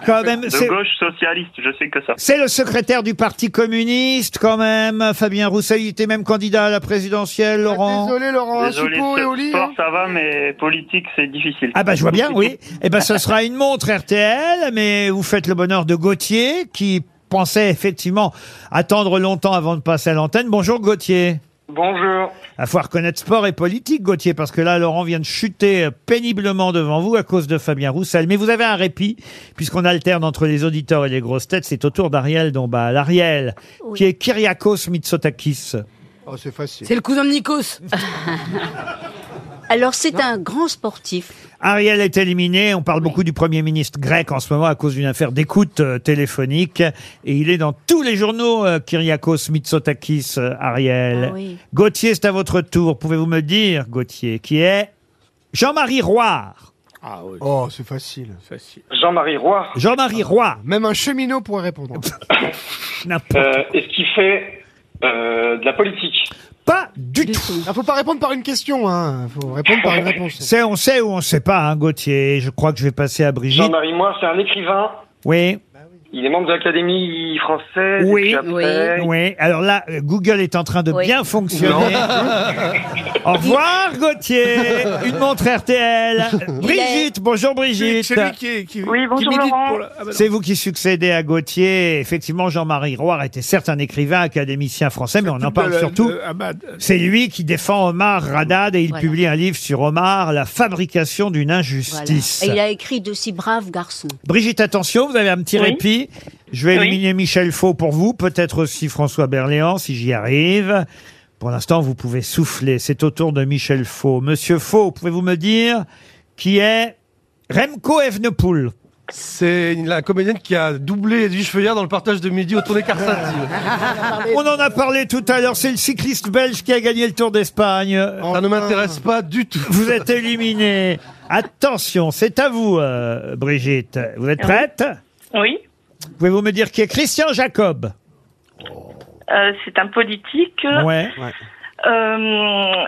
[SPEAKER 2] quand même,
[SPEAKER 14] de
[SPEAKER 2] c'est...
[SPEAKER 14] gauche socialiste, je sais que ça.
[SPEAKER 2] C'est le secrétaire du Parti communiste, quand même. Fabien Roussel, il était même candidat à la présidentielle, Laurent.
[SPEAKER 10] Ah, Désolé, Laurent,
[SPEAKER 14] Désolé,
[SPEAKER 10] Suppo et
[SPEAKER 14] ce-
[SPEAKER 10] Oli.
[SPEAKER 14] sport ça va, mais politique c'est difficile.
[SPEAKER 2] Ah bah je vois bien, oui. Eh ben ce sera une montre RTL, mais vous faites le bonheur de Gauthier qui pensait effectivement attendre longtemps avant de passer à l'antenne. Bonjour Gauthier.
[SPEAKER 15] Bonjour.
[SPEAKER 2] À faut reconnaître sport et politique, Gauthier, parce que là, Laurent vient de chuter euh, péniblement devant vous à cause de Fabien Roussel. Mais vous avez un répit, puisqu'on alterne entre les auditeurs et les grosses têtes. C'est au tour d'Ariel Dombal. Ariel,
[SPEAKER 5] Oui.
[SPEAKER 2] qui est Kyriakos Mitsotakis.
[SPEAKER 10] Oh, c'est facile.
[SPEAKER 5] C'est le cousin de Nikos.
[SPEAKER 6] Alors c'est un grand sportif.
[SPEAKER 2] Ariel est éliminé. On parle beaucoup du Premier ministre grec en ce moment à cause d'une affaire d'écoute euh, téléphonique. Et il est dans tous les journaux, euh, Kyriakos Mitsotakis, euh, Ariel.
[SPEAKER 6] Ah oui.
[SPEAKER 2] Gauthier, c'est à votre tour. Pouvez-vous me dire, Gauthier, qui est Jean-Marie Roire
[SPEAKER 15] Ah
[SPEAKER 10] Oh, c'est facile.
[SPEAKER 15] Jean-Marie Roy,
[SPEAKER 2] Jean-Marie Roy.
[SPEAKER 10] Même un cheminot pourrait répondre.
[SPEAKER 15] euh, est-ce qu'il fait euh, de la politique
[SPEAKER 2] Pas du, tout.
[SPEAKER 10] Il Ah, faut pas répondre par une question, hein. Faut répondre par une réponse.
[SPEAKER 2] C'est on sait ou on sait pas, hein, Gauthier. Je crois que je vais passer à Brigitte.
[SPEAKER 15] Jean-Marie Moir, c'est un écrivain
[SPEAKER 2] Oui.
[SPEAKER 15] Il est membre de l'Académie française.
[SPEAKER 2] Oui,
[SPEAKER 15] et puis après-
[SPEAKER 2] oui. Alors là, euh, Google est en train de bien fonctionner. Au revoir, Gauthier. Une montre RTL. Brigitte, bonjour Brigitte.
[SPEAKER 4] C'est lui qui, est- qui- qui milite pour la- Ah ben non.
[SPEAKER 2] C'est vous qui succédez à Gauthier. Effectivement, Jean-Marie Roire était certes un écrivain, académicien français, mais on en parle
[SPEAKER 4] de-
[SPEAKER 2] surtout.
[SPEAKER 4] de Ahmad.
[SPEAKER 2] C'est lui qui défend Omar Radad et il
[SPEAKER 6] Voilà.
[SPEAKER 2] publie un livre sur Omar, La fabrication d'une
[SPEAKER 6] Voilà.
[SPEAKER 2] injustice.
[SPEAKER 6] Et il a écrit de si braves garçons.
[SPEAKER 2] Brigitte, attention, vous avez un petit
[SPEAKER 6] Oui.
[SPEAKER 2] répit. Je vais
[SPEAKER 6] Oui.
[SPEAKER 2] éliminer Michel Faux pour vous, peut-être aussi François Berléand, si j'y arrive. Pour l'instant, vous pouvez souffler. C'est au tour de Michel Faux. Monsieur Faux, pouvez-vous me dire qui est Remco Evenepoel
[SPEAKER 12] C'est une- la comédienne qui a doublé Edwige Feuillard dans le partage de midi au tournée Carsati.
[SPEAKER 2] Ah, On en a parlé tout à l'heure, c'est le cycliste belge qui a gagné le Tour d'Espagne. Ça
[SPEAKER 12] ne m'intéresse pas du tout.
[SPEAKER 2] Vous êtes éliminé. Attention, c'est à vous, euh, Brigitte. Vous êtes prête
[SPEAKER 13] Oui.
[SPEAKER 2] Pouvez-vous me dire qui est Christian Jacob
[SPEAKER 13] Euh, c'est un politique
[SPEAKER 2] Ouais.
[SPEAKER 13] euh,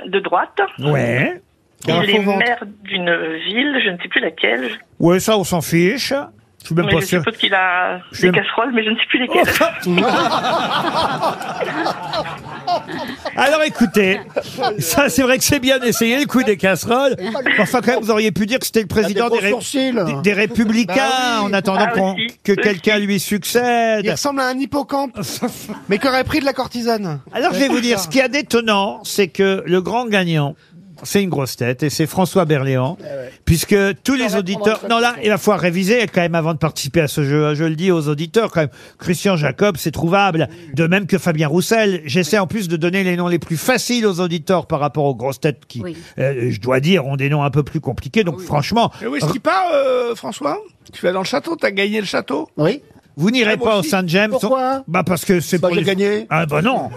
[SPEAKER 13] de droite.
[SPEAKER 2] Ouais.
[SPEAKER 13] Il
[SPEAKER 2] Un
[SPEAKER 13] est
[SPEAKER 2] faux-ventre.
[SPEAKER 13] maire d'une ville, je ne sais plus laquelle.
[SPEAKER 2] Ouais, ça, on s'en fiche. Je suis même
[SPEAKER 13] Mais
[SPEAKER 2] pas
[SPEAKER 13] je
[SPEAKER 2] sûr.
[SPEAKER 13] suppose qu'il a
[SPEAKER 2] Je suis
[SPEAKER 13] des
[SPEAKER 2] même-
[SPEAKER 13] casseroles, mais je ne sais plus lesquelles.
[SPEAKER 2] Alors écoutez, ça c'est vrai que c'est bien essayé le coup des casseroles. Enfin quand même, vous auriez pu dire que c'était le président
[SPEAKER 7] gros
[SPEAKER 2] des, ré-
[SPEAKER 7] sourcils.
[SPEAKER 2] des- des républicains
[SPEAKER 10] Bah oui.
[SPEAKER 2] en attendant
[SPEAKER 10] Ah,
[SPEAKER 2] qu'on-
[SPEAKER 10] aussi.
[SPEAKER 2] que
[SPEAKER 10] Aussi.
[SPEAKER 2] quelqu'un lui succède.
[SPEAKER 10] Il ressemble à un hippocampe, mais qui aurait pris de la cortisane.
[SPEAKER 2] Alors je vais vous dire, ce qui est détonnant, c'est que le grand gagnant, c'est une grosse tête, et c'est François Berléand,
[SPEAKER 4] Eh
[SPEAKER 2] puisque tous les auditeurs... Non, là, il va falloir réviser quand même avant de participer à ce jeu. hein. Je le dis aux auditeurs quand même. Christian Jacob, c'est trouvable. De même que Fabien Roussel. J'essaie en plus de donner les noms les plus faciles aux auditeurs par rapport aux grosses têtes qui,
[SPEAKER 4] Oui.
[SPEAKER 2] euh, je dois dire, ont des noms un peu plus compliqués. Donc franchement...
[SPEAKER 4] Mais oui, ce qui part, euh, François Tu vas dans le château, t'as gagné le château
[SPEAKER 2] Oui. Vous n'irez
[SPEAKER 4] Ah, moi
[SPEAKER 2] pas au
[SPEAKER 4] aussi.
[SPEAKER 2] Saint-James
[SPEAKER 4] Pourquoi
[SPEAKER 2] Bah parce que c'est
[SPEAKER 4] Bah,
[SPEAKER 2] pour
[SPEAKER 4] j'ai
[SPEAKER 2] les... gagné. Ah bah non.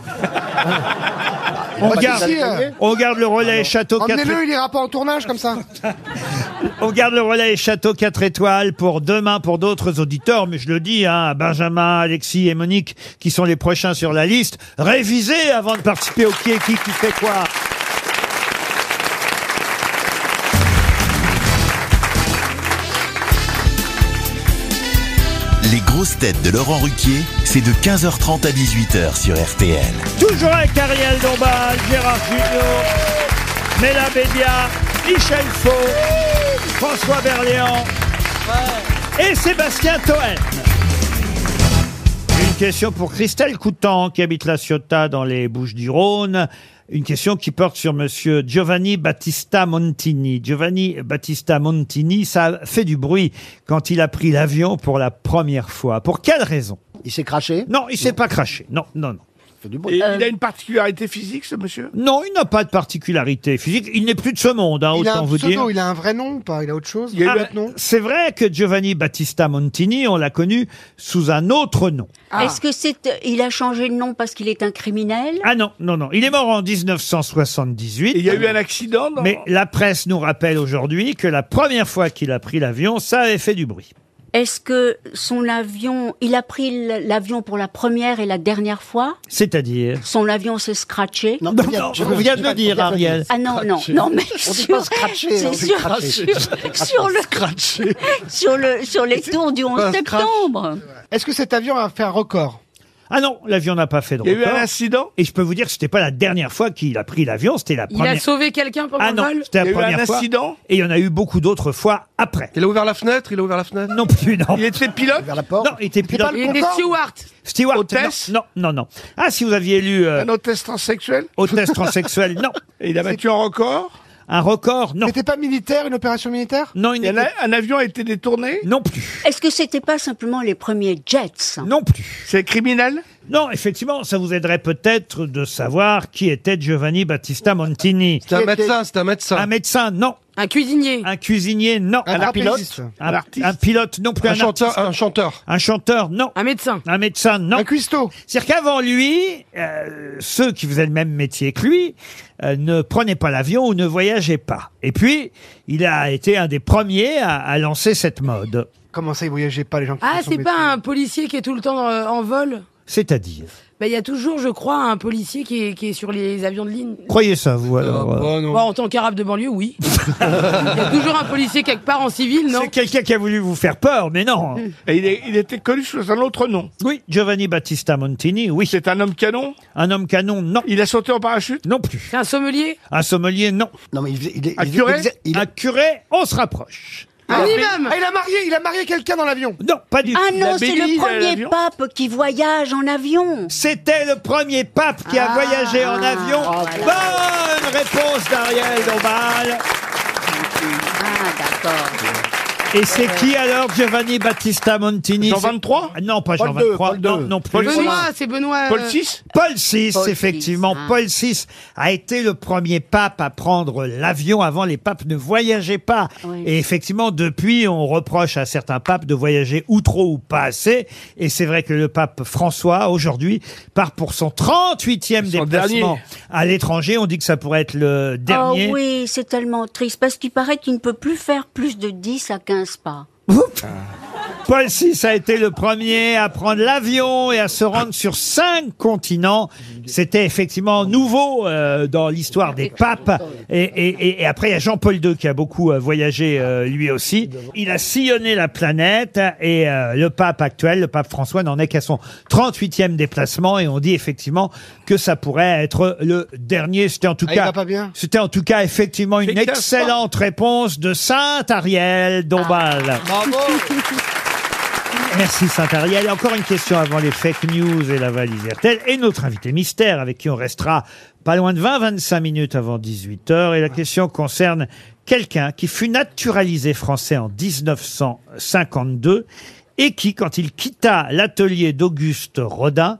[SPEAKER 2] on,
[SPEAKER 10] Bah,
[SPEAKER 2] garde,
[SPEAKER 10] si, hein.
[SPEAKER 2] on garde le relais château 4
[SPEAKER 10] Emmenez-le, il ira pas en tournage comme ça.
[SPEAKER 2] Ah, on garde le relais château 4 étoiles pour demain pour d'autres auditeurs mais je le dis hein, Benjamin, Alexis et Monique qui sont les prochains sur la liste, révisez avant de participer au qui est qui qui fait quoi.
[SPEAKER 1] Les grosses têtes de Laurent Ruquier, c'est de 15h30 à 18h sur RTL.
[SPEAKER 2] Toujours avec Ariel Dombal, Gérard Junior, Mela Bédia, Michel Faux, François Berléand et Sébastien Toen. Une question pour Christelle Coutan, qui habite la Ciotat dans les Bouches-du-Rhône. Une question qui porte sur monsieur Giovanni Battista Montini. Giovanni Battista Montini, ça a fait du bruit quand il a pris l'avion pour la première fois. Pour quelle raison Il s'est craché Non, il s'est pas craché. Non, non, non.
[SPEAKER 4] Et
[SPEAKER 2] Euh,
[SPEAKER 4] Il a une particularité physique, ce monsieur
[SPEAKER 2] Non, il n'a pas de particularité physique. Il n'est plus de ce monde, hein,
[SPEAKER 10] Il a
[SPEAKER 2] autant
[SPEAKER 10] un
[SPEAKER 2] vous
[SPEAKER 10] pseudo,
[SPEAKER 2] dire.
[SPEAKER 10] il a un vrai nom ou pas Il a autre chose
[SPEAKER 2] Ah, C'est vrai que Giovanni Battista Montini, on l'a connu sous un autre nom.
[SPEAKER 7] Ah.
[SPEAKER 6] Est-ce que c'est, euh, il a changé de nom parce qu'il est un criminel
[SPEAKER 2] Ah non, non, non. Il est mort en 1978.
[SPEAKER 4] Il y a eu un accident dans-
[SPEAKER 2] Mais la presse nous rappelle aujourd'hui que la première fois qu'il a pris l'avion, ça avait fait du bruit.
[SPEAKER 6] Est-ce que son avion, il a pris l- l'avion pour la première et la dernière fois
[SPEAKER 2] C'est-à-dire
[SPEAKER 6] Son avion s'est scratché
[SPEAKER 2] Non, non, je vous viens de le dire, Ariel.
[SPEAKER 6] Ah non, non, non, mais
[SPEAKER 2] On dit
[SPEAKER 6] sur,
[SPEAKER 2] pas scratché,
[SPEAKER 6] c'est
[SPEAKER 2] on dit
[SPEAKER 6] sur,
[SPEAKER 2] scratché.
[SPEAKER 6] sur- sur le, sur le, sur les tours du 11 septembre.
[SPEAKER 10] Est-ce que cet avion a fait un record
[SPEAKER 2] Ah non, l'avion n'a pas fait de
[SPEAKER 10] Il y a eu
[SPEAKER 2] record.
[SPEAKER 10] un
[SPEAKER 4] accident
[SPEAKER 2] Et je peux vous dire que c'était pas la dernière fois qu'il a pris l'avion, c'était la
[SPEAKER 5] Il
[SPEAKER 2] première.
[SPEAKER 5] a sauvé quelqu'un pendant
[SPEAKER 2] Ah
[SPEAKER 5] le
[SPEAKER 2] non,
[SPEAKER 5] vol
[SPEAKER 2] c'était la première fois. Et il y en a eu beaucoup d'autres fois après. Il a ouvert la fenêtre Il a ouvert la fenêtre Non plus, non. Il
[SPEAKER 4] était pilote
[SPEAKER 2] Vers la porte Non, il était pilote.
[SPEAKER 5] Il était steward.
[SPEAKER 2] Steward, non, non, non, non. Ah, si vous aviez lu... euh,
[SPEAKER 4] Un hôtesse transsexuel
[SPEAKER 2] hôtesse transsexuelle, non.
[SPEAKER 4] Et il a battu un record
[SPEAKER 2] Un record, non.
[SPEAKER 10] C'était pas militaire, une opération militaire
[SPEAKER 2] Non,
[SPEAKER 4] il y en a- un avion a été détourné
[SPEAKER 2] Non plus.
[SPEAKER 6] Est-ce que c'était pas simplement les premiers jets
[SPEAKER 2] Non plus.
[SPEAKER 4] C'est criminel
[SPEAKER 2] Non, effectivement, ça vous aiderait peut-être de savoir qui était Giovanni Battista Montini.
[SPEAKER 12] C'est un médecin, c'est un médecin.
[SPEAKER 2] Un médecin, non.
[SPEAKER 5] Un cuisinier.
[SPEAKER 2] Un cuisinier, non.
[SPEAKER 12] Un trapéziste.
[SPEAKER 2] Un,
[SPEAKER 12] Un
[SPEAKER 2] un pilote, non plus.
[SPEAKER 12] Un chanteur, un
[SPEAKER 2] chanteur. Un chanteur, non. Un médecin. Un médecin, non. Un cuistot. C'est-à-dire qu'avant lui, euh, ceux qui faisaient le même métier que lui euh, ne prenaient pas l'avion ou ne voyageaient pas. Et puis, il a été un des premiers à, à lancer cette mode.
[SPEAKER 10] Comment ça, ils voyageaient pas les gens qui
[SPEAKER 5] Ah,
[SPEAKER 10] font son
[SPEAKER 5] c'est
[SPEAKER 10] métier
[SPEAKER 5] pas un policier qui est tout le temps euh, en vol
[SPEAKER 2] C'est-à-dire
[SPEAKER 5] Bah, Il y a toujours, je crois, un policier qui est, qui est sur les avions de ligne.
[SPEAKER 2] Croyez ça, vous, alors euh.
[SPEAKER 5] Bah, en tant qu'arabe de banlieue, oui. Il y a toujours un policier quelque part en civil, non
[SPEAKER 2] C'est quelqu'un qui a voulu vous faire peur, mais non.
[SPEAKER 6] Mm.
[SPEAKER 4] Et il, est- il était connu sous un autre nom.
[SPEAKER 2] Oui, Giovanni Battista Montini, oui.
[SPEAKER 4] C'est un homme canon
[SPEAKER 2] Un homme canon, non.
[SPEAKER 4] Il a sauté en parachute
[SPEAKER 2] Non plus.
[SPEAKER 5] C'est un sommelier
[SPEAKER 2] Un sommelier, non.
[SPEAKER 7] Non, mais il, il,
[SPEAKER 2] un
[SPEAKER 7] il-
[SPEAKER 2] curé
[SPEAKER 7] il-
[SPEAKER 2] Un curé, on se rapproche.
[SPEAKER 3] Ah,
[SPEAKER 2] Il a-
[SPEAKER 3] imam Ah, il a marié, il a marié quelqu'un dans l'avion.
[SPEAKER 2] Non, pas du tout.
[SPEAKER 6] Ah non, c'est le premier pape qui voyage en avion. Ah.
[SPEAKER 2] C'était le premier pape qui a voyagé en avion. Oh, Bonne réponse d'Ariel
[SPEAKER 6] Ah,
[SPEAKER 2] Dombal. Et c'est qui alors Giovanni Battista Montini
[SPEAKER 4] Jean
[SPEAKER 2] C'est-
[SPEAKER 4] 23?
[SPEAKER 2] Non, pas Jean
[SPEAKER 4] Paul II,
[SPEAKER 2] 23.
[SPEAKER 4] Paul
[SPEAKER 2] Non,
[SPEAKER 4] II.
[SPEAKER 2] non plus.
[SPEAKER 4] Paul
[SPEAKER 5] Benoît, c'est Benoît. euh,
[SPEAKER 4] Paul VI
[SPEAKER 2] Paul VI,
[SPEAKER 5] Paul VI,
[SPEAKER 2] effectivement.
[SPEAKER 5] ah.
[SPEAKER 2] Paul VI a été le premier pape à prendre l'avion. Avant, les papes ne voyageaient pas.
[SPEAKER 5] Oui.
[SPEAKER 2] Et effectivement, depuis, on reproche à certains papes de voyager ou trop ou pas assez. Et c'est vrai que le pape François, aujourd'hui, part pour son 38e
[SPEAKER 4] Son
[SPEAKER 2] déplacement
[SPEAKER 4] dernier.
[SPEAKER 2] à l'étranger. On dit que ça pourrait être le
[SPEAKER 6] Ah
[SPEAKER 2] dernier.
[SPEAKER 6] oui, c'est tellement triste parce qu'il paraît qu'il ne peut plus faire plus de 10 à 15 pas.
[SPEAKER 2] Paul VI a été le premier à prendre l'avion et à se rendre sur cinq continents. C'était effectivement nouveau euh, dans l'histoire des papes. Et, et- et- et après, il y a Jean-Paul II qui a beaucoup euh, voyagé euh, lui aussi. Il a sillonné la planète et euh, le pape actuel, le pape François, n'en est qu'à son 38e déplacement et on dit effectivement que ça pourrait être le dernier. C'était en tout
[SPEAKER 10] Ah, il
[SPEAKER 2] cas,
[SPEAKER 10] va pas bien
[SPEAKER 2] c'était en tout cas effectivement une
[SPEAKER 10] Félicitations.
[SPEAKER 2] excellente réponse de Saint Ariel Dombal. Merci Saint-Ariel. Et Encore une question avant les fake news et la valise RTL. Et notre invité mystère avec qui on restera pas loin de 20-25 minutes avant 18h. Et la question concerne quelqu'un qui fut naturalisé français en 1952 et qui, quand il quitta l'atelier d'Auguste Rodin,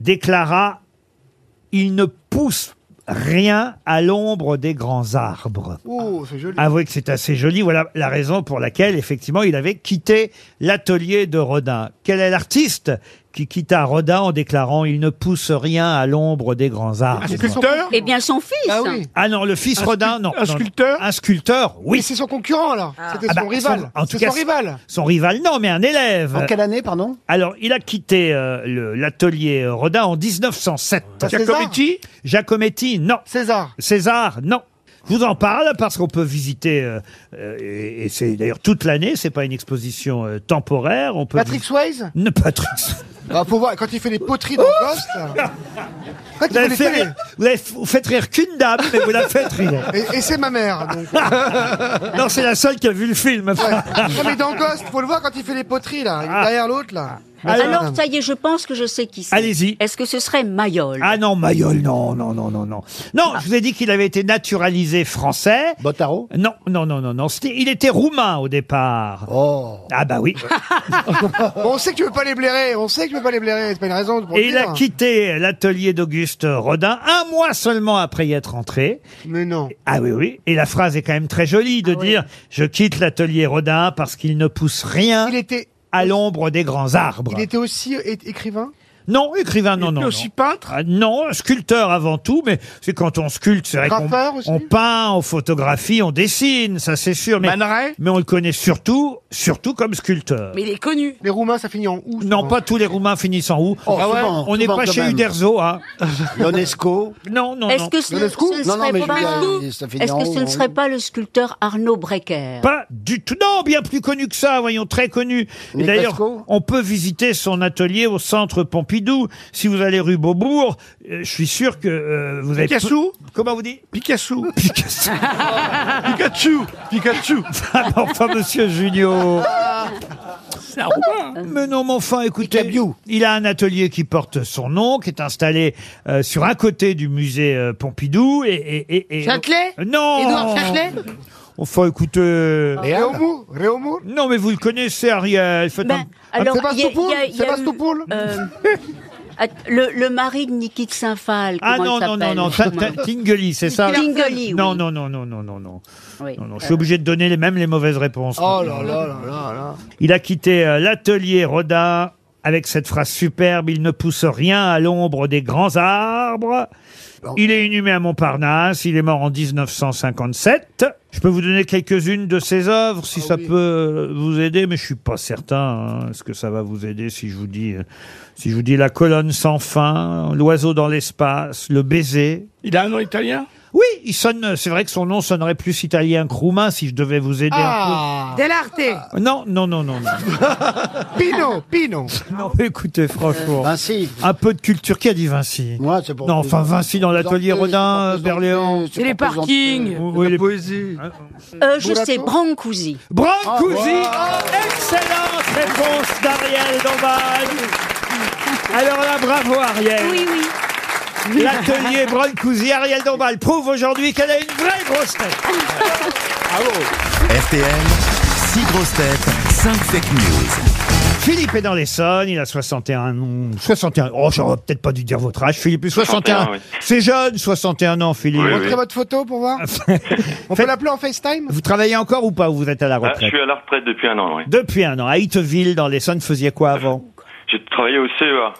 [SPEAKER 2] déclara « Il ne pousse rien à l'ombre des grands arbres ».
[SPEAKER 10] Oh, c'est joli.
[SPEAKER 2] Avouez que c'est assez joli. Voilà la raison pour laquelle, effectivement, il avait quitté l'atelier de Rodin. Quel est l'artiste qui quitta Rodin en déclarant Il ne pousse rien à l'ombre des grands arbres
[SPEAKER 6] Eh bien, son fils.
[SPEAKER 2] Ah non, le fils
[SPEAKER 6] Un
[SPEAKER 2] Rodin,
[SPEAKER 6] sculp-
[SPEAKER 2] non.
[SPEAKER 6] un
[SPEAKER 2] non. Un sculpteur, oui.
[SPEAKER 10] Mais c'est son concurrent, là. C'était
[SPEAKER 2] Ah
[SPEAKER 10] son
[SPEAKER 2] bah,
[SPEAKER 10] rival.
[SPEAKER 2] son- en tout
[SPEAKER 10] C'est
[SPEAKER 2] cas,
[SPEAKER 10] son rival.
[SPEAKER 2] Son rival, non, mais un élève.
[SPEAKER 7] En quelle année, pardon
[SPEAKER 2] Alors, il a quitté euh, le- l'atelier euh, Rodin en 1907.
[SPEAKER 10] Pas César Ah, Giacometti
[SPEAKER 2] Giacometti, non.
[SPEAKER 10] César
[SPEAKER 2] César, non. Je vous en parle parce qu'on peut visiter, euh, euh, et, et c'est d'ailleurs toute l'année, c'est pas une exposition euh, temporaire. On peut
[SPEAKER 10] Patrick
[SPEAKER 2] vis-
[SPEAKER 10] Swayze
[SPEAKER 2] Ne, Patrick Swayze.
[SPEAKER 10] Bah, faut voir, quand il fait les poteries dans Ghost. Quand il
[SPEAKER 2] Vous,
[SPEAKER 10] fait
[SPEAKER 2] avez
[SPEAKER 10] les
[SPEAKER 2] fait
[SPEAKER 10] télés.
[SPEAKER 2] rire- vous avez- vous faites rire qu'une dame, mais vous la faites rire.
[SPEAKER 10] Et, et c'est ma mère. Donc.
[SPEAKER 2] non, c'est la seule qui a vu le film.
[SPEAKER 10] Non, mais dans Ghost, faut le voir quand il fait les poteries, là.
[SPEAKER 2] Ah.
[SPEAKER 10] Il est derrière l'autre, là.
[SPEAKER 6] Alors, ça y est, je pense que je sais qui c'est.
[SPEAKER 2] Allez-y.
[SPEAKER 6] Est-ce que ce serait Mayol
[SPEAKER 2] Ah non, Mayol, non, non, non, non, non. Non, je vous ai dit qu'il avait été naturalisé français.
[SPEAKER 7] Botaro
[SPEAKER 2] Non, non, non, non, non. C'était- Il était roumain au départ.
[SPEAKER 7] Oh.
[SPEAKER 2] Ah bah oui.
[SPEAKER 10] Bon, on sait que tu veux pas les blairer. On sait que tu veux pas les blairer. C'est pas une raison pour le
[SPEAKER 2] Et il a
[SPEAKER 10] dire.
[SPEAKER 2] quitté l'atelier d'Auguste Rodin un mois seulement après y être entré.
[SPEAKER 10] Mais non. Ah
[SPEAKER 2] Ah oui, oui. Et la phrase est quand même très jolie de dire Je quitte l'atelier Rodin parce qu'il ne pousse rien
[SPEAKER 10] Il était,
[SPEAKER 2] à l'ombre des grands arbres.
[SPEAKER 10] il était aussi é- écrivain
[SPEAKER 2] Non, écrivain, non, non.
[SPEAKER 4] aussi
[SPEAKER 2] non. Ah, Non, sculpteur avant tout, mais c'est quand on sculpte, c'est vrai qu'on
[SPEAKER 10] Graffeur aussi
[SPEAKER 2] on peint, on photographie, on dessine, ça c'est sûr. Mais, mais on le connaît surtout, surtout comme sculpteur.
[SPEAKER 5] Mais il est connu.
[SPEAKER 10] Les Roumains, ça finit en où
[SPEAKER 2] Non, pas tous les Roumains finissent en ou.
[SPEAKER 7] Oh, Ah ouais souvent,
[SPEAKER 2] on n'est
[SPEAKER 7] souvent
[SPEAKER 2] pas
[SPEAKER 7] quand
[SPEAKER 2] chez
[SPEAKER 7] même.
[SPEAKER 2] Uderzo, hein.
[SPEAKER 7] L'UNESCO
[SPEAKER 2] Non, non,
[SPEAKER 6] Est-ce
[SPEAKER 2] non.
[SPEAKER 6] que ce,
[SPEAKER 7] Ionescu
[SPEAKER 6] ce ne
[SPEAKER 7] Non, non,
[SPEAKER 6] serait
[SPEAKER 7] mais je
[SPEAKER 6] pas,
[SPEAKER 7] veux dire, il- ça finit
[SPEAKER 6] est-ce
[SPEAKER 7] en
[SPEAKER 6] que ce
[SPEAKER 7] haut,
[SPEAKER 6] ne
[SPEAKER 7] en
[SPEAKER 6] serait
[SPEAKER 7] haut.
[SPEAKER 6] pas le sculpteur Arnaud Brecker
[SPEAKER 2] Pas du tout. Non, bien plus connu que ça, voyons, très connu. Et
[SPEAKER 7] Nicolas
[SPEAKER 2] d'ailleurs,
[SPEAKER 7] Caux
[SPEAKER 2] on peut visiter son atelier au centre Pompidou. Si vous allez rue Beaubourg, euh, je suis sûr que euh, vous avez...
[SPEAKER 4] Picasso
[SPEAKER 2] Comment vous dites
[SPEAKER 4] Picasso
[SPEAKER 2] Picasso
[SPEAKER 4] Pikachu Pikachu
[SPEAKER 2] Ah, mais enfin, monsieur Junio
[SPEAKER 4] C'est un roumain hein.
[SPEAKER 2] Mais non, mais enfin, écoutez, il a un atelier qui porte son nom, qui est installé euh, sur un côté du musée euh, Pompidou. Et, et, et, et-
[SPEAKER 5] Châtelet
[SPEAKER 2] Non
[SPEAKER 5] Édouard Châtelet
[SPEAKER 2] Enfin, écoutez... euh,
[SPEAKER 10] Réaumur Réaumur
[SPEAKER 2] Non, mais vous le connaissez, euh, Ariel. Faites
[SPEAKER 6] Ben,
[SPEAKER 2] un-
[SPEAKER 6] alors, il y a-
[SPEAKER 10] Sébastopol
[SPEAKER 6] il y a- il y a eu,
[SPEAKER 10] Sébastopol
[SPEAKER 6] euh, att- le, le mari de Nikit Saint-Phal.
[SPEAKER 2] Ah
[SPEAKER 6] comment il
[SPEAKER 2] non, non, non,
[SPEAKER 6] s'appelle,
[SPEAKER 2] non, Ta-
[SPEAKER 6] justement.
[SPEAKER 2] Ta- Tingeli, c'est ça
[SPEAKER 6] Tingeli, oui.
[SPEAKER 2] Non, non, non, non, non, non, non.
[SPEAKER 6] Oui.
[SPEAKER 2] Non, non, je suis obligé de donner les mêmes les mauvaises réponses.
[SPEAKER 10] Oh là là là là là.
[SPEAKER 2] Il a quitté euh, l'atelier Rodin avec cette phrase superbe, il ne pousse rien à l'ombre des grands arbre. Il est inhumé à Montparnasse. Il est mort en 1957. Je peux vous donner quelques-unes de ses œuvres si ça peut euh, vous aider, mais je suis pas certain. hein. Est-ce que ça va vous aider si je vous dis, euh, si je vous dis la colonne sans fin, l'oiseau dans l'espace, le baiser
[SPEAKER 4] Il a un nom italien
[SPEAKER 2] Oui, il sonne. C'est vrai que son nom sonnerait plus italien que roumain si je devais vous aider
[SPEAKER 4] Ah.
[SPEAKER 5] Ah.
[SPEAKER 2] un peu.
[SPEAKER 5] Delarte.
[SPEAKER 2] Non, non, non, non.
[SPEAKER 10] Pino, Pino.
[SPEAKER 2] Non, écoutez, franchement.
[SPEAKER 7] Vinci.
[SPEAKER 2] Un peu de culture. Qui a dit Vinci
[SPEAKER 7] Moi, c'est pour.
[SPEAKER 2] Non, enfin, Vinci dans l'atelier Rodin, Berléand.
[SPEAKER 7] c'est les pour parkings.
[SPEAKER 2] Oui, oui, les Ah,
[SPEAKER 12] poésie.
[SPEAKER 6] Euh, je sais, Brancusi. Ah,
[SPEAKER 2] Brancusi oh, Excellente réponse d'Ariel Dombal. Alors là, bravo Ariel.
[SPEAKER 6] Oui, oui.
[SPEAKER 2] L'atelier Brancusi, Ariel Dombal prouve aujourd'hui qu'elle a une vraie grosse tête.
[SPEAKER 1] RTL, 6 grosses têtes, 5 fake news.
[SPEAKER 2] Philippe est dans l'Essonne, il a 61 ans. 61, oh, j'aurais peut-être pas dû dire votre âge, Philippe. 61,
[SPEAKER 10] 61, oui.
[SPEAKER 2] c'est jeune, 61 ans, Philippe.
[SPEAKER 10] Montrez votre photo pour voir. On peut l'appeler en FaceTime
[SPEAKER 2] Vous travaillez encore ou pas ou Vous êtes à la
[SPEAKER 15] Ah, je
[SPEAKER 2] retraite
[SPEAKER 15] suis à la retraite depuis un an, oui.
[SPEAKER 2] Depuis un an, à Itteville, dans l'Essonne, vous faisiez quoi avant
[SPEAKER 15] J'ai travaillé au CEA,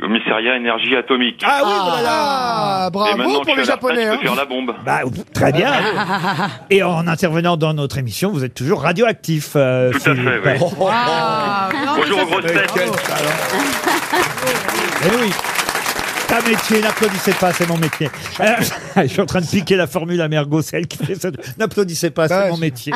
[SPEAKER 15] commissariat énergie atomique.
[SPEAKER 2] Ah oui,
[SPEAKER 10] Ah,
[SPEAKER 15] Et
[SPEAKER 10] bravo
[SPEAKER 15] maintenant
[SPEAKER 10] pour
[SPEAKER 15] que
[SPEAKER 10] les
[SPEAKER 15] je suis à la retraite,
[SPEAKER 10] Japonais.
[SPEAKER 15] Je peux faire
[SPEAKER 10] hein.
[SPEAKER 15] la bombe.
[SPEAKER 2] Bah, Très bien. Et en intervenant dans notre émission, vous êtes toujours radioactif. euh,
[SPEAKER 15] Tout à
[SPEAKER 2] Philippe.
[SPEAKER 15] fait, oui. Oh,
[SPEAKER 10] Ah.
[SPEAKER 15] Ah, Bonjour aux grosses têtes.
[SPEAKER 2] Eh oui. Ta métier, n'applaudissez pas, c'est mon métier. Euh, je suis en train de piquer la formule à Mergo, c'est elle qui fait ça. N'applaudissez pas, c'est mon métier.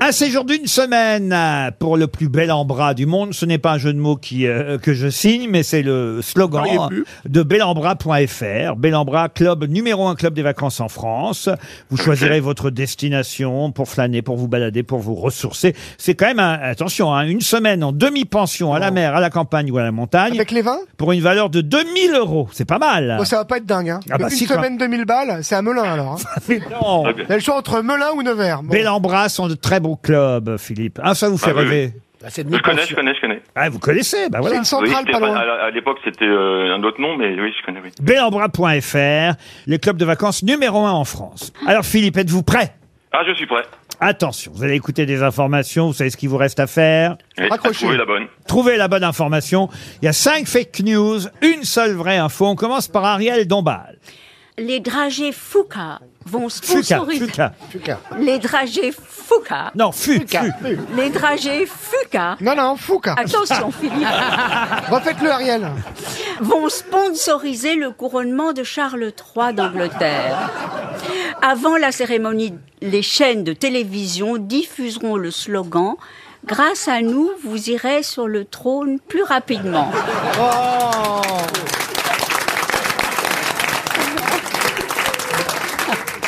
[SPEAKER 2] Un séjour d'une semaine euh, pour le plus bel embras du monde. Ce n'est pas un jeu de mots qui, euh, que je signe, mais c'est le slogan
[SPEAKER 4] Auriez pu.
[SPEAKER 2] de belambra.fr. Belambra, club numéro un club des vacances en France. Vous choisirez votre destination pour flâner, pour vous balader, pour vous ressourcer. C'est quand même, un- attention, hein, une semaine en demi-pension à la mer, à la campagne ou à la montagne.
[SPEAKER 10] Avec les vins
[SPEAKER 2] Pour une valeur de 2000 euros. C'est pas mal.
[SPEAKER 10] Bon, ça va pas être dingue. Hein.
[SPEAKER 2] Ah bah
[SPEAKER 10] Une
[SPEAKER 2] si, quand-
[SPEAKER 10] semaine, 2000 balles, c'est à Melun alors. hein.
[SPEAKER 2] Non.
[SPEAKER 10] Il y a le choix entre Melun ou Nevers. Bon.
[SPEAKER 2] Belambra Oh, sont de très bons clubs, Philippe. Ah, ça vous fait
[SPEAKER 15] Ah oui,
[SPEAKER 2] rêver.
[SPEAKER 10] Bah,
[SPEAKER 15] Je connais, je connais, je connais.
[SPEAKER 2] Ah, vous connaissez, bah voilà.
[SPEAKER 15] Oui, c'était pas- à la- à l'époque, c'était euh, un autre nom, mais oui, je connais, oui.
[SPEAKER 2] Belambra.fr, le club de vacances numéro un en France. Alors Philippe, êtes-vous prêt
[SPEAKER 15] Ah, je suis prêt.
[SPEAKER 2] Attention, vous allez écouter des informations, vous savez ce qu'il vous reste à faire.
[SPEAKER 15] Oui, à trouver la bonne.
[SPEAKER 2] Trouvez la bonne information. Il y a cinq fake news, une seule vraie info. On commence par Ariel Dombal.
[SPEAKER 6] Les dragées Fouca vont
[SPEAKER 2] Fuka,
[SPEAKER 6] sponsoriser.
[SPEAKER 2] Fuka.
[SPEAKER 6] Les dragées Fouca.
[SPEAKER 2] Non, fu, fu.
[SPEAKER 6] Les dragées Fuca.
[SPEAKER 10] Non, non, Fouca.
[SPEAKER 6] Attention, Philippe.
[SPEAKER 10] Refaites-le, Ariel.
[SPEAKER 6] vont sponsoriser le couronnement de Charles III d'Angleterre. Avant la cérémonie, les chaînes de télévision diffuseront le slogan Grâce à nous, vous irez sur le trône plus rapidement.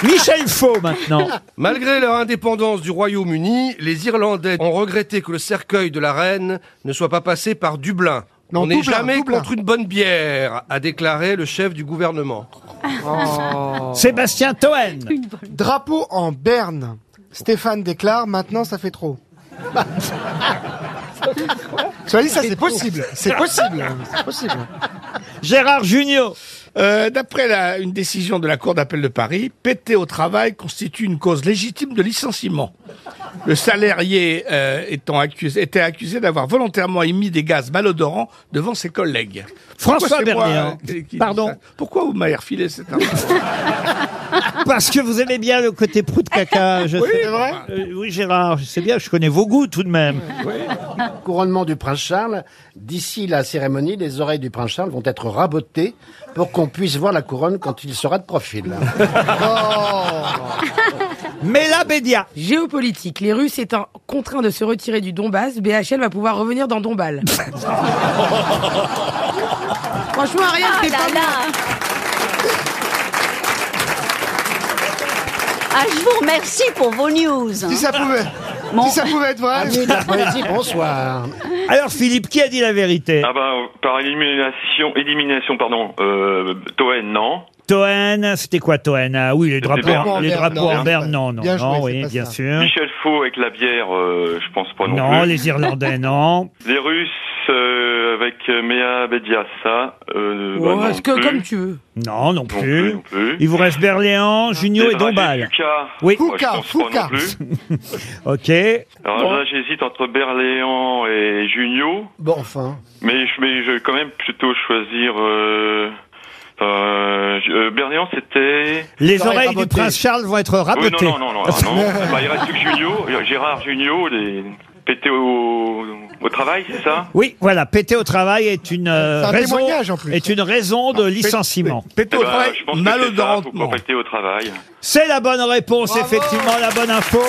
[SPEAKER 2] Michel Faux maintenant.
[SPEAKER 12] Malgré leur indépendance du Royaume-Uni, les Irlandais ont regretté que le cercueil de la reine ne soit pas passé par Dublin.
[SPEAKER 10] Non,
[SPEAKER 12] On n'est
[SPEAKER 10] Dublin,
[SPEAKER 12] jamais
[SPEAKER 10] Dublin.
[SPEAKER 12] contre une bonne bière, a déclaré le chef du gouvernement.
[SPEAKER 2] Sébastien Toen.
[SPEAKER 10] Oh. Drapeau en berne. Stéphane déclare maintenant ça fait trop. Soyez ça c'est possible, c'est possible, c'est possible.
[SPEAKER 2] Gérard Junior.
[SPEAKER 4] Euh, D'après la- une décision de la Cour d'appel de Paris, péter au travail constitue une cause légitime de licenciement. Le salarié euh, étant accusé, était accusé d'avoir volontairement émis des gaz malodorants devant ses collègues.
[SPEAKER 2] François
[SPEAKER 4] Pourquoi c'est moi,
[SPEAKER 10] hein.
[SPEAKER 2] Bernier.
[SPEAKER 4] euh, qui- qui
[SPEAKER 2] Pardon.
[SPEAKER 4] dis ça Pourquoi vous m'avez refilé cette info
[SPEAKER 2] Parce que vous aimez bien le côté prout de caca. Je
[SPEAKER 4] Oui,
[SPEAKER 2] sais.
[SPEAKER 4] c'est vrai.
[SPEAKER 2] Euh, oui, Gérard, je sais bien, je connais vos goûts tout de même.
[SPEAKER 7] Couronnement du prince Charles. D'ici la cérémonie, les oreilles du prince Charles vont être rabotées pour qu'on puisse voir la couronne quand il sera de profil.
[SPEAKER 2] Mais la Bédia.
[SPEAKER 5] Géopolitique. Les Russes étant contraints de se retirer du Donbass, BHL va pouvoir revenir dans Dombal. Franchement, Ariel,
[SPEAKER 6] Ah
[SPEAKER 5] t'es
[SPEAKER 6] là
[SPEAKER 5] pas
[SPEAKER 6] là. Ah, je vous remercie pour vos news. hein.
[SPEAKER 10] Si ça pouvait,
[SPEAKER 6] Bon.
[SPEAKER 10] si ça pouvait être
[SPEAKER 6] Ah,
[SPEAKER 10] vrai.
[SPEAKER 7] oui, la poésie, bonsoir.
[SPEAKER 2] Alors Philippe, qui a dit la vérité
[SPEAKER 15] Ah bah, euh, par élimination, élimination, pardon, euh, Toen, non.
[SPEAKER 2] Toen, c'était quoi Toen Ah oui, les drapeaux,
[SPEAKER 15] Berne.
[SPEAKER 2] les drapeaux
[SPEAKER 10] Berne,
[SPEAKER 2] en
[SPEAKER 10] non.
[SPEAKER 2] berne, non, non,
[SPEAKER 10] Bien joué,
[SPEAKER 2] non,
[SPEAKER 10] c'est
[SPEAKER 2] oui,
[SPEAKER 10] pas
[SPEAKER 2] bien
[SPEAKER 10] ça.
[SPEAKER 2] sûr.
[SPEAKER 15] Michel Faux avec la bière, euh, je pense pas non,
[SPEAKER 2] Non,
[SPEAKER 15] plus.
[SPEAKER 2] les Irlandais, non.
[SPEAKER 15] Les Russes euh, avec euh, Mea Bedia, ça. Euh, bah,
[SPEAKER 5] Oh,
[SPEAKER 15] non
[SPEAKER 5] est-ce que
[SPEAKER 15] plus.
[SPEAKER 5] comme tu veux.
[SPEAKER 2] Non, non
[SPEAKER 15] Non plus,
[SPEAKER 2] plus.
[SPEAKER 15] non plus.
[SPEAKER 2] Il vous reste Berléand, Junio
[SPEAKER 15] Les
[SPEAKER 2] et Dombal.
[SPEAKER 15] dragées Fuka.
[SPEAKER 2] Oui.
[SPEAKER 15] Moi, je
[SPEAKER 10] Fuka,
[SPEAKER 15] pense pas
[SPEAKER 10] Fuka.
[SPEAKER 15] non plus.
[SPEAKER 2] Ok.
[SPEAKER 15] Alors là, j'hésite entre Berléand et Junio,
[SPEAKER 7] Bon, enfin.
[SPEAKER 15] mais je, mais je vais quand même plutôt choisir. Euh, enfin, je- euh, Berléand, c'était.
[SPEAKER 2] Les oreilles, du prince Charles vont être
[SPEAKER 15] Oui,
[SPEAKER 2] rabotées.
[SPEAKER 15] non, non, non, non, ah, non. Bah, il reste que Junio, Gérard Junio, les pété au, au travail, c'est ça
[SPEAKER 2] Oui, voilà, péter au travail est une euh,
[SPEAKER 15] C'est un
[SPEAKER 2] raison
[SPEAKER 15] témoignage, en plus. Ah,
[SPEAKER 2] est une raison de licenciement.
[SPEAKER 15] Eh ben, je pense que c'est ça, faut pas péter au travail.
[SPEAKER 2] C'est la bonne réponse, effectivement, la bonne info.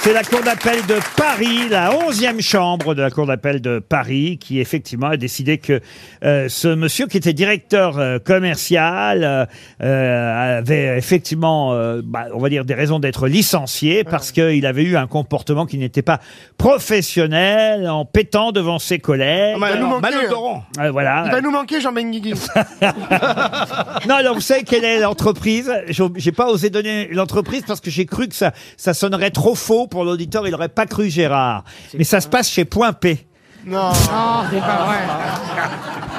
[SPEAKER 2] C'est la Cour d'appel de Paris, la 11e chambre de la Cour d'appel de Paris, qui effectivement a décidé que euh, ce monsieur qui était directeur euh, commercial euh, euh, avait effectivement, euh, bah, on va dire, des raisons d'être licencié parce qu'il avait eu un comportement qui n'était pas professionnel en pétant devant ses collègues.
[SPEAKER 3] Il va nous manquer.
[SPEAKER 2] Euh, voilà.
[SPEAKER 10] Bah,
[SPEAKER 3] Il va nous manquer, Jean Benguigui.
[SPEAKER 2] Non, alors vous savez quelle est l'entreprise J'ai j'ai pas osé donner l'entreprise parce que j'ai cru que ça, ça sonnerait trop faux pour l'auditeur. Il aurait pas cru Gérard. Mais ça se passe chez Point P.
[SPEAKER 3] non. Non, c'est pas vrai.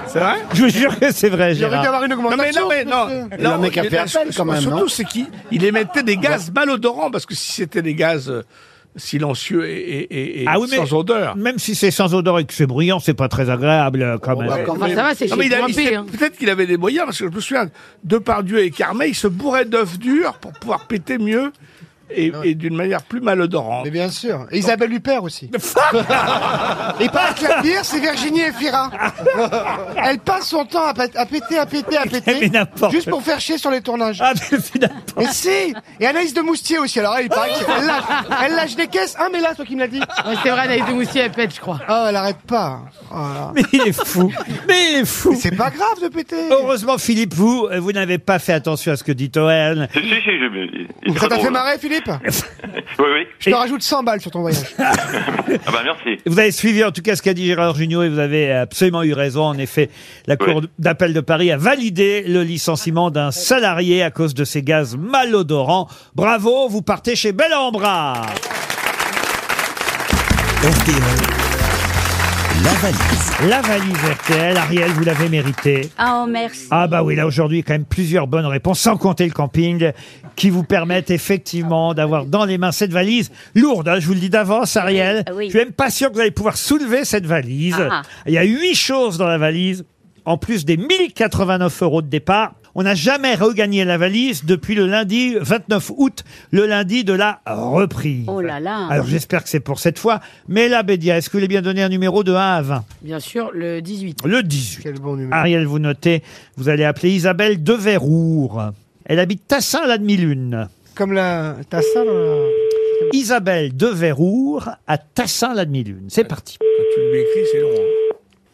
[SPEAKER 4] C'est vrai
[SPEAKER 2] Je vous jure que c'est vrai,
[SPEAKER 4] Il aurait dû
[SPEAKER 2] Gérard.
[SPEAKER 4] avoir une augmentation. Non, mais non, mais non.
[SPEAKER 7] Il y a un mec à
[SPEAKER 4] mais
[SPEAKER 7] faire,
[SPEAKER 4] la-
[SPEAKER 7] quand même,
[SPEAKER 4] Surtout,
[SPEAKER 7] non
[SPEAKER 4] c'est qu'il il émettait des gaz malodorants, parce que si c'était des gaz euh, silencieux et, et- et- et
[SPEAKER 2] Ah oui, mais
[SPEAKER 4] sans odeur.
[SPEAKER 2] Même si c'est sans odeur et que c'est bruyant, c'est pas très agréable euh, quand même.
[SPEAKER 4] Non, mais il a- il s'est- Peut-être qu'il avait des moyens, parce que je me souviens, Depardieu et Carmé, ils se bourraient d'œufs durs pour pouvoir péter mieux et, et d'une manière plus malodorante. Mais
[SPEAKER 10] bien sûr. Et Isabelle Huppert aussi. Et pas que la pire, c'est Virginie Efira. Elle passe son temps à, pét- à péter, à péter, à péter.
[SPEAKER 2] n'importe.
[SPEAKER 10] juste pour faire chier sur les tournages.
[SPEAKER 2] Ah, mais c'est n'importe.
[SPEAKER 10] Mais si Et Anaïs de Moustier aussi. Alors elle, il paraît qu'elle lâche, elle lâche des caisses. Ah, mais là, toi qui me l'as dit.
[SPEAKER 5] c'est vrai, Anaïs de Moustier, elle pète, je crois.
[SPEAKER 10] Oh, elle arrête pas. Oh là là.
[SPEAKER 2] Mais il est fou. Mais il est fou.
[SPEAKER 10] C'est pas grave de péter.
[SPEAKER 2] Heureusement, Philippe, vous, euh, vous n'avez pas fait attention à ce que dit Toen.
[SPEAKER 15] Si, si, si, je- il- il est
[SPEAKER 10] Ça
[SPEAKER 15] très
[SPEAKER 10] t'a fait
[SPEAKER 15] drôle.
[SPEAKER 10] marrer, Philippe
[SPEAKER 15] Oui, oui.
[SPEAKER 10] Je te rajoute 100 balles sur ton voyage.
[SPEAKER 15] Ah bah merci.
[SPEAKER 2] Vous avez suivi en tout cas ce qu'a dit Gérard Junior et vous avez absolument eu raison. En effet, la Cour d'appel de Paris a validé le licenciement d'un salarié à cause de ces gaz malodorants. Bravo, vous partez chez Bellambra.
[SPEAKER 1] La valise.
[SPEAKER 2] La valise RTL, Ariel, vous l'avez mérité.
[SPEAKER 6] Ah, oh, merci.
[SPEAKER 2] Ah bah oui, là aujourd'hui quand même plusieurs bonnes réponses, sans compter le camping, qui vous permettent effectivement d'avoir dans les mains cette valise lourde, hein, je vous le dis d'avance Ariel.
[SPEAKER 6] Ah Oui, oui.
[SPEAKER 2] Je suis même pas sûr que vous allez pouvoir soulever cette valise.
[SPEAKER 6] Ah.
[SPEAKER 2] Il y a huit choses dans la valise, en plus des 1089 euros de départ. On n'a jamais regagné la valise depuis le lundi 29 août, le lundi de la reprise.
[SPEAKER 6] Oh là là.
[SPEAKER 2] Alors j'espère que c'est pour cette fois. Mais là, Bédia, est-ce que vous voulez bien donner un numéro de 1 à 20
[SPEAKER 5] Bien sûr, le 18.
[SPEAKER 2] Le 18.
[SPEAKER 10] Quel bon numéro.
[SPEAKER 2] Ariel, vous notez, vous allez appeler Isabelle Deverrour. Elle habite Tassin, la demi-lune.
[SPEAKER 10] Comme la. T'as ça dans la-
[SPEAKER 2] Isabelle Deverrour à Tassin, la demi-lune. C'est parti.
[SPEAKER 4] Tu l'écris, c'est long.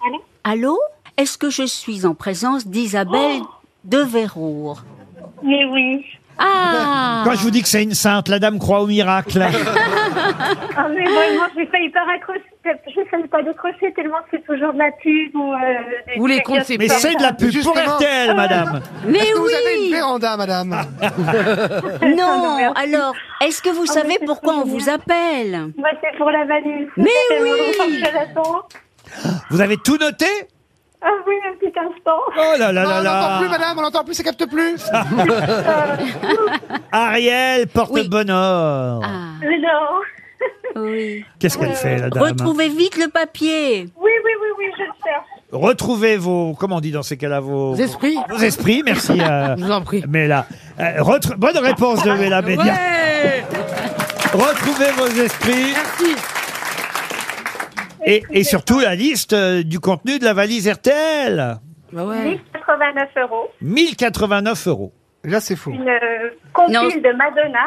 [SPEAKER 4] hein.
[SPEAKER 6] Allô Est-ce que je suis en présence d'Isabelle
[SPEAKER 16] Oh.
[SPEAKER 6] de Vérour Mais oui. Ah
[SPEAKER 2] Quand je vous dis que c'est une sainte, la dame croit au miracle.
[SPEAKER 16] Ah, mais vraiment, j'ai failli pas raccrocher, j'ai failli pas décrocher tellement c'est toujours de la pub ou. euh, des-
[SPEAKER 5] Vous les
[SPEAKER 16] des-
[SPEAKER 5] comptez
[SPEAKER 2] Mais
[SPEAKER 5] pas.
[SPEAKER 2] c'est de la pub pour
[SPEAKER 10] Justement.
[SPEAKER 2] RTL, madame.
[SPEAKER 6] Mais
[SPEAKER 10] Est-ce que
[SPEAKER 6] oui.
[SPEAKER 10] vous avez une véranda, madame
[SPEAKER 6] Non Alors, est-ce que
[SPEAKER 16] Oh,
[SPEAKER 6] vous savez pourquoi on vous appelle
[SPEAKER 16] Moi, Bah, c'est pour la valise.
[SPEAKER 6] Mais
[SPEAKER 16] Ça fait
[SPEAKER 6] oui.
[SPEAKER 16] longtemps que je l'attends.
[SPEAKER 2] Vous avez tout noté
[SPEAKER 16] Ah oui, un petit instant.
[SPEAKER 2] Oh là là là Ah.
[SPEAKER 10] Non, on n'entend plus,
[SPEAKER 2] là.
[SPEAKER 10] madame, on n'entend plus, ça capte plus.
[SPEAKER 2] Ariel, porte-bonheur.
[SPEAKER 5] Ah.
[SPEAKER 16] Mais non.
[SPEAKER 10] Ah
[SPEAKER 6] Oui.
[SPEAKER 2] Qu'est-ce qu'elle fait, la dame
[SPEAKER 6] Retrouvez vite le papier.
[SPEAKER 16] Oui, oui, oui, oui, je le cherche.
[SPEAKER 2] Retrouvez vos, comment on dit dans ces cas-là, vos,
[SPEAKER 5] Vos esprits.
[SPEAKER 2] Vos esprits, merci. euh,
[SPEAKER 5] Je vous en prie. Ah.
[SPEAKER 2] Mais là, euh, retr- bonne réponse de Béla Bédia.
[SPEAKER 5] Ouais
[SPEAKER 2] Retrouvez vos esprits. Et, et surtout la liste euh, du contenu de la valise RTL.
[SPEAKER 10] Bah
[SPEAKER 16] 1089 euros.
[SPEAKER 2] 1089 euros.
[SPEAKER 10] Là, c'est faux.
[SPEAKER 16] Une euh, compile de Madonna.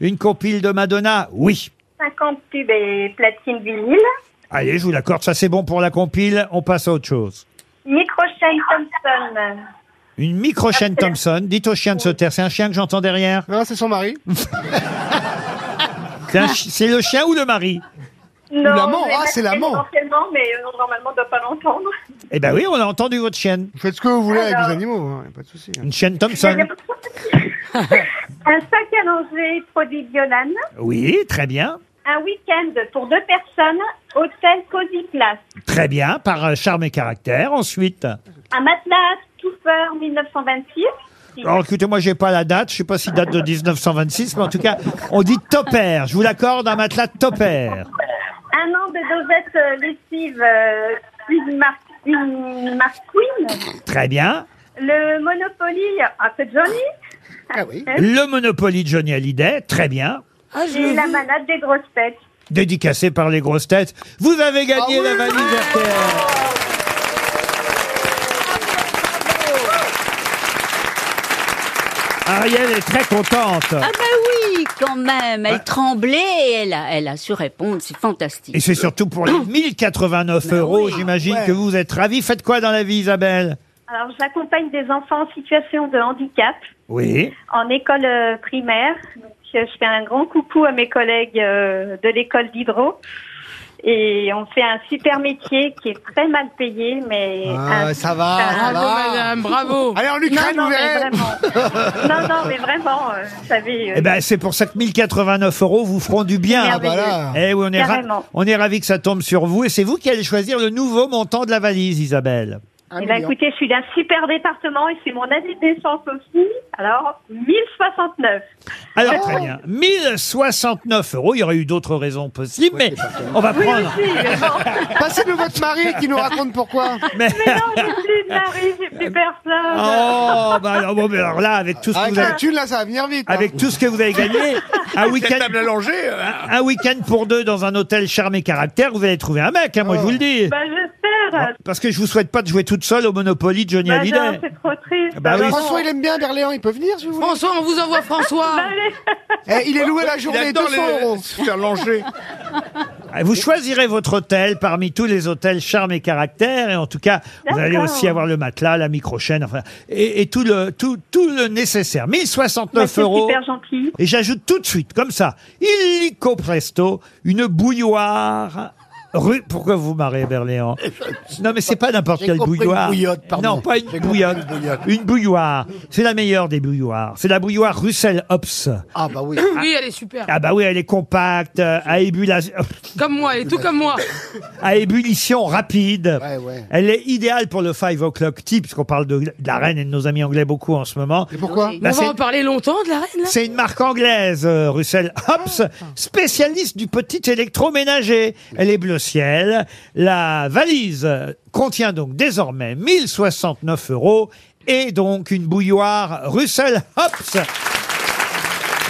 [SPEAKER 2] Une compile de Madonna, oui.
[SPEAKER 16] 50 tubes et platine vinyle.
[SPEAKER 2] Allez, je vous l'accorde, ça c'est bon pour la compile, on passe à autre chose.
[SPEAKER 16] Microchaîne Thompson.
[SPEAKER 2] Une micro-chaîne Thompson, dites au chien de se taire, c'est un chien que j'entends derrière
[SPEAKER 10] Non, c'est son mari.
[SPEAKER 2] C'est un chi- C'est le chien ou le mari
[SPEAKER 16] Non,
[SPEAKER 10] l'amant,
[SPEAKER 16] je l'ai
[SPEAKER 10] ah,
[SPEAKER 16] pas
[SPEAKER 10] c'est
[SPEAKER 16] fait
[SPEAKER 10] l'amant.
[SPEAKER 16] essentiellement, mais euh, normalement, on ne doit pas l'entendre.
[SPEAKER 2] Eh ben oui, on a entendu votre chienne.
[SPEAKER 10] Faites ce que vous voulez avec vos animaux, hein, y a pas de souci.
[SPEAKER 2] Une chaîne Thompson.
[SPEAKER 16] Un sac à langer produit Biolan.
[SPEAKER 2] Oui, très bien.
[SPEAKER 16] Un week-end pour deux personnes, hôtel Cozy Place.
[SPEAKER 2] Très bien, par euh, charme et caractère. Ensuite,
[SPEAKER 16] Un matelas Twofer 1926.
[SPEAKER 2] alors écoutez-moi, j'ai pas la date, je sais pas si date de 1926, mais en tout cas, on dit topper. Je vous l'accorde, un matelas topper.
[SPEAKER 16] Un an de dosette euh, lessive euh, Queen Mark Queen. Mark Queen.
[SPEAKER 2] Très bien.
[SPEAKER 16] Le Monopoly, ah, c'est Johnny Ah
[SPEAKER 7] oui.
[SPEAKER 2] Le Monopoly de Johnny Hallyday, très bien.
[SPEAKER 16] Et la manade des grosses têtes.
[SPEAKER 2] Dédicacé par les grosses têtes. Vous avez gagné la valise RTL. Ariel est très contente.
[SPEAKER 6] Ah ben oui, quand même. Elle tremblait et elle a, elle a su répondre. C'est fantastique.
[SPEAKER 2] Et c'est surtout pour les 1089 euros, j'imagine
[SPEAKER 16] Ouais.
[SPEAKER 2] que vous êtes ravis. Faites quoi dans la vie, Isabelle
[SPEAKER 16] Alors, j'accompagne des enfants en situation de handicap
[SPEAKER 2] Oui.
[SPEAKER 16] en école euh, primaire. Donc, euh, je fais un grand coucou à mes collègues euh, de l'école d'Hydro. Et on fait un super métier qui est très mal payé, mais... un- un-
[SPEAKER 3] Allez, en Ukraine,
[SPEAKER 16] Non, non,
[SPEAKER 3] vous
[SPEAKER 16] mais
[SPEAKER 3] verrez.
[SPEAKER 16] vraiment. non, non, mais vraiment, euh, vous savez... euh,
[SPEAKER 2] Eh ben, c'est pour ça que 1089 euros vous feront du bien.
[SPEAKER 16] Ah, voilà.
[SPEAKER 2] Eh oui, on est, ra-
[SPEAKER 16] Carrément.
[SPEAKER 2] on est ravis que ça tombe sur vous. Et c'est vous qui allez choisir le nouveau montant de la valise, Isabelle.
[SPEAKER 16] Eh ben, écoutez, je suis d'un super département et c'est mon année de naissance aussi. Alors, 1069.
[SPEAKER 2] Alors, très bien. 1069 euros. Il y aurait eu d'autres raisons possibles, mais on va
[SPEAKER 3] Oui,
[SPEAKER 2] prendre.
[SPEAKER 16] aussi, mais
[SPEAKER 3] Passez-nous votre mari qui nous raconte pourquoi.
[SPEAKER 2] Mais- Mais non,
[SPEAKER 16] j'ai plus de mari, j'ai plus personne.
[SPEAKER 2] Oh, bah alors, bon, mais alors là, avec tout ce que
[SPEAKER 3] Avec
[SPEAKER 2] vous
[SPEAKER 3] la
[SPEAKER 2] avez...
[SPEAKER 3] thune, là, ça va venir vite. hein.
[SPEAKER 2] Avec tout ce que vous avez gagné, un
[SPEAKER 3] Cette
[SPEAKER 2] week-end
[SPEAKER 3] table
[SPEAKER 4] euh, hein.
[SPEAKER 3] hein.
[SPEAKER 2] un- un week-end pour deux dans un hôtel charme et caractère, vous allez trouver un mec, hein, moi je vous le dis.
[SPEAKER 16] Bah, j'espère.
[SPEAKER 2] Parce que je vous souhaite pas de jouer toute seule au Monopoly de Johnny
[SPEAKER 16] Bah, non,
[SPEAKER 2] Hallyday.
[SPEAKER 16] c'est trop triste.
[SPEAKER 2] Bah oui.
[SPEAKER 3] François, il aime bien Berléand, il peut venir, si vous voulez.
[SPEAKER 5] François, on vous envoie François.
[SPEAKER 16] Bah, allez.
[SPEAKER 3] Eh, il est loué la
[SPEAKER 4] Il
[SPEAKER 3] journée,
[SPEAKER 4] adore
[SPEAKER 3] 200
[SPEAKER 4] les-
[SPEAKER 3] euros.
[SPEAKER 4] se faire langer.
[SPEAKER 2] Ah, Vous choisirez votre hôtel parmi tous les hôtels charme et caractère, et en tout cas, vous allez
[SPEAKER 16] D'accord.
[SPEAKER 2] aussi avoir le matelas, la micro-chaîne, enfin, et, et tout le tout tout le nécessaire.
[SPEAKER 16] Bah,
[SPEAKER 2] 1069
[SPEAKER 16] c'est
[SPEAKER 2] euros.
[SPEAKER 16] super gentil.
[SPEAKER 2] Et j'ajoute tout de suite, comme ça, illico presto, une bouilloire. Rue, pourquoi vous marrez, Berléand Non, mais c'est pas n'importe
[SPEAKER 7] J'ai
[SPEAKER 2] quelle
[SPEAKER 7] compris une
[SPEAKER 2] bouilloire.
[SPEAKER 7] bouillotte, pardon.
[SPEAKER 2] Non, pas une
[SPEAKER 7] J'ai compris
[SPEAKER 2] bouillotte.
[SPEAKER 7] une bouillotte.
[SPEAKER 2] Une bouilloire. C'est la meilleure des bouilloires. C'est la bouilloire Russell Hobbs.
[SPEAKER 7] Ah bah oui.
[SPEAKER 5] Mmh, Oui, elle est super.
[SPEAKER 2] Ah bah oui, elle est compacte, euh, à ébullition,
[SPEAKER 5] Comme moi, elle est tout comme moi. Euh,
[SPEAKER 2] à ébullition rapide.
[SPEAKER 7] Ouais, ouais.
[SPEAKER 2] Elle est idéale pour le 5 o'clock type, puisqu'on parle de, de la reine et de nos amis anglais beaucoup en ce moment. Et
[SPEAKER 3] pourquoi
[SPEAKER 5] On va en parler longtemps de la reine, là Ah.
[SPEAKER 2] c'est une marque anglaise, euh, Russell Hobbs, spécialiste du petit électroménager. Elle est bleu ciel. La valise euh, contient donc désormais 1069 euros et donc une bouilloire Russell Hobbs.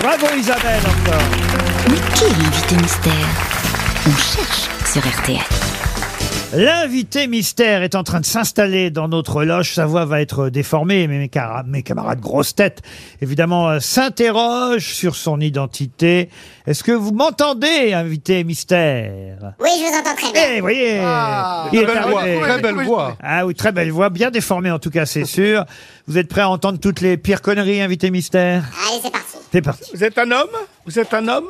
[SPEAKER 2] Bravo Isabelle encore.
[SPEAKER 11] Mais qui est l'invité mystère On cherche sur RTL.
[SPEAKER 2] L'invité mystère est en train de s'installer dans notre loge. Sa voix va être déformée, mais mes, cara- mes camarades grosses têtes, évidemment, euh, s'interrogent sur son identité. Est-ce que vous m'entendez, invité mystère
[SPEAKER 8] Oui, je vous entends très bien.
[SPEAKER 2] Eh, vous voyez
[SPEAKER 12] Ah, Très
[SPEAKER 2] bah,
[SPEAKER 12] belle voix, très belle voix.
[SPEAKER 2] Ah oui, très belle voix, bien déformée en tout cas, c'est sûr. Vous êtes prêts à entendre toutes les pires conneries, invité mystère
[SPEAKER 8] Allez, c'est parti.
[SPEAKER 2] C'est parti.
[SPEAKER 4] Vous êtes un homme Vous êtes un homme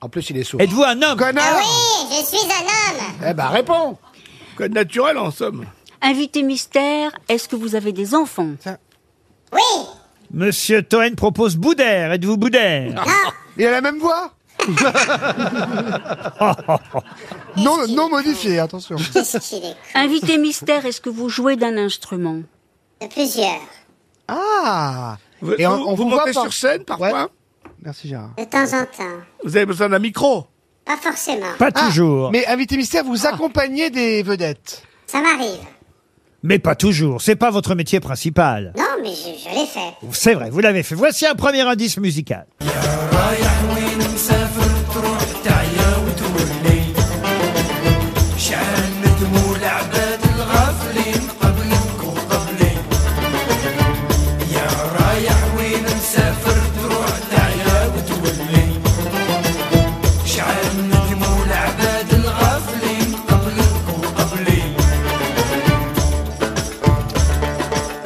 [SPEAKER 7] En plus, il est sourd.
[SPEAKER 2] Êtes-vous un homme
[SPEAKER 8] Ah oui, je suis un homme.
[SPEAKER 7] Eh ben, réponds.
[SPEAKER 4] Code naturel, en somme.
[SPEAKER 6] Invité mystère, est-ce que vous avez des enfants
[SPEAKER 8] Oui.
[SPEAKER 2] Monsieur Toen propose Boudère. Êtes-vous Boudère
[SPEAKER 3] Il a la même voix Non, non modifié, attention.
[SPEAKER 8] Qu'est-ce qu'il est
[SPEAKER 6] Invité mystère, est-ce que vous jouez d'un instrument
[SPEAKER 8] De plusieurs.
[SPEAKER 3] Ah
[SPEAKER 4] Vous,
[SPEAKER 3] Et on-
[SPEAKER 4] vous-
[SPEAKER 3] on
[SPEAKER 4] vous
[SPEAKER 3] vous voit
[SPEAKER 4] montez
[SPEAKER 3] pas.
[SPEAKER 4] sur scène parfois
[SPEAKER 3] Merci Gérard.
[SPEAKER 8] De temps en temps.
[SPEAKER 4] Vous avez besoin d'un micro
[SPEAKER 8] Pas forcément. Ah.
[SPEAKER 2] Pas toujours. mais...
[SPEAKER 3] Ah, Mais invité mystère, vous accompagnez des vedettes.
[SPEAKER 8] Ça m'arrive.
[SPEAKER 2] pas toujours. C'est pas votre métier principal.
[SPEAKER 8] Non, mais je, je l'ai fait.
[SPEAKER 2] C'est vrai, vous l'avez fait. Voici un premier indice musical.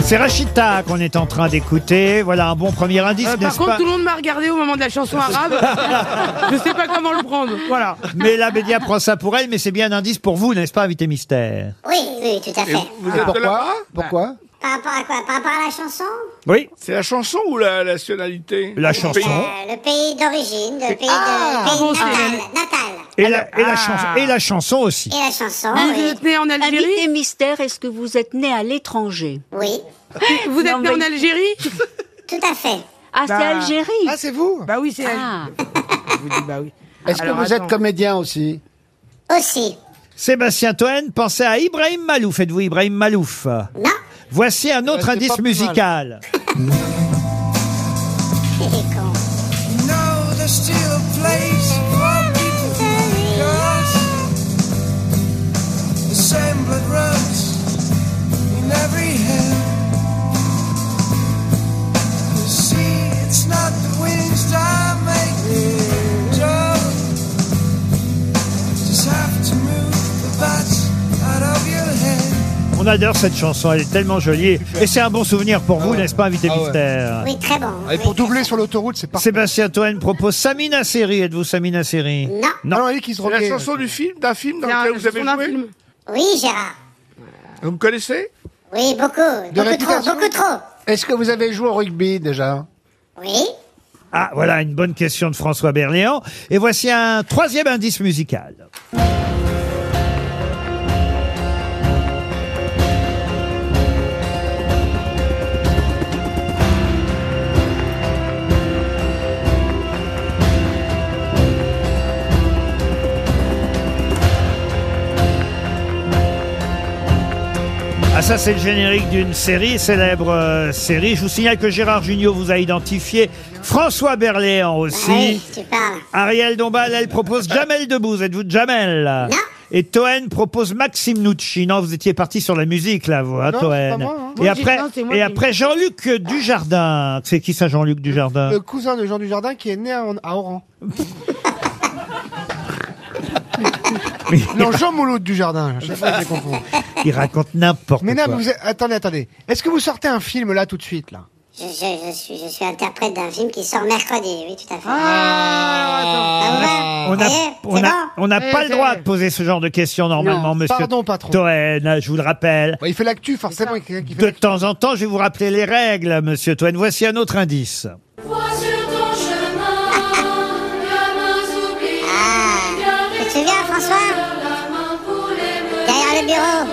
[SPEAKER 2] C'est Rachita qu'on est en train d'écouter. Voilà un bon premier indice,
[SPEAKER 5] Euh, par
[SPEAKER 2] n'est-ce
[SPEAKER 5] contre,
[SPEAKER 2] pas
[SPEAKER 5] tout le monde m'a regardé au moment de la chanson arabe. je sais pas comment le prendre. Voilà.
[SPEAKER 2] Mais la Bédia prend ça pour elle, mais c'est bien un indice pour vous, n'est-ce pas, invité mystère
[SPEAKER 8] Oui, oui, tout à fait.
[SPEAKER 4] Vous
[SPEAKER 2] Ah,
[SPEAKER 4] êtes de là-bas
[SPEAKER 7] Pourquoi
[SPEAKER 8] Par rapport à quoi Par rapport à la chanson
[SPEAKER 2] Oui.
[SPEAKER 4] C'est la chanson ou la nationalité
[SPEAKER 2] La
[SPEAKER 4] Le
[SPEAKER 2] chanson.
[SPEAKER 4] pays
[SPEAKER 8] Euh, Le pays d'origine, le pays, de, pays natal, natal.
[SPEAKER 5] Eh
[SPEAKER 2] Et, la,
[SPEAKER 5] ben,
[SPEAKER 2] et, la chanson,
[SPEAKER 5] ah.
[SPEAKER 2] et la chanson aussi.
[SPEAKER 8] Et la chanson,
[SPEAKER 5] Vous
[SPEAKER 8] oui.
[SPEAKER 5] êtes né en Algérie
[SPEAKER 6] Ah Invité mystère, est-ce que vous êtes né à l'étranger
[SPEAKER 8] Oui,
[SPEAKER 5] Vous êtes
[SPEAKER 6] Non,
[SPEAKER 5] né
[SPEAKER 6] mais-
[SPEAKER 5] en Algérie
[SPEAKER 8] tout à fait.
[SPEAKER 6] Ah, c'est
[SPEAKER 5] Bah.
[SPEAKER 6] Algérie
[SPEAKER 3] Ah, c'est vous
[SPEAKER 5] Bah oui, c'est
[SPEAKER 6] Ah.
[SPEAKER 5] Je vous dis bah oui.
[SPEAKER 7] Est-ce que
[SPEAKER 5] Alors,
[SPEAKER 7] vous
[SPEAKER 5] attends.
[SPEAKER 7] êtes comédien aussi
[SPEAKER 8] Aussi.
[SPEAKER 2] Sébastien Toen, pensez à Ibrahim Malouf. Êtes-vous Ibrahim Malouf
[SPEAKER 8] Non.
[SPEAKER 2] Voici un autre
[SPEAKER 10] Ouais, c'est pas
[SPEAKER 2] indice
[SPEAKER 10] plus
[SPEAKER 2] musical.
[SPEAKER 8] No, there's still a place for people like us. The same blood runs in every head. You see, it's not the wings that make me jump. Just have to move the bats out of your head.
[SPEAKER 2] On adore cette chanson, elle est tellement jolie. Et c'est un bon souvenir pour vous, n'est-ce pas,
[SPEAKER 10] Ah
[SPEAKER 2] invité mystère
[SPEAKER 8] Oui, très bon.
[SPEAKER 2] Et pour doubler sur l'autoroute, c'est pas. Sébastien Toen propose Samina Seri. Êtes-vous Samina Seri Non. Non,
[SPEAKER 4] C'est la chanson du film, d'un film dans lequel vous avez joué
[SPEAKER 8] Oui, Gérard.
[SPEAKER 4] Vous me connaissez
[SPEAKER 8] Oui, beaucoup. beaucoup trop, beaucoup trop.
[SPEAKER 7] Est-ce que vous avez joué au rugby déjà
[SPEAKER 8] Oui.
[SPEAKER 2] Ah, voilà une bonne question de François Berléand. Et voici un troisième indice musical. Ah ça c'est le générique d'une série, célèbre euh, série. Je vous signale que Gérard Jugnot vous a identifié, François Berléand aussi.
[SPEAKER 8] Oui, tu parles.
[SPEAKER 2] Ariel Dombal, elle propose Jamel Debbouze. Êtes-vous de Jamel Et Toen propose Maxime Nucci. Non, vous étiez parti sur la musique, là, vous, hein,
[SPEAKER 10] Non,
[SPEAKER 2] Toen.
[SPEAKER 10] c'est pas moi, hein.
[SPEAKER 2] Et
[SPEAKER 10] Moi, j'ai-
[SPEAKER 2] après,
[SPEAKER 10] non, c'est moi
[SPEAKER 2] et
[SPEAKER 10] qui-
[SPEAKER 2] après Jean-Luc Dujardin. C'est qui ça, Jean-Luc Dujardin
[SPEAKER 10] Le cousin de Jean Dujardin qui est né à, à Oran. non, Jean Mouloud Dujardin. Je sais pas, je les confonds.
[SPEAKER 2] Il raconte n'importe quoi.
[SPEAKER 10] Mais non, mais vous êtes- attendez, attendez. Est-ce que vous sortez un film là tout de suite là
[SPEAKER 8] Je, je- je suis, je suis interprète d'un film qui sort mercredi, oui, tout à fait. Ah
[SPEAKER 10] Eh,
[SPEAKER 2] On n'a on a- on n'a pas le droit de poser ce genre de questions normalement,
[SPEAKER 10] Non.
[SPEAKER 2] monsieur.
[SPEAKER 10] Pardon, patron.
[SPEAKER 2] Toen, je vous le rappelle.
[SPEAKER 10] Il fait l'actu, forcément. il y a quelqu'un qui fait
[SPEAKER 2] De temps en temps, je vais vous rappeler les règles, monsieur Toen. Voici un autre indice.
[SPEAKER 8] Vois sur ton chemin, Ah, tu te souviens, François Derrière le bureau.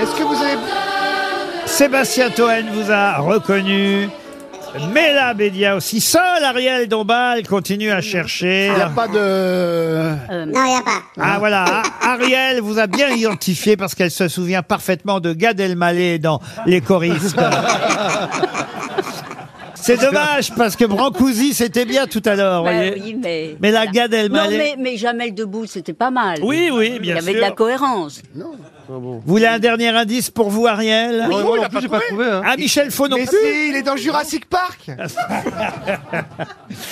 [SPEAKER 10] Est-ce que vous avez.
[SPEAKER 2] Sébastien Toen vous a reconnu. Mela Bédia aussi. Seul Ariel Dombal continue à chercher.
[SPEAKER 7] Il n'y a pas de...
[SPEAKER 6] Euh,
[SPEAKER 8] Non, il n'y a pas.
[SPEAKER 2] Ah voilà, Ah, Ariel vous a bien identifié parce qu'elle se souvient parfaitement de Gad Elmaleh dans Les choristes. C'est dommage parce que Brancusi c'était bien tout à l'heure.
[SPEAKER 6] Bah
[SPEAKER 2] Ah, voyez.
[SPEAKER 6] oui, mais...
[SPEAKER 2] Mais la Gad
[SPEAKER 6] Non,
[SPEAKER 2] Elmaleh.
[SPEAKER 6] mais, mais Jamel Debout, c'était pas mal.
[SPEAKER 2] Oui, oui, bien
[SPEAKER 6] Il y avait de
[SPEAKER 2] sûr.
[SPEAKER 6] la cohérence.
[SPEAKER 2] Vous voulez un dernier indice pour vous, Ariel
[SPEAKER 12] Oui. Oh, non, il a pas trouvé, hein.
[SPEAKER 2] Ah, Michel Faux non
[SPEAKER 10] Mais
[SPEAKER 2] plus.
[SPEAKER 10] si, il est dans Jurassic Park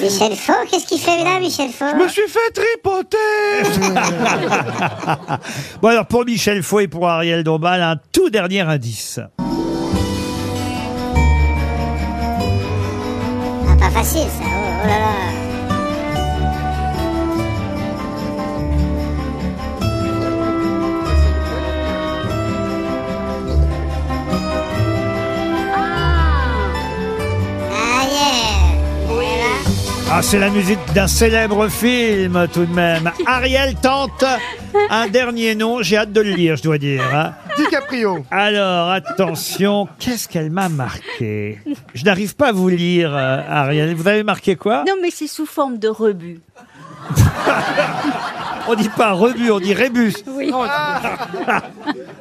[SPEAKER 8] Michel Faux, qu'est-ce qu'il fait là, Michel Faux
[SPEAKER 12] Je me suis fait tripoter
[SPEAKER 2] bon, alors pour Michel Faux et pour Ariel Dombal, un tout dernier indice.
[SPEAKER 8] Ah, Pas facile, ça. Oh, oh là là. Ah, yeah. Oui.
[SPEAKER 2] Ah, c'est la musique d'un célèbre film, tout de même. Ariel tente un dernier nom. J'ai hâte de le lire, je dois dire. hein.
[SPEAKER 10] DiCaprio
[SPEAKER 2] Alors, attention, qu'est-ce qu'elle m'a marqué Je n'arrive pas à vous lire, euh, Ariel. Vous avez marqué quoi
[SPEAKER 6] Non, mais c'est sous forme de rebut.
[SPEAKER 2] On dit pas rebut, on dit rébus.
[SPEAKER 6] Oui.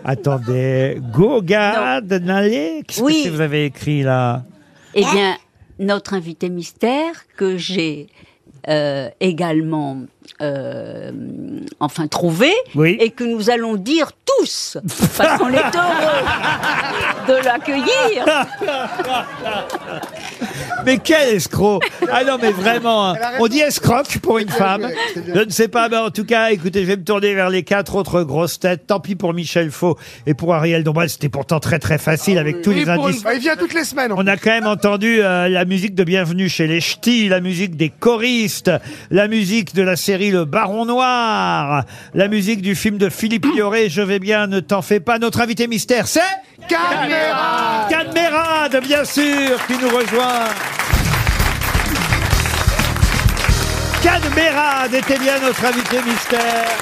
[SPEAKER 2] Attendez, Gogad Nalé Qu'est-ce
[SPEAKER 6] Oui.
[SPEAKER 2] que c'est que vous avez écrit là
[SPEAKER 6] Eh bien, notre invité mystère, que j'ai euh, également, euh, enfin, trouvé,
[SPEAKER 2] Oui.
[SPEAKER 6] et que nous allons dire tous, parce qu'on est heureux de l'accueillir.
[SPEAKER 2] Mais quel escroc Ah non, mais vraiment, hein. on dit escroc pour une femme. Je ne sais pas, mais en tout cas, écoutez, je vais me tourner vers les quatre autres grosses têtes. Tant pis pour Michel Faux et pour Ariel Dombal, c'était pourtant très très facile avec tous
[SPEAKER 10] Oui,
[SPEAKER 2] les
[SPEAKER 10] pour
[SPEAKER 2] indices.
[SPEAKER 10] une- bah, Il vient toutes les semaines.
[SPEAKER 2] On a quand même entendu euh, la musique de Bienvenue chez les Ch'tis, la musique des choristes, la musique de la série Le Baron Noir, la musique du film de Philippe Lioré, Je vais bien, ne t'en fais pas. Notre invité mystère, c'est
[SPEAKER 10] Caméra
[SPEAKER 2] Cadmerade, bien sûr, qui nous rejoint. eh Cadmerade était bien notre invité mystère.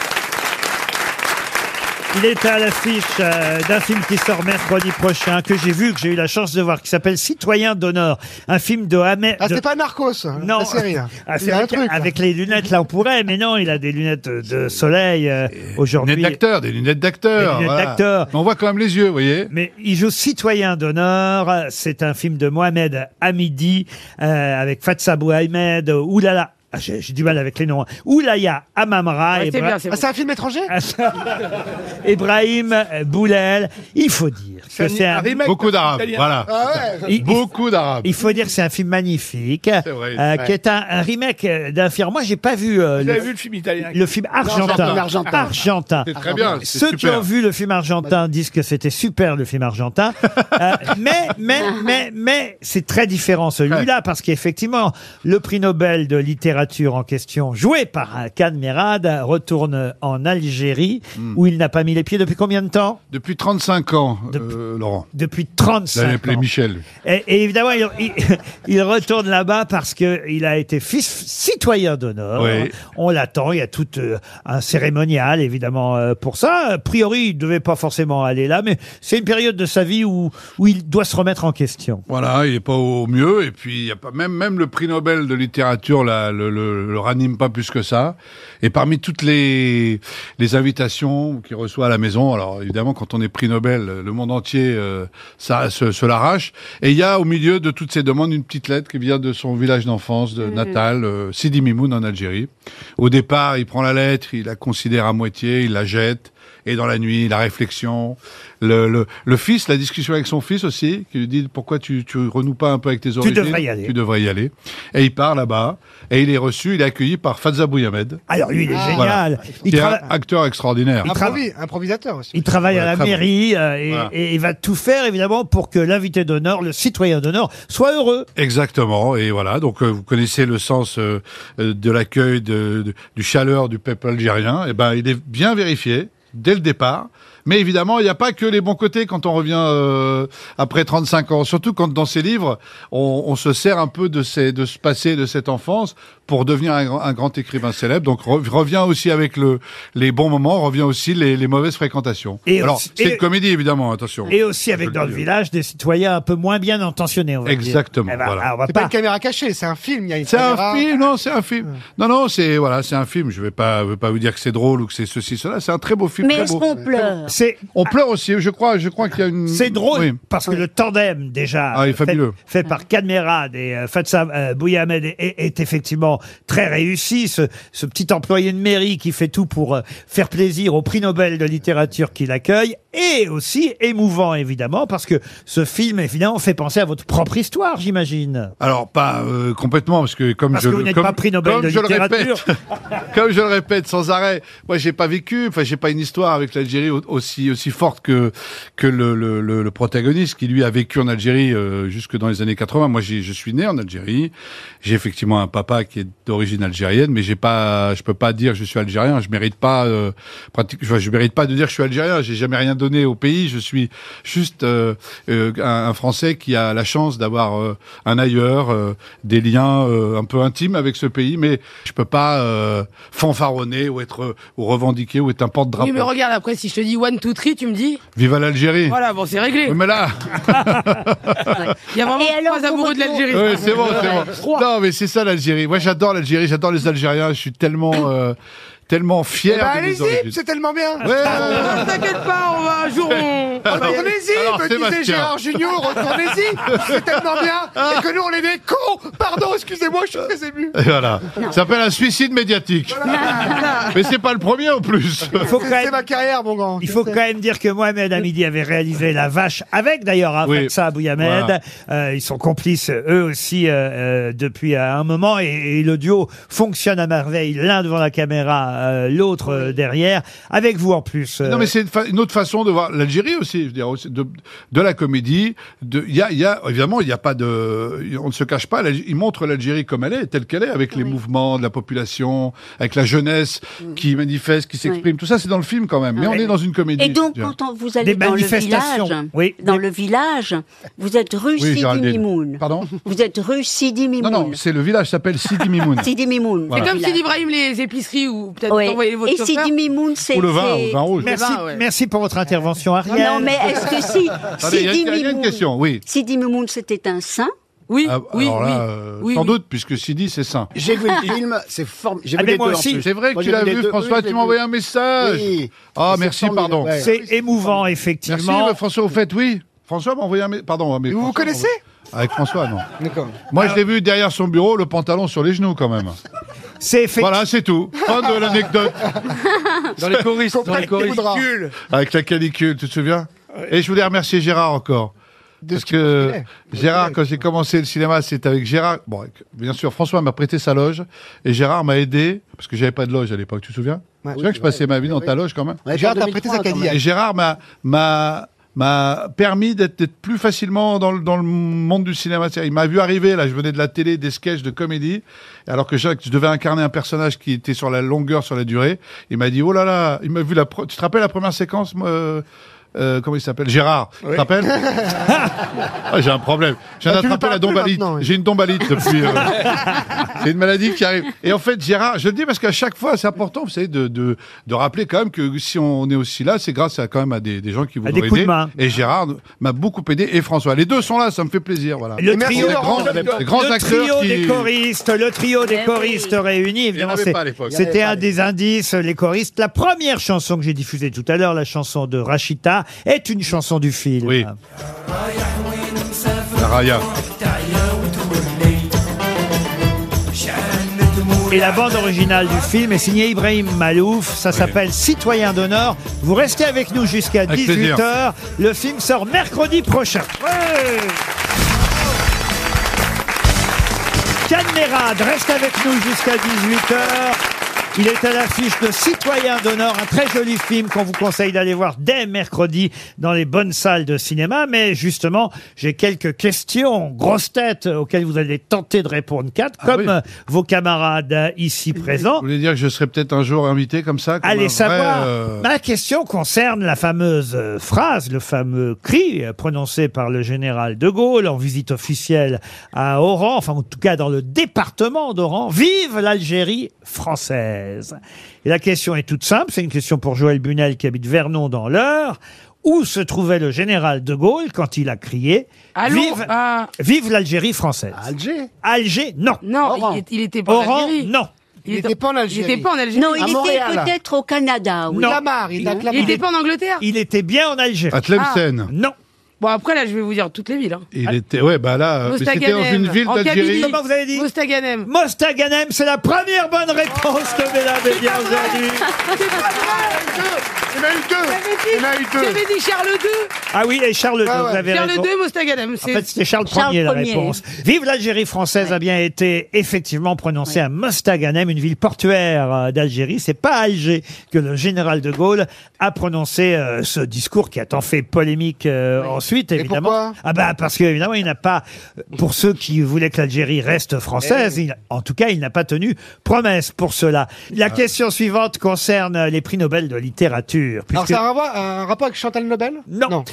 [SPEAKER 2] Il est à l'affiche euh, d'un film qui sort mercredi prochain, que j'ai vu, que j'ai eu la chance de voir, qui s'appelle Citoyen d'honneur. Un film de Ahmed.
[SPEAKER 10] Ah,
[SPEAKER 2] de-
[SPEAKER 10] c'est pas Narcos,
[SPEAKER 2] Non.
[SPEAKER 10] la série, là.
[SPEAKER 2] Ah,
[SPEAKER 10] Il
[SPEAKER 2] c'est
[SPEAKER 10] y a
[SPEAKER 2] vrai
[SPEAKER 10] un truc, là.
[SPEAKER 2] Avec les lunettes, là, on pourrait, mais non, il a des lunettes de soleil euh, aujourd'hui. Des lunettes d'acteur,
[SPEAKER 17] des lunettes d'acteur.
[SPEAKER 2] Des lunettes
[SPEAKER 17] voilà.
[SPEAKER 2] d'acteur.
[SPEAKER 17] Mais On voit quand même les yeux, vous voyez.
[SPEAKER 2] Mais il joue Citoyen d'honneur. C'est un film de Mohamed Hamidi euh, avec Fatsa Bouhamed, euh, Oulala. Ah, J'ai j'ai du mal avec les noms. hein. Oulaya Amamra.
[SPEAKER 10] Ouais,
[SPEAKER 2] et
[SPEAKER 10] c'est
[SPEAKER 2] Bra-
[SPEAKER 10] bien, c'est bon. Ah, c'est un film étranger
[SPEAKER 2] Ibrahim Boulel. Il faut dire
[SPEAKER 17] C'est
[SPEAKER 2] que
[SPEAKER 17] un-
[SPEAKER 2] c'est
[SPEAKER 17] un
[SPEAKER 2] un...
[SPEAKER 17] remake Beaucoup d'Arabes, italien. voilà. Ah ouais. Beaucoup
[SPEAKER 2] d'Arabes. Il faut dire que c'est un film magnifique,
[SPEAKER 17] vrai.
[SPEAKER 2] euh, qui
[SPEAKER 17] Ouais.
[SPEAKER 2] est un, un remake euh, d'un film. Moi, j'ai pas vu, euh,
[SPEAKER 4] Vous
[SPEAKER 2] le,
[SPEAKER 4] avez vu le film italien
[SPEAKER 2] le film argentin.
[SPEAKER 4] Argentin.
[SPEAKER 2] Argentin.
[SPEAKER 4] C'est très bien, c'est
[SPEAKER 2] Ceux qui
[SPEAKER 4] super.
[SPEAKER 2] ont vu le film argentin disent que c'était super le film argentin. Euh, mais, mais, mais, mais, c'est très différent celui-là parce qu'effectivement, le prix Nobel de littérature en question, joué par euh, Khan Merad, retourne en Algérie où il n'a pas mis les pieds depuis combien de temps
[SPEAKER 17] Depuis 35 ans, euh, Laurent.
[SPEAKER 2] Depuis 35
[SPEAKER 17] J'avais appelé
[SPEAKER 2] ans.
[SPEAKER 17] Michel.
[SPEAKER 2] Et, et évidemment, il, il- il retourne là-bas parce que il a été fils citoyen d'honneur.
[SPEAKER 17] Oui.
[SPEAKER 2] On l'attend. Il y a tout euh, un cérémonial, évidemment, euh, pour ça. A priori, il devait pas forcément aller là, mais c'est une période de sa vie où, où il doit se remettre en question.
[SPEAKER 17] Voilà, il n'est pas au mieux. Et puis, il y a pas, même, même le prix Nobel de littérature là, le, le- le ranime pas plus que ça. Et parmi toutes les, les invitations qu'il reçoit à la maison, alors évidemment, quand on est prix Nobel, le monde entier euh, ça, se, se l'arrache. Et il y a au milieu de toutes ces demandes une petite lettre qui vient de son village d'enfance, de Natal, euh, Sidi Mimoun, en Algérie. Au départ, il prend la lettre, il la considère à moitié, il la jette. Et dans la nuit, la réflexion, le, le, le fils, la discussion avec son fils aussi, qui lui dit pourquoi tu, tu renoues pas un peu avec tes origines.
[SPEAKER 2] devrais y aller.
[SPEAKER 17] Tu devrais y aller. Et il part là-bas, et il est reçu, il est accueilli par Fazza Bouyamed.
[SPEAKER 2] Alors, lui, il est génial. Il
[SPEAKER 17] Il est un
[SPEAKER 2] trava-
[SPEAKER 17] acteur extraordinaire.
[SPEAKER 10] Improvi- improvisateur aussi.
[SPEAKER 2] Il travaille
[SPEAKER 17] Ouais,
[SPEAKER 2] à la
[SPEAKER 17] très bon.
[SPEAKER 2] mairie euh, et,
[SPEAKER 17] Voilà.
[SPEAKER 2] et il va tout faire, évidemment, pour que l'invité d'honneur, le citoyen d'honneur, soit heureux.
[SPEAKER 17] Exactement, et voilà, donc euh, vous connaissez le sens euh, euh, de l'accueil, de, de- du chaleur du peuple algérien, et ben il est bien vérifié dès le départ. Mais évidemment, il n'y a pas que les bons côtés quand on revient euh, après 35 ans, surtout quand dans ces livres, on, on se sert un peu de, ces, de ce passé, de cette enfance, pour devenir un, grand- un grand écrivain célèbre. Donc re- revient aussi avec le, les bons moments, revient aussi les, les mauvaises fréquentations.
[SPEAKER 2] Et
[SPEAKER 17] Alors,
[SPEAKER 2] aussi-
[SPEAKER 17] c'est
[SPEAKER 2] et-
[SPEAKER 17] une comédie, évidemment, attention.
[SPEAKER 2] Et aussi avec
[SPEAKER 17] le
[SPEAKER 2] dans le
[SPEAKER 17] dire.
[SPEAKER 2] village des citoyens un peu moins bien intentionnés. On va dire.
[SPEAKER 17] Exactement,
[SPEAKER 2] Eh ben,
[SPEAKER 17] voilà.
[SPEAKER 2] ah, on va
[SPEAKER 10] C'est pas
[SPEAKER 2] pas
[SPEAKER 10] une caméra cachée, c'est un film. il y a une
[SPEAKER 17] C'est un
[SPEAKER 10] caméra.
[SPEAKER 17] film, non, c'est un film. Non, non, c'est voilà, c'est un film. Je vais pas, veux pas vous dire que c'est drôle ou que c'est ceci, cela. C'est un très beau film.
[SPEAKER 2] Mais
[SPEAKER 17] très
[SPEAKER 2] est-ce
[SPEAKER 17] beau.
[SPEAKER 2] qu'on pleure
[SPEAKER 17] C'est, on pleure aussi. Je crois, je crois qu'il y a une.
[SPEAKER 2] C'est drôle
[SPEAKER 17] Oui.
[SPEAKER 2] parce que le tandem déjà
[SPEAKER 17] Ah, il est
[SPEAKER 2] euh, fait,
[SPEAKER 17] fabuleux.
[SPEAKER 2] fait par Kadmerad et euh, Fatsa euh, Bouyamed est, est- est effectivement très réussi. Ce, ce petit employé de mairie qui fait tout pour euh, faire plaisir au prix Nobel de littérature qu'il accueille et aussi émouvant évidemment parce que ce film évidemment fait penser à votre propre histoire, j'imagine.
[SPEAKER 17] Alors pas euh, complètement parce que comme
[SPEAKER 2] Parce
[SPEAKER 17] je
[SPEAKER 2] que vous n'êtes
[SPEAKER 17] comme-
[SPEAKER 2] pas prix Nobel
[SPEAKER 17] comme
[SPEAKER 2] de
[SPEAKER 17] je le
[SPEAKER 2] littérature.
[SPEAKER 17] répète, comme je le répète sans arrêt, moi j'ai pas vécu, enfin j'ai pas une histoire avec l'Algérie au- aussi aussi forte que que le, le, le- le protagoniste qui lui a vécu en Algérie euh, jusque dans les années 80. Moi j'ai- je suis né en Algérie, j'ai effectivement un papa qui est d'origine algérienne, mais j'ai pas, je peux pas dire je suis algérien, je mérite pas euh, pratique, je, je mérite pas de dire je suis algérien, j'ai jamais rien donné au pays, je suis juste euh, euh, un, un Français qui a la chance d'avoir euh, un ailleurs, euh, des liens euh, un peu intimes avec ce pays, mais je peux pas euh, fanfaronner ou être euh, ou revendiquer ou être un porte-drapeau.
[SPEAKER 5] Oui, mais regarde, après, si je te dis one, two, three, tu me dis.
[SPEAKER 17] Vive à l'Algérie.
[SPEAKER 5] Voilà, bon, c'est réglé.
[SPEAKER 17] Oui, mais là,
[SPEAKER 5] Il y a vraiment trois amoureux de l'Algérie.
[SPEAKER 17] Oui, c'est bon, c'est bon. Non, mais c'est ça l'Algérie. Moi, j'adore l'Algérie, j'adore les Algériens. Je suis tellement, euh, tellement
[SPEAKER 10] Eh
[SPEAKER 17] fier.
[SPEAKER 10] ben,
[SPEAKER 17] de mes
[SPEAKER 10] allez-y,
[SPEAKER 17] origines.
[SPEAKER 10] c'est tellement bien.
[SPEAKER 17] Ouais, ouais, ouais.
[SPEAKER 10] T'inquiète pas, on va un jour. On...
[SPEAKER 17] Alors,
[SPEAKER 10] Retournez-y,
[SPEAKER 17] alors,
[SPEAKER 10] me
[SPEAKER 17] Sébastien. Ah.
[SPEAKER 10] disait Gérard Junior, retournez-y. C'est tellement bien. Et que nous, on est des cons. Pardon, excusez-moi, je suis très ému.
[SPEAKER 17] Et voilà. Ça s'appelle un suicide médiatique. Mais c'est pas le premier en plus.
[SPEAKER 2] faut quand
[SPEAKER 10] C'est
[SPEAKER 2] même-
[SPEAKER 10] ma carrière, mon grand.
[SPEAKER 2] Il faut quand même dire que Mohamed Hamidi avait réalisé La Vache avec d'ailleurs hein,
[SPEAKER 17] Oui.
[SPEAKER 2] Fatsa Bouyamed.
[SPEAKER 17] Voilà.
[SPEAKER 2] Euh, ils sont complices eux aussi euh, euh, depuis euh, un moment et, et le duo fonctionne à merveille. L'un devant la caméra, euh, l'autre euh, derrière. Avec vous en plus. euh,
[SPEAKER 17] Non, mais c'est une, fa- une autre façon de voir l'Algérie aussi. Je veux dire, aussi de, de la comédie. De, il y a, il y a, évidemment, il n'y a pas de, on ne se cache pas. l'Alg- Ils montrent l'Algérie comme elle est, telle qu'elle est, avec les mouvements de la population, avec la jeunesse qui manifeste, qui s'exprime. Tout ça, c'est dans le film quand même. Mais on
[SPEAKER 6] Mm. Ah Ouais.
[SPEAKER 17] est dans une comédie.
[SPEAKER 6] Et donc,
[SPEAKER 17] je veux dire.
[SPEAKER 6] quand on- vous allez
[SPEAKER 17] Des
[SPEAKER 6] dans le
[SPEAKER 17] manifestations.
[SPEAKER 6] village, dans le village, vous êtes rue
[SPEAKER 17] Oui,
[SPEAKER 6] Sidi
[SPEAKER 17] Géraldine.
[SPEAKER 6] Mimoun.
[SPEAKER 17] Pardon
[SPEAKER 6] Vous êtes rue Sidi Mimoun.
[SPEAKER 17] Non, non, c'est le village s'appelle Sidi Mimoun.
[SPEAKER 6] Sidi Mimoun.
[SPEAKER 17] Voilà.
[SPEAKER 5] C'est comme
[SPEAKER 6] Voilà.
[SPEAKER 5] si Ibrahim les épiceries ou peut-être
[SPEAKER 6] Ouais.
[SPEAKER 5] d'envoyer votre
[SPEAKER 6] Et si
[SPEAKER 5] chauffeur.
[SPEAKER 6] Jimmy Moon, c'est. c'est-
[SPEAKER 2] Merci, merci pour votre intervention, Ariel.
[SPEAKER 6] Non, mais est-ce que si.
[SPEAKER 17] Attendez, il y a- il y a une question, oui.
[SPEAKER 6] Si Jimmy Moon, c'était un saint.
[SPEAKER 5] Oui,
[SPEAKER 17] Ah, alors là, euh, sans doute, puisque Sidi, c'est sain.
[SPEAKER 7] J'ai vu le film, c'est formidable. J'ai
[SPEAKER 17] Ah,
[SPEAKER 7] vu
[SPEAKER 17] mais
[SPEAKER 7] les
[SPEAKER 17] moi
[SPEAKER 7] deux en
[SPEAKER 17] aussi.
[SPEAKER 7] plus.
[SPEAKER 17] C'est vrai que
[SPEAKER 7] Moi,
[SPEAKER 17] tu
[SPEAKER 7] j'ai
[SPEAKER 17] l'as
[SPEAKER 7] les
[SPEAKER 17] vu,
[SPEAKER 7] deux.
[SPEAKER 17] François,
[SPEAKER 7] Oui, je
[SPEAKER 17] tu
[SPEAKER 7] l'ai
[SPEAKER 17] m'as envoyé
[SPEAKER 7] vu.
[SPEAKER 17] un message.
[SPEAKER 7] Oui.
[SPEAKER 17] Ah,
[SPEAKER 7] C'est
[SPEAKER 17] merci,
[SPEAKER 7] formidable.
[SPEAKER 17] pardon.
[SPEAKER 7] Ouais.
[SPEAKER 2] C'est émouvant, effectivement.
[SPEAKER 17] Merci, mais François, au fait, oui. François m'a envoyé un message. Pardon, mais vous vous connaissez Avec François, non. Moi, je l'ai vu derrière son bureau, le pantalon sur les genoux, quand même.
[SPEAKER 2] C'est
[SPEAKER 17] Voilà, c'est tout. Fin de l'anecdote.
[SPEAKER 12] Dans les choristes, dans les choristes.
[SPEAKER 17] Avec la canicule, tu te souviens Et je voulais remercier Gérard encore. Parce que Gérard, quand j'ai commencé le cinéma, c'était avec Gérard. Bon, avec- bien sûr, François m'a prêté sa loge et Gérard m'a aidé parce que j'avais pas de loge à l'époque. Tu te souviens Tu te souviens que je passais ma vie dans ta loge quand même.
[SPEAKER 7] Ouais, Gérard t'as prêté sa Cadillac.
[SPEAKER 17] Et Gérard m'a m'a m'a permis d'être d'être plus facilement dans le, dans le monde du cinéma. C'est-à-dire, Il m'a vu arriver, là, je venais de la télé, des sketchs de comédie, alors que je, je devais incarner un personnage qui était sur la longueur, sur la durée. Il m'a dit, oh là là, il m'a vu la... pre- Tu te rappelles la première séquence moi, euh, euh, comment il s'appelle Gérard. Tu te rappelles Ah, J'ai un problème. J'ai
[SPEAKER 7] Ah,
[SPEAKER 17] un
[SPEAKER 7] tu lui
[SPEAKER 17] attrapé
[SPEAKER 7] parles
[SPEAKER 17] la
[SPEAKER 7] plus
[SPEAKER 17] dombalite.
[SPEAKER 7] maintenant, oui.
[SPEAKER 17] J'ai une dombalite depuis. euh, c'est une maladie qui arrive. Et en fait, Gérard, je le dis parce qu'à chaque fois, c'est important, vous savez, de, de, de rappeler quand même que si on est aussi là, c'est grâce à quand même à des, des gens qui vous
[SPEAKER 2] À des
[SPEAKER 17] ont
[SPEAKER 2] coups de
[SPEAKER 17] aidé.
[SPEAKER 2] main.
[SPEAKER 17] Et Gérard m'a beaucoup aidé et François. Les deux sont là, ça me fait plaisir. Voilà.
[SPEAKER 2] Le
[SPEAKER 17] Merci,
[SPEAKER 2] trio,
[SPEAKER 17] les grands, les grands
[SPEAKER 2] le
[SPEAKER 17] acteurs
[SPEAKER 2] trio
[SPEAKER 17] qui-
[SPEAKER 2] des choristes, le trio des
[SPEAKER 17] Eh oui.
[SPEAKER 2] choristes réunis, évidemment,
[SPEAKER 17] avait
[SPEAKER 2] c'est-
[SPEAKER 17] pas à l'époque. Il y en
[SPEAKER 2] c'était
[SPEAKER 17] avait pas
[SPEAKER 2] un
[SPEAKER 17] à
[SPEAKER 2] des indices, les choristes. La première chanson que j'ai diffusée tout à l'heure, la chanson de Rachita, est une chanson du film. Oui.
[SPEAKER 17] La Raya.
[SPEAKER 2] Et la bande originale du film est signée Ibrahim Malouf. Ça s'appelle Citoyen d'honneur. Vous restez avec nous jusqu'à
[SPEAKER 17] Avec plaisir.
[SPEAKER 2] 18h. Le film sort mercredi prochain. Ouais Cadmerade reste avec nous jusqu'à 18h. Il est à l'affiche de Citoyen d'honneur, un très joli film qu'on vous conseille d'aller voir dès mercredi dans les bonnes salles de cinéma. Mais justement, j'ai quelques questions, grosses têtes, auxquelles vous allez tenter de répondre quatre, comme euh, vos camarades euh, ici présents.
[SPEAKER 17] Vous voulez dire que je serais peut-être un jour invité comme ça comme un
[SPEAKER 2] Allez Ah.
[SPEAKER 17] vrai,
[SPEAKER 2] savoir.
[SPEAKER 17] euh,
[SPEAKER 2] Ma question concerne la fameuse euh, phrase, le fameux cri euh, prononcé par le général de Gaulle en visite officielle à Oran, enfin en tout cas dans le département d'Oran. Vive l'Algérie française. Et la question est toute simple, c'est une question pour Joël Bunel qui habite Vernon dans l'Eure. Où se trouvait le général de Gaulle quand il a crié
[SPEAKER 5] Allô,
[SPEAKER 2] Vive,
[SPEAKER 5] ah.
[SPEAKER 2] vive l'Algérie française Alger Alger, non.
[SPEAKER 5] Non, il est- il était pas en
[SPEAKER 2] Oran,
[SPEAKER 5] Algérie.
[SPEAKER 2] non.
[SPEAKER 5] Il était pas en Algérie. Il était pas en Algérie.
[SPEAKER 6] Non, il était peut-être au Canada. Oui.
[SPEAKER 5] Non. Ah Il était pas en Angleterre.
[SPEAKER 2] Il était bien en Algérie.
[SPEAKER 17] À Tlemcen.
[SPEAKER 5] Ah.
[SPEAKER 2] Non.
[SPEAKER 5] Bon, après, là, je vais vous dire toutes les villes. hein.
[SPEAKER 2] Ah.
[SPEAKER 17] Il était, ouais, bah là, euh, mais c'était dans une ville
[SPEAKER 5] en
[SPEAKER 17] d'Algérie.
[SPEAKER 5] Kabylie.
[SPEAKER 2] Comment vous avez dit
[SPEAKER 5] Mostaganem.
[SPEAKER 2] Mostaganem, c'est la première bonne réponse de Mesdames et bien
[SPEAKER 5] Il
[SPEAKER 2] aujourd'hui.
[SPEAKER 5] y en a eu deux. Il y en a eu deux. J'avais dit Charles II.
[SPEAKER 2] Ah oui, et Charles, II, vous avez
[SPEAKER 5] Charles
[SPEAKER 2] raison.
[SPEAKER 5] II, Mostaganem.
[SPEAKER 2] En fait, c'était Charles, Ier la réponse. Vive l'Algérie française a bien été effectivement prononcée à Mostaganem, une ville portuaire euh, d'Algérie. C'est pas à Alger que le général de Gaulle a prononcé euh, ce discours qui a tant fait polémique euh, ensuite, évidemment. ah bah parce que évidemment, il n'a pas, euh, pour ceux qui voulaient que l'Algérie reste française,
[SPEAKER 10] Eh
[SPEAKER 2] il- en tout cas, il n'a pas tenu promesse pour cela. La
[SPEAKER 10] Ah.
[SPEAKER 2] question suivante concerne les prix Nobel de littérature.
[SPEAKER 10] Alors,
[SPEAKER 2] puisque-
[SPEAKER 10] ça a un rapport- un rapport avec Chantal Nobel
[SPEAKER 2] non.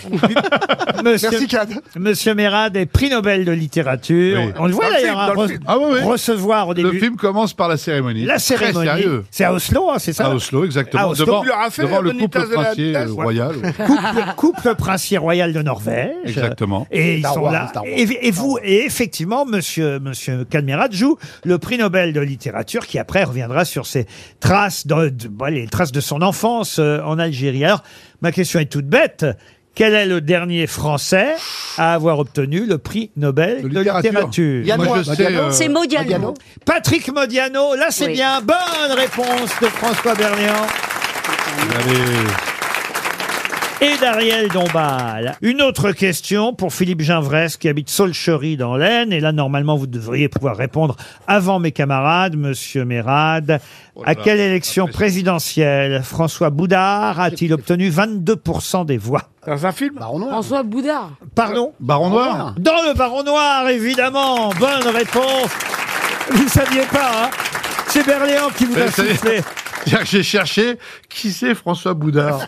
[SPEAKER 2] Monsieur,
[SPEAKER 10] Merci,
[SPEAKER 2] Monsieur Mérad est prix Nobel de littérature.
[SPEAKER 17] Oui.
[SPEAKER 2] On le voit
[SPEAKER 17] Dans le
[SPEAKER 2] d'ailleurs
[SPEAKER 17] film,
[SPEAKER 2] hein,
[SPEAKER 17] dans le
[SPEAKER 2] re-
[SPEAKER 17] film. Ah oui, oui.
[SPEAKER 2] recevoir au
[SPEAKER 17] Le
[SPEAKER 2] début.
[SPEAKER 17] film commence par la cérémonie.
[SPEAKER 2] La cérémonie.
[SPEAKER 17] Très sérieux.
[SPEAKER 2] C'est à Oslo, hein, c'est ça
[SPEAKER 17] À Oslo, exactement.
[SPEAKER 2] À Oslo.
[SPEAKER 17] Devant,
[SPEAKER 2] Tu leur as fait
[SPEAKER 17] devant
[SPEAKER 2] la
[SPEAKER 17] le
[SPEAKER 2] Bonitas
[SPEAKER 17] couple
[SPEAKER 2] de la
[SPEAKER 17] princier
[SPEAKER 2] Tasse.
[SPEAKER 17] euh, royal.
[SPEAKER 2] couple, couple princier royal de Norvège.
[SPEAKER 17] Exactement.
[SPEAKER 2] Et ils
[SPEAKER 17] Star
[SPEAKER 2] sont
[SPEAKER 17] Wars,
[SPEAKER 2] là.
[SPEAKER 17] Star Wars.
[SPEAKER 2] Et, et vous, et effectivement, monsieur, monsieur Cadmerat joue le prix Nobel de littérature qui après reviendra sur ses traces, de, de- bon, les traces de son enfance euh, en Algérie. Alors, ma question est toute bête. Quel est le dernier Français à avoir obtenu le prix Nobel de
[SPEAKER 17] littérature.
[SPEAKER 2] littérature
[SPEAKER 17] Yann Moi, Moi, je Modiano. sais, euh, C'est
[SPEAKER 6] Modiano. Modiano.
[SPEAKER 2] Patrick Modiano, là c'est
[SPEAKER 6] Oui.
[SPEAKER 2] bien. Bonne réponse de François Berléand. et d'Ariel Dombal. Une autre question pour Philippe Ginvresse qui habite Solcherie dans l'Aisne. Et là, normalement, vous devriez pouvoir répondre avant mes camarades, monsieur Mérad. à quelle élection présidentielle François Boudard a-t-il obtenu 22% des voix
[SPEAKER 4] Dans un film
[SPEAKER 5] François Boudard.
[SPEAKER 2] Pardon
[SPEAKER 17] Baron
[SPEAKER 2] Noir Dans le Baron Noir, évidemment Bonne réponse Vous ne saviez pas, hein C'est Berléand qui vous a
[SPEAKER 17] Ça y est, ça y est.
[SPEAKER 2] soufflé
[SPEAKER 17] C'est-à-dire que j'ai cherché qui c'est François Boudard.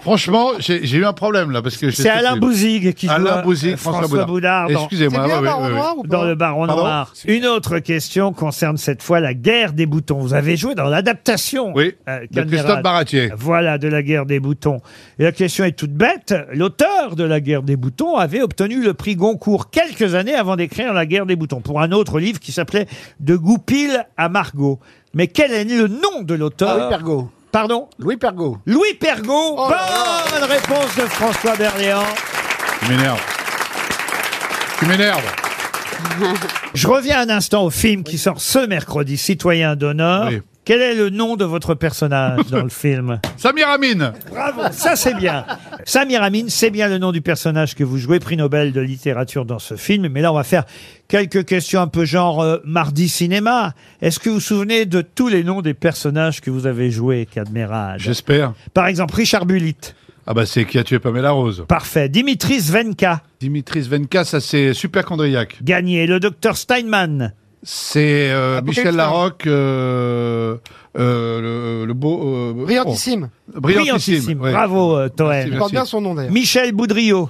[SPEAKER 17] Franchement, j'ai j'ai eu un problème là parce que je
[SPEAKER 2] C'est
[SPEAKER 17] sais
[SPEAKER 2] Alain
[SPEAKER 17] que-
[SPEAKER 2] Bouzig qui joue
[SPEAKER 17] Alain
[SPEAKER 2] euh,
[SPEAKER 17] Bouzig, François, Boudard.
[SPEAKER 2] dans-
[SPEAKER 17] Excusez-moi. ouais, ouais, ouais, ouais.
[SPEAKER 2] dans le Baron
[SPEAKER 17] Pardon
[SPEAKER 2] Noir. Une autre question concerne cette fois la guerre des boutons. Vous avez joué dans l'adaptation
[SPEAKER 17] Oui,
[SPEAKER 2] euh,
[SPEAKER 17] de
[SPEAKER 2] Conrad.
[SPEAKER 17] Ah, ben, Christophe Baratier.
[SPEAKER 2] Voilà, de la guerre des boutons. Et la question est toute bête. L'auteur de la guerre des boutons avait obtenu le prix Goncourt quelques années avant d'écrire la guerre des boutons pour un autre livre qui s'appelait De Goupil à Margot. Mais quel est le nom de l'auteur
[SPEAKER 7] Louis Ah, Pergaud.
[SPEAKER 2] Pardon
[SPEAKER 7] Louis Pergaud. Oh
[SPEAKER 2] Louis Pergaud. Bonne réponse de François Berléand.
[SPEAKER 17] Tu m'énerves. Tu m'énerves.
[SPEAKER 2] Je reviens un instant au film qui sort ce mercredi, Citoyen d'honneur. Quel est le nom de votre personnage dans le film
[SPEAKER 17] Samir Amin.
[SPEAKER 2] Bravo, ça c'est bien. Samir Amin, c'est bien le nom du personnage que vous jouez, prix Nobel de littérature dans ce film. Mais là, on va faire quelques questions un peu genre euh, mardi cinéma. Est-ce que vous vous souvenez de tous les noms des personnages que vous avez joués, Cadmerade
[SPEAKER 17] J'espère.
[SPEAKER 2] Par exemple, Richard Bulit.
[SPEAKER 17] Ah bah c'est qui a tué Pamela Rose.
[SPEAKER 2] Parfait. Dimitris Venka.
[SPEAKER 17] Dimitris Venka, ça c'est Super Condriac.
[SPEAKER 2] Gagné. Le docteur Steinman.
[SPEAKER 17] C'est
[SPEAKER 10] Ah,
[SPEAKER 17] euh, Michel
[SPEAKER 2] Star.
[SPEAKER 17] Larocque, euh, euh, le, le beau... euh,
[SPEAKER 10] Brillantissime.
[SPEAKER 17] oh. Brillantissime,
[SPEAKER 2] Brillantissime.
[SPEAKER 17] ouais.
[SPEAKER 2] Bravo, euh, Toen.
[SPEAKER 17] Merci,
[SPEAKER 10] Il
[SPEAKER 17] merci.
[SPEAKER 10] porte bien son nom d'ailleurs.
[SPEAKER 2] Michel Boudriot.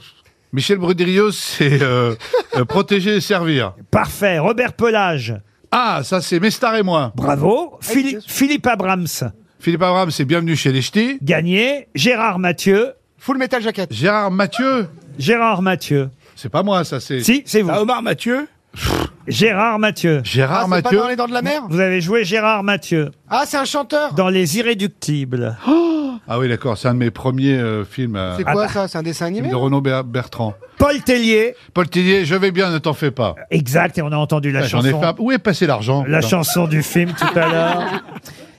[SPEAKER 17] Michel Boudriot, c'est euh, euh, protéger et servir.
[SPEAKER 2] Parfait. Robert Pelage.
[SPEAKER 17] Ah, ça c'est Mestar et moi.
[SPEAKER 2] Bravo.
[SPEAKER 10] Ah,
[SPEAKER 2] Phili- Philippe Abrams.
[SPEAKER 17] Philippe Abraham, c'est bienvenu chez les Ch'tis.
[SPEAKER 2] Gagné. Gérard Mathieu.
[SPEAKER 10] Full Metal Jacket.
[SPEAKER 17] Gérard Mathieu.
[SPEAKER 2] Gérard Mathieu.
[SPEAKER 17] C'est pas moi, ça c'est...
[SPEAKER 2] Si, c'est vous.
[SPEAKER 4] Omar Mathieu
[SPEAKER 2] Gérard Mathieu.
[SPEAKER 17] Gérard
[SPEAKER 10] Bah, Ah, c'est pas Mathieu dans Les Dents de la Mer
[SPEAKER 2] Vous avez joué Gérard Mathieu
[SPEAKER 10] Ah, c'est un chanteur.
[SPEAKER 2] dans Les Irréductibles.
[SPEAKER 10] Oh
[SPEAKER 17] Ah oui, d'accord, c'est un de mes premiers euh, films. euh,
[SPEAKER 2] Ah,
[SPEAKER 10] C'est
[SPEAKER 2] bah.
[SPEAKER 10] quoi ça C'est un dessin
[SPEAKER 17] film
[SPEAKER 10] animé
[SPEAKER 17] de Renaud Ber- Bertrand.
[SPEAKER 2] Paul Tellier.
[SPEAKER 17] Paul Tillier, je vais bien, ne t'en fais pas.
[SPEAKER 2] Exact, et on a entendu la
[SPEAKER 17] Ah, J'en ai
[SPEAKER 2] chanson.
[SPEAKER 17] fait un- Où est passé l'argent
[SPEAKER 2] La
[SPEAKER 17] putain
[SPEAKER 2] chanson du film tout à l'heure.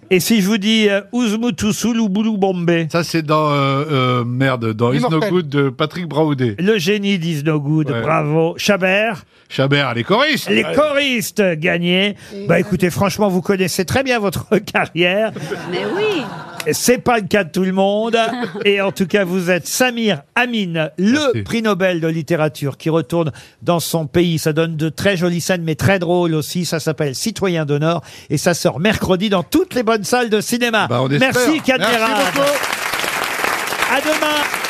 [SPEAKER 2] Et si je vous dis euh, Ouzmoutou Soulou Boulou Bombay
[SPEAKER 17] Ça, c'est dans. euh, euh, merde, dans Is No
[SPEAKER 2] Immortel.
[SPEAKER 17] Good de Patrick Braoudé.
[SPEAKER 2] Le génie d'Is No Good,
[SPEAKER 17] Ouais.
[SPEAKER 2] bravo. Chabert
[SPEAKER 17] Chabert, les choristes
[SPEAKER 2] Les
[SPEAKER 17] Ouais.
[SPEAKER 2] choristes gagnés. Bah écoutez, franchement, vous connaissez très bien votre carrière.
[SPEAKER 6] Mais Eh oui
[SPEAKER 2] C'est pas le cas de tout le monde. Et en tout cas, vous êtes Samir Amin, le prix Nobel de littérature qui retourne dans son pays. Ça donne de très jolies scènes, mais très drôles aussi. Ça s'appelle Citoyen d'honneur et ça sort mercredi dans toutes les bonnes salles de cinéma.
[SPEAKER 17] Bah, on espère.
[SPEAKER 2] Merci, Cadmerade.
[SPEAKER 17] Merci beaucoup.
[SPEAKER 2] À demain.